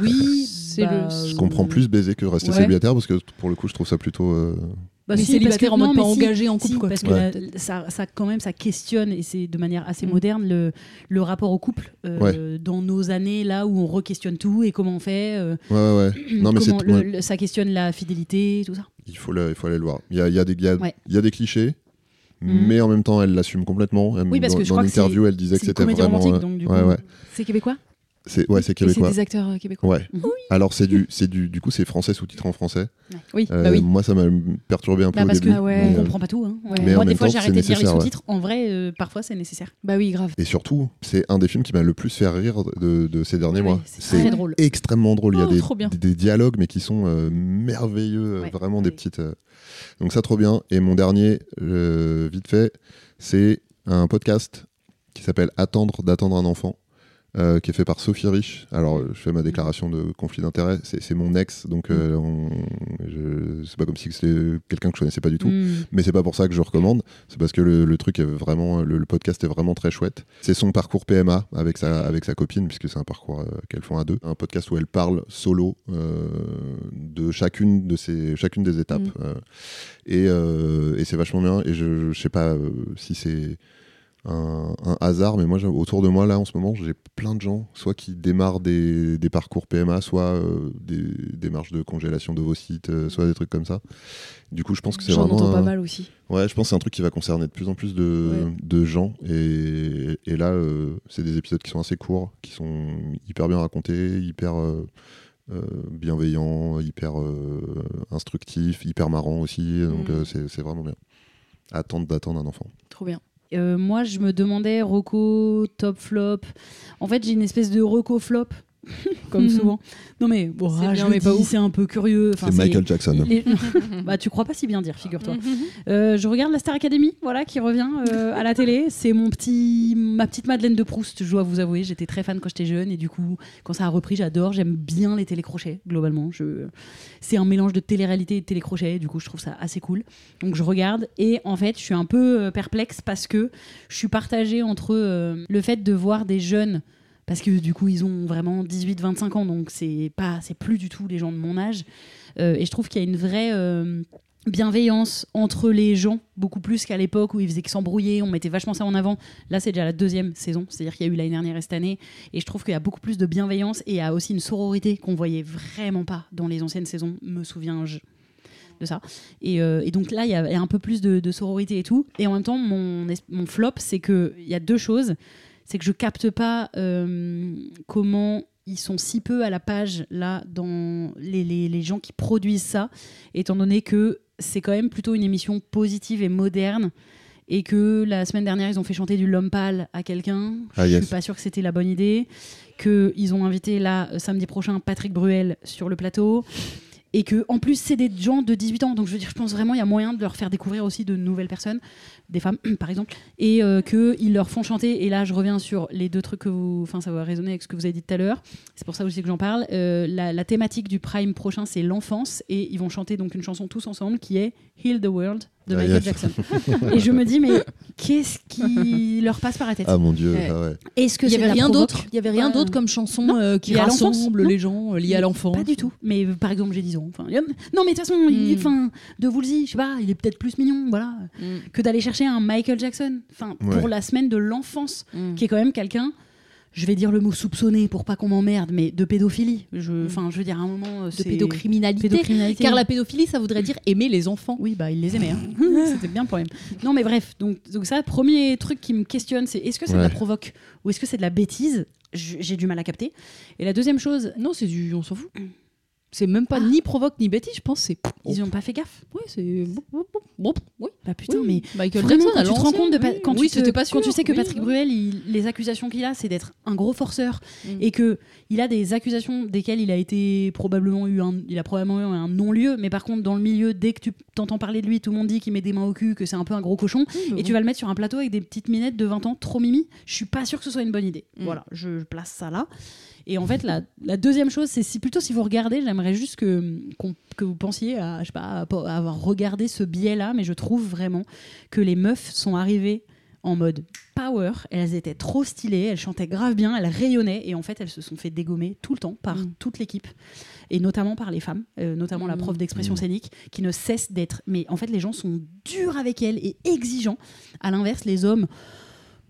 [SPEAKER 2] Oui,
[SPEAKER 3] C'est
[SPEAKER 2] bah,
[SPEAKER 3] le-
[SPEAKER 4] Je comprends plus baiser que rester
[SPEAKER 3] Ouais.
[SPEAKER 4] célibataire, parce que pour le coup, je trouve ça plutôt. euh,
[SPEAKER 2] Bah,
[SPEAKER 3] Mais
[SPEAKER 2] si,
[SPEAKER 3] célibataire
[SPEAKER 2] parce
[SPEAKER 3] en
[SPEAKER 2] que-
[SPEAKER 3] mode
[SPEAKER 2] non,
[SPEAKER 3] pas
[SPEAKER 2] mais si,
[SPEAKER 3] engagé en
[SPEAKER 2] si,
[SPEAKER 3] couple, quoi.
[SPEAKER 2] parce que
[SPEAKER 4] Ouais.
[SPEAKER 2] la- ça, ça, quand même, ça questionne, et c'est de manière assez
[SPEAKER 3] Mm.
[SPEAKER 2] moderne, le, le rapport au couple euh, dans nos années là où on re-questionne tout et comment on fait. euh,
[SPEAKER 4] Ouais, ouais. Non, mais c'est.
[SPEAKER 2] comment le-
[SPEAKER 4] ouais,
[SPEAKER 2] le- ça questionne la fidélité, tout ça.
[SPEAKER 4] Il, faut le, il faut aller le voir. Il y a, il y a des, il y a-
[SPEAKER 2] Ouais.
[SPEAKER 4] il y a des clichés.
[SPEAKER 2] Mhm.
[SPEAKER 4] Mais en même temps, elle l'assume complètement. Elle-
[SPEAKER 2] Oui, parce
[SPEAKER 4] dans
[SPEAKER 2] que je
[SPEAKER 4] dans
[SPEAKER 2] crois que
[SPEAKER 4] l'interview, elle disait
[SPEAKER 2] c'est
[SPEAKER 4] que
[SPEAKER 2] une
[SPEAKER 4] c'était
[SPEAKER 2] comédie
[SPEAKER 4] vraiment.
[SPEAKER 2] romantique,
[SPEAKER 4] euh,
[SPEAKER 2] donc, du
[SPEAKER 4] ouais,
[SPEAKER 2] coup.
[SPEAKER 4] ouais.
[SPEAKER 3] C'est québécois
[SPEAKER 4] C'est ouais, c'est
[SPEAKER 3] Et C'est
[SPEAKER 4] québécois.
[SPEAKER 3] des acteurs euh, québécois.
[SPEAKER 4] Ouais.
[SPEAKER 2] Mhm.
[SPEAKER 4] Alors c'est du, c'est du, du coup c'est français sous-titré en français.
[SPEAKER 3] Oui.
[SPEAKER 4] Euh,
[SPEAKER 3] Bah oui.
[SPEAKER 4] Moi ça m'a perturbé un peu
[SPEAKER 2] Bah,
[SPEAKER 4] au
[SPEAKER 2] parce
[SPEAKER 4] début.
[SPEAKER 3] que- ah ouais.
[SPEAKER 4] mais,
[SPEAKER 2] On
[SPEAKER 4] euh,
[SPEAKER 2] comprend pas tout. Hein.
[SPEAKER 3] Ouais.
[SPEAKER 4] Mais en
[SPEAKER 2] Moi, des
[SPEAKER 4] même
[SPEAKER 2] fois,
[SPEAKER 4] temps,
[SPEAKER 2] j'ai
[SPEAKER 4] c'est
[SPEAKER 2] arrêté de lire les
[SPEAKER 4] nécessaire, ouais.
[SPEAKER 2] sous-titres. En vrai, euh, parfois, c'est nécessaire.
[SPEAKER 3] Bah oui, grave.
[SPEAKER 4] Et surtout, c'est un des films qui m'a le plus fait rire de, de ces derniers
[SPEAKER 3] Ouais,
[SPEAKER 4] mois.
[SPEAKER 3] c'est
[SPEAKER 4] C'est
[SPEAKER 2] Très drôle.
[SPEAKER 4] extrêmement drôle. Il y a
[SPEAKER 3] Oh,
[SPEAKER 4] des-
[SPEAKER 3] trop bien. Ah
[SPEAKER 4] des, des dialogues, mais qui sont euh, merveilleux, euh,
[SPEAKER 2] Ouais,
[SPEAKER 4] vraiment
[SPEAKER 2] ouais.
[SPEAKER 4] des petites. euh, Donc ça, trop bien. Et mon dernier, euh, vite fait, c'est un podcast qui s'appelle Attendre d'attendre un enfant. euh, qui est fait par Sophie Rich. Alors, euh, je fais
[SPEAKER 3] Mm.
[SPEAKER 4] ma déclaration de conflit d'intérêt. C'est c'est mon ex, donc euh, on- je- c'est pas comme si c'était quelqu'un que je connaissais pas du tout.
[SPEAKER 2] Mm.
[SPEAKER 4] Mais c'est pas pour ça que je recommande, c'est parce que le, le truc est vraiment, le, le podcast est vraiment très chouette. C'est son parcours PMA avec sa, avec sa copine, puisque c'est un parcours euh, qu'elles font à deux. Un podcast où elles parlent solo euh, de chacune de ces, chacune des étapes.
[SPEAKER 3] Mm.
[SPEAKER 4] Euh, et euh, et c'est vachement bien. Et je, je sais pas euh, si c'est un, un hasard, mais moi, j'ai- autour de moi, là, en ce moment, j'ai plein de gens, soit qui démarrent des, des parcours PMA, soit euh, des démarches de congélation d'ovocytes, euh, soit des trucs comme ça. Du coup, je pense que c'est
[SPEAKER 3] J'en
[SPEAKER 4] vraiment. euh,
[SPEAKER 3] entends pas
[SPEAKER 4] un-
[SPEAKER 3] mal aussi.
[SPEAKER 4] Ouais, je pense que c'est un truc qui va concerner de plus en plus de,
[SPEAKER 3] Ouais.
[SPEAKER 4] de gens. Et, et là, euh, c'est des épisodes qui sont assez courts, qui sont hyper bien racontés, hyper euh, euh, bienveillants, hyper euh, instructifs, hyper marrants aussi. Donc
[SPEAKER 3] Mm.
[SPEAKER 4] euh, c'est c'est vraiment bien. Attendre d'attendre un enfant.
[SPEAKER 3] Trop bien.
[SPEAKER 2] Euh, moi, je me demandais Rocco, top flop. En fait, j'ai une espèce de Rocco flop, comme
[SPEAKER 4] Mm.
[SPEAKER 3] Mhm.
[SPEAKER 2] souvent. Non, mais bon,
[SPEAKER 3] C'est
[SPEAKER 2] ah,
[SPEAKER 3] bien,
[SPEAKER 2] je le
[SPEAKER 3] mais pas
[SPEAKER 2] dis,
[SPEAKER 3] ouf.
[SPEAKER 2] c'est un peu curieux. Enfin,
[SPEAKER 4] c'est Michael Jackson.
[SPEAKER 2] Et- bah, tu crois pas si bien dire, figure-toi. Euh, je regarde la Star Academy, voilà, qui revient euh, à la télé. C'est mon petit, ma petite Madeleine de Proust. Je dois vous avouer, j'étais très fan quand j'étais jeune et du coup, quand ça a repris, j'adore. J'aime bien les télécrochets globalement. Je, c'est un mélange de télé-réalité et de télécrochet. Du coup, je trouve ça assez cool. Donc je regarde et en fait, je suis un peu euh, perplexe parce que je suis partagée entre euh, le fait de voir des jeunes. Parce que du coup, ils ont vraiment 18-25 ans, donc c'est pas, c'est plus du tout les gens de mon âge. Euh, et je trouve qu'il y a une vraie euh, bienveillance entre les gens, beaucoup plus qu'à l'époque où ils faisaient que s'embrouiller, on mettait vachement ça en avant. Là, c'est déjà la deuxième saison, c'est-à-dire qu'il y a eu l'année dernière et cette année. Et je trouve qu'il y a beaucoup plus de bienveillance et il y a aussi une sororité qu'on voyait vraiment pas dans les anciennes saisons, me souviens-je de ça. Et, euh, et donc là, il y, a il y a un peu plus de, de sororité et tout. Et en même temps, mon, es- mon flop, c'est que il y a deux choses. C'est que je capte pas euh, comment ils sont si peu à la page là dans les, les- les gens qui produisent ça, étant donné que c'est quand même plutôt une émission positive et moderne. Et que la semaine dernière, ils ont fait chanter du Lompal à quelqu'un.
[SPEAKER 4] Ah,
[SPEAKER 2] Je
[SPEAKER 4] yes.
[SPEAKER 2] suis pas sûre que c'était la bonne idée. Qu'ils ont invité là, euh, samedi prochain, Patrick Bruel sur le plateau et que en plus c'est des gens de 18 ans donc je veux dire je pense vraiment il y a moyen de leur faire découvrir aussi de nouvelles personnes des femmes par exemple et euh, que ils leur font chanter et là je reviens sur les deux trucs que vous enfin ça va résonner avec ce que vous avez dit tout à l'heure c'est pour ça aussi que j'en parle Euh, la, la thématique du prime prochain c'est l'enfance et ils vont chanter donc une chanson tous ensemble qui est Heal the World de
[SPEAKER 4] Ah,
[SPEAKER 2] Michael
[SPEAKER 4] yes.
[SPEAKER 2] Jackson et je me dis mais qu'est-ce qui leur passe par la tête
[SPEAKER 4] Ah mon dieu.
[SPEAKER 1] Ouais.
[SPEAKER 4] ah ouais.
[SPEAKER 2] est-ce que
[SPEAKER 1] Il y
[SPEAKER 2] c'est de
[SPEAKER 1] avait
[SPEAKER 2] la
[SPEAKER 1] rien
[SPEAKER 2] provoque
[SPEAKER 1] d'autre. Il y avait rien
[SPEAKER 2] Ouais.
[SPEAKER 1] d'autre comme chanson
[SPEAKER 2] Non,
[SPEAKER 1] euh, qui
[SPEAKER 2] liée à l'enfance,
[SPEAKER 1] rassemble les gens euh, liés à l'enfant.
[SPEAKER 2] Pas du tout. Mais euh, par exemple, j'ai 10 ans. Enfin, y en- non, mais de toute façon, il-
[SPEAKER 1] Hmm.
[SPEAKER 2] enfin, de Woolsey, je sais pas, il est peut-être plus mignon, voilà, que d'aller chercher un Michael Jackson. Enfin,
[SPEAKER 4] Ouais.
[SPEAKER 2] pour la semaine de l'enfance,
[SPEAKER 3] Hmm.
[SPEAKER 1] Mm.
[SPEAKER 2] qui est quand même quelqu'un. Je vais dire le mot soupçonné pour pas qu'on m'emmerde, mais de pédophilie. Je, enfin, je veux dire, à un moment, euh,
[SPEAKER 1] De pédocriminalité.
[SPEAKER 2] pédocriminalité.
[SPEAKER 1] Car la pédophilie, ça voudrait dire aimer les enfants.
[SPEAKER 2] Oui, bah, il les aimait. hein. C'était bien le problème. Non, mais bref, donc, donc ça, premier truc qui me questionne, c'est est-ce que ça me
[SPEAKER 4] Ouais.
[SPEAKER 2] provoque ou est-ce que c'est de la bêtise Je- J'ai du mal à capter. Et la deuxième chose,
[SPEAKER 1] Non, c'est du. On s'en fout. C'est même pas
[SPEAKER 2] Ah.
[SPEAKER 1] ni provoque ni bêtise, je pense. C'est.
[SPEAKER 2] ils
[SPEAKER 4] Oh.
[SPEAKER 2] y ont pas fait gaffe.
[SPEAKER 1] Ouais, c'est. Oui.
[SPEAKER 2] Bah putain,
[SPEAKER 1] Oui,
[SPEAKER 2] mais
[SPEAKER 1] Michael
[SPEAKER 2] Vraiment,
[SPEAKER 1] Jackson,
[SPEAKER 2] quand
[SPEAKER 1] à
[SPEAKER 2] tu te rends
[SPEAKER 1] l'ancienne,
[SPEAKER 2] compte de pa-
[SPEAKER 1] oui.
[SPEAKER 2] quand,
[SPEAKER 1] Oui,
[SPEAKER 2] tu te-
[SPEAKER 1] c'était pas
[SPEAKER 2] quand tu
[SPEAKER 1] sûr,
[SPEAKER 2] sais que
[SPEAKER 1] oui,
[SPEAKER 2] Patrick
[SPEAKER 1] oui.
[SPEAKER 2] Bruel, il- les accusations qu'il a, c'est d'être un gros forceur
[SPEAKER 1] Mm.
[SPEAKER 2] et que il a des accusations desquelles il a été probablement eu un, il a probablement eu un non-lieu, mais par contre dans le milieu, dès que tu t'entends parler de lui, tout le monde dit qu'il met des mains au cul, que c'est un peu un gros cochon, et
[SPEAKER 3] Mhm.
[SPEAKER 2] tu vas le mettre sur un plateau avec des petites minettes de 20 ans, trop mimi. Je suis pas sûre que ce soit une bonne idée.
[SPEAKER 1] Mm.
[SPEAKER 2] Voilà, je, je place ça là. Et en fait, la, la deuxième chose, c'est si plutôt si vous regardez, j'aimerais juste que, qu'on- que vous pensiez à, je sais pas, à po- à avoir regardé ce biais-là, mais je trouve vraiment que les meufs sont arrivées en mode power, elles étaient trop stylées, elles chantaient grave bien, elles rayonnaient et en fait elles se sont fait dégommer tout le temps par
[SPEAKER 1] Mm.
[SPEAKER 2] toute l'équipe et notamment par les femmes, euh, notamment la prof d'expression
[SPEAKER 4] Mm.
[SPEAKER 2] scénique qui ne cesse d'être. Mais en fait les gens sont durs avec elles et exigeants. À l'inverse les hommes,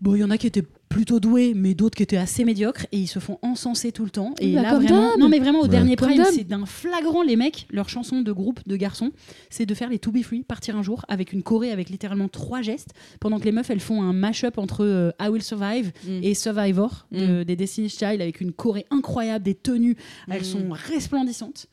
[SPEAKER 2] bon il y en a qui étaient plutôt doués, mais d'autres qui étaient assez médiocres, et ils se font encenser tout le temps. Et
[SPEAKER 3] Bah,
[SPEAKER 2] là,
[SPEAKER 3] comme
[SPEAKER 2] vraiment,
[SPEAKER 3] d'hab.
[SPEAKER 2] non mais vraiment, au
[SPEAKER 3] Ouais.
[SPEAKER 2] dernier
[SPEAKER 3] Comme
[SPEAKER 2] prime,
[SPEAKER 3] d'hab.
[SPEAKER 2] c'est d'un flagrant les mecs. Leur chanson de groupe de garçons, c'est de faire les To Be Free, partir un jour avec une choré avec littéralement trois gestes, pendant que les meufs elles font un mash-up entre euh, I Will Survive
[SPEAKER 1] Mm.
[SPEAKER 2] et Survivor
[SPEAKER 3] Mm.
[SPEAKER 2] de- des Destiny's Child avec une choré incroyable, des tenues, elles sont resplendissantes.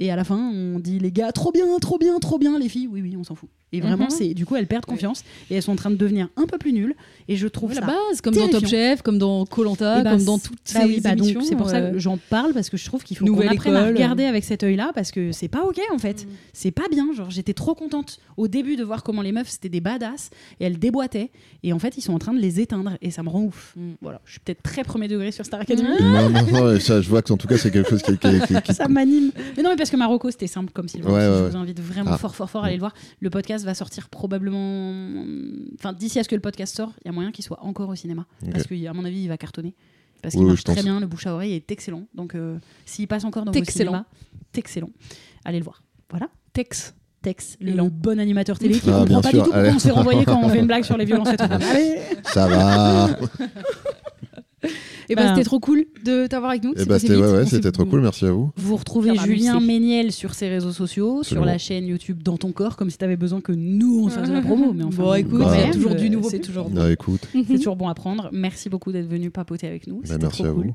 [SPEAKER 2] Et à la fin, on dit les gars, trop bien, trop bien, trop bien, les filles. Oui, oui, on s'en fout. Et vraiment,
[SPEAKER 3] Mhm.
[SPEAKER 2] c'est du coup, elles perdent confiance et elles sont en train de devenir un peu plus nulles. Et je trouve
[SPEAKER 3] la
[SPEAKER 2] ça.
[SPEAKER 3] base, comme dans Top
[SPEAKER 2] terrifiant.
[SPEAKER 3] Chef, comme dans Colanta,
[SPEAKER 2] Eh ben,
[SPEAKER 3] comme dans
[SPEAKER 2] c'est-
[SPEAKER 3] toutes
[SPEAKER 2] bah
[SPEAKER 3] ces
[SPEAKER 2] oui, bah donc,
[SPEAKER 3] émissions.
[SPEAKER 2] c'est pour ça
[SPEAKER 3] euh,
[SPEAKER 2] que j'en parle parce que je trouve qu'il faut qu'on
[SPEAKER 3] Nouvelle
[SPEAKER 2] apprenne à
[SPEAKER 3] école.
[SPEAKER 2] regarder avec cet œil-là parce que c'est pas ok en fait. C'est pas bien. Genre, j'étais trop contente au début de voir comment les meufs c'était des badass et elles déboîtaient. Et en fait, ils sont en train de les éteindre et ça me rend ouf. Voilà, je suis peut-être très premier degré sur Star
[SPEAKER 3] Mm.
[SPEAKER 2] Academy.
[SPEAKER 4] Non, non, non, et ça, je vois qu'en tout cas, c'est quelque chose qui. qui- qui- qui-
[SPEAKER 2] Ça m'anime. Mais non, mais parce que Marocco, c'était simple comme Sylvain.
[SPEAKER 4] Ouais,
[SPEAKER 2] aussi.
[SPEAKER 4] ouais,
[SPEAKER 2] je vous invite vraiment
[SPEAKER 4] Ah.
[SPEAKER 2] fort, fort, fort à aller le voir. Le podcast va sortir probablement. Enfin, d'ici à ce que le podcast sort, il y a moyen qu'il soit encore au cinéma.
[SPEAKER 4] Ok.
[SPEAKER 2] Parce qu'à mon avis, il va cartonner. Parce
[SPEAKER 4] Oui,
[SPEAKER 2] qu'il
[SPEAKER 4] oui,
[SPEAKER 2] marche
[SPEAKER 4] je pense.
[SPEAKER 2] très bien, le bouche à oreille est excellent. Donc, euh, s'il passe encore dans vos
[SPEAKER 3] T'excellent.
[SPEAKER 2] cinémas, excellent. Allez le voir. Voilà.
[SPEAKER 3] Tex.
[SPEAKER 2] Tex, le bon animateur télé qui
[SPEAKER 4] Ah, bien
[SPEAKER 2] comprend pas
[SPEAKER 4] sûr,
[SPEAKER 2] du tout
[SPEAKER 4] allez.
[SPEAKER 2] pourquoi on s'est renvoyé quand on fait une blague sur les violences. faites aux femmes. Allez.
[SPEAKER 4] Ça va.
[SPEAKER 3] Et bah,
[SPEAKER 2] Bah.
[SPEAKER 3] c'était trop cool de t'avoir avec nous.
[SPEAKER 4] Et
[SPEAKER 3] C'est
[SPEAKER 4] bah,
[SPEAKER 3] passé
[SPEAKER 4] c'était
[SPEAKER 3] vite,
[SPEAKER 4] ouais, ouais,
[SPEAKER 3] on s'est-
[SPEAKER 4] c'était trop cool, merci à vous.
[SPEAKER 2] Vous retrouvez
[SPEAKER 3] Ça va,
[SPEAKER 2] Julien
[SPEAKER 3] Lucie.
[SPEAKER 2] Méniel sur ses réseaux sociaux, sur
[SPEAKER 4] Absolument.
[SPEAKER 2] la chaîne YouTube Dans ton corps, comme si t'avais besoin que nous on fasse de la promo. Mais enfin,
[SPEAKER 3] Bon, écoute,
[SPEAKER 4] Bah,
[SPEAKER 3] il y a
[SPEAKER 4] ouais,
[SPEAKER 3] toujours du nouveau.
[SPEAKER 2] euh, C'est toujours,
[SPEAKER 4] Ah, écoute,
[SPEAKER 2] c'est toujours bon à prendre. Merci beaucoup d'être venu papoter avec nous.
[SPEAKER 4] bah,
[SPEAKER 2] Mm. C'était
[SPEAKER 4] merci
[SPEAKER 2] trop
[SPEAKER 4] à
[SPEAKER 2] cool.
[SPEAKER 4] vous.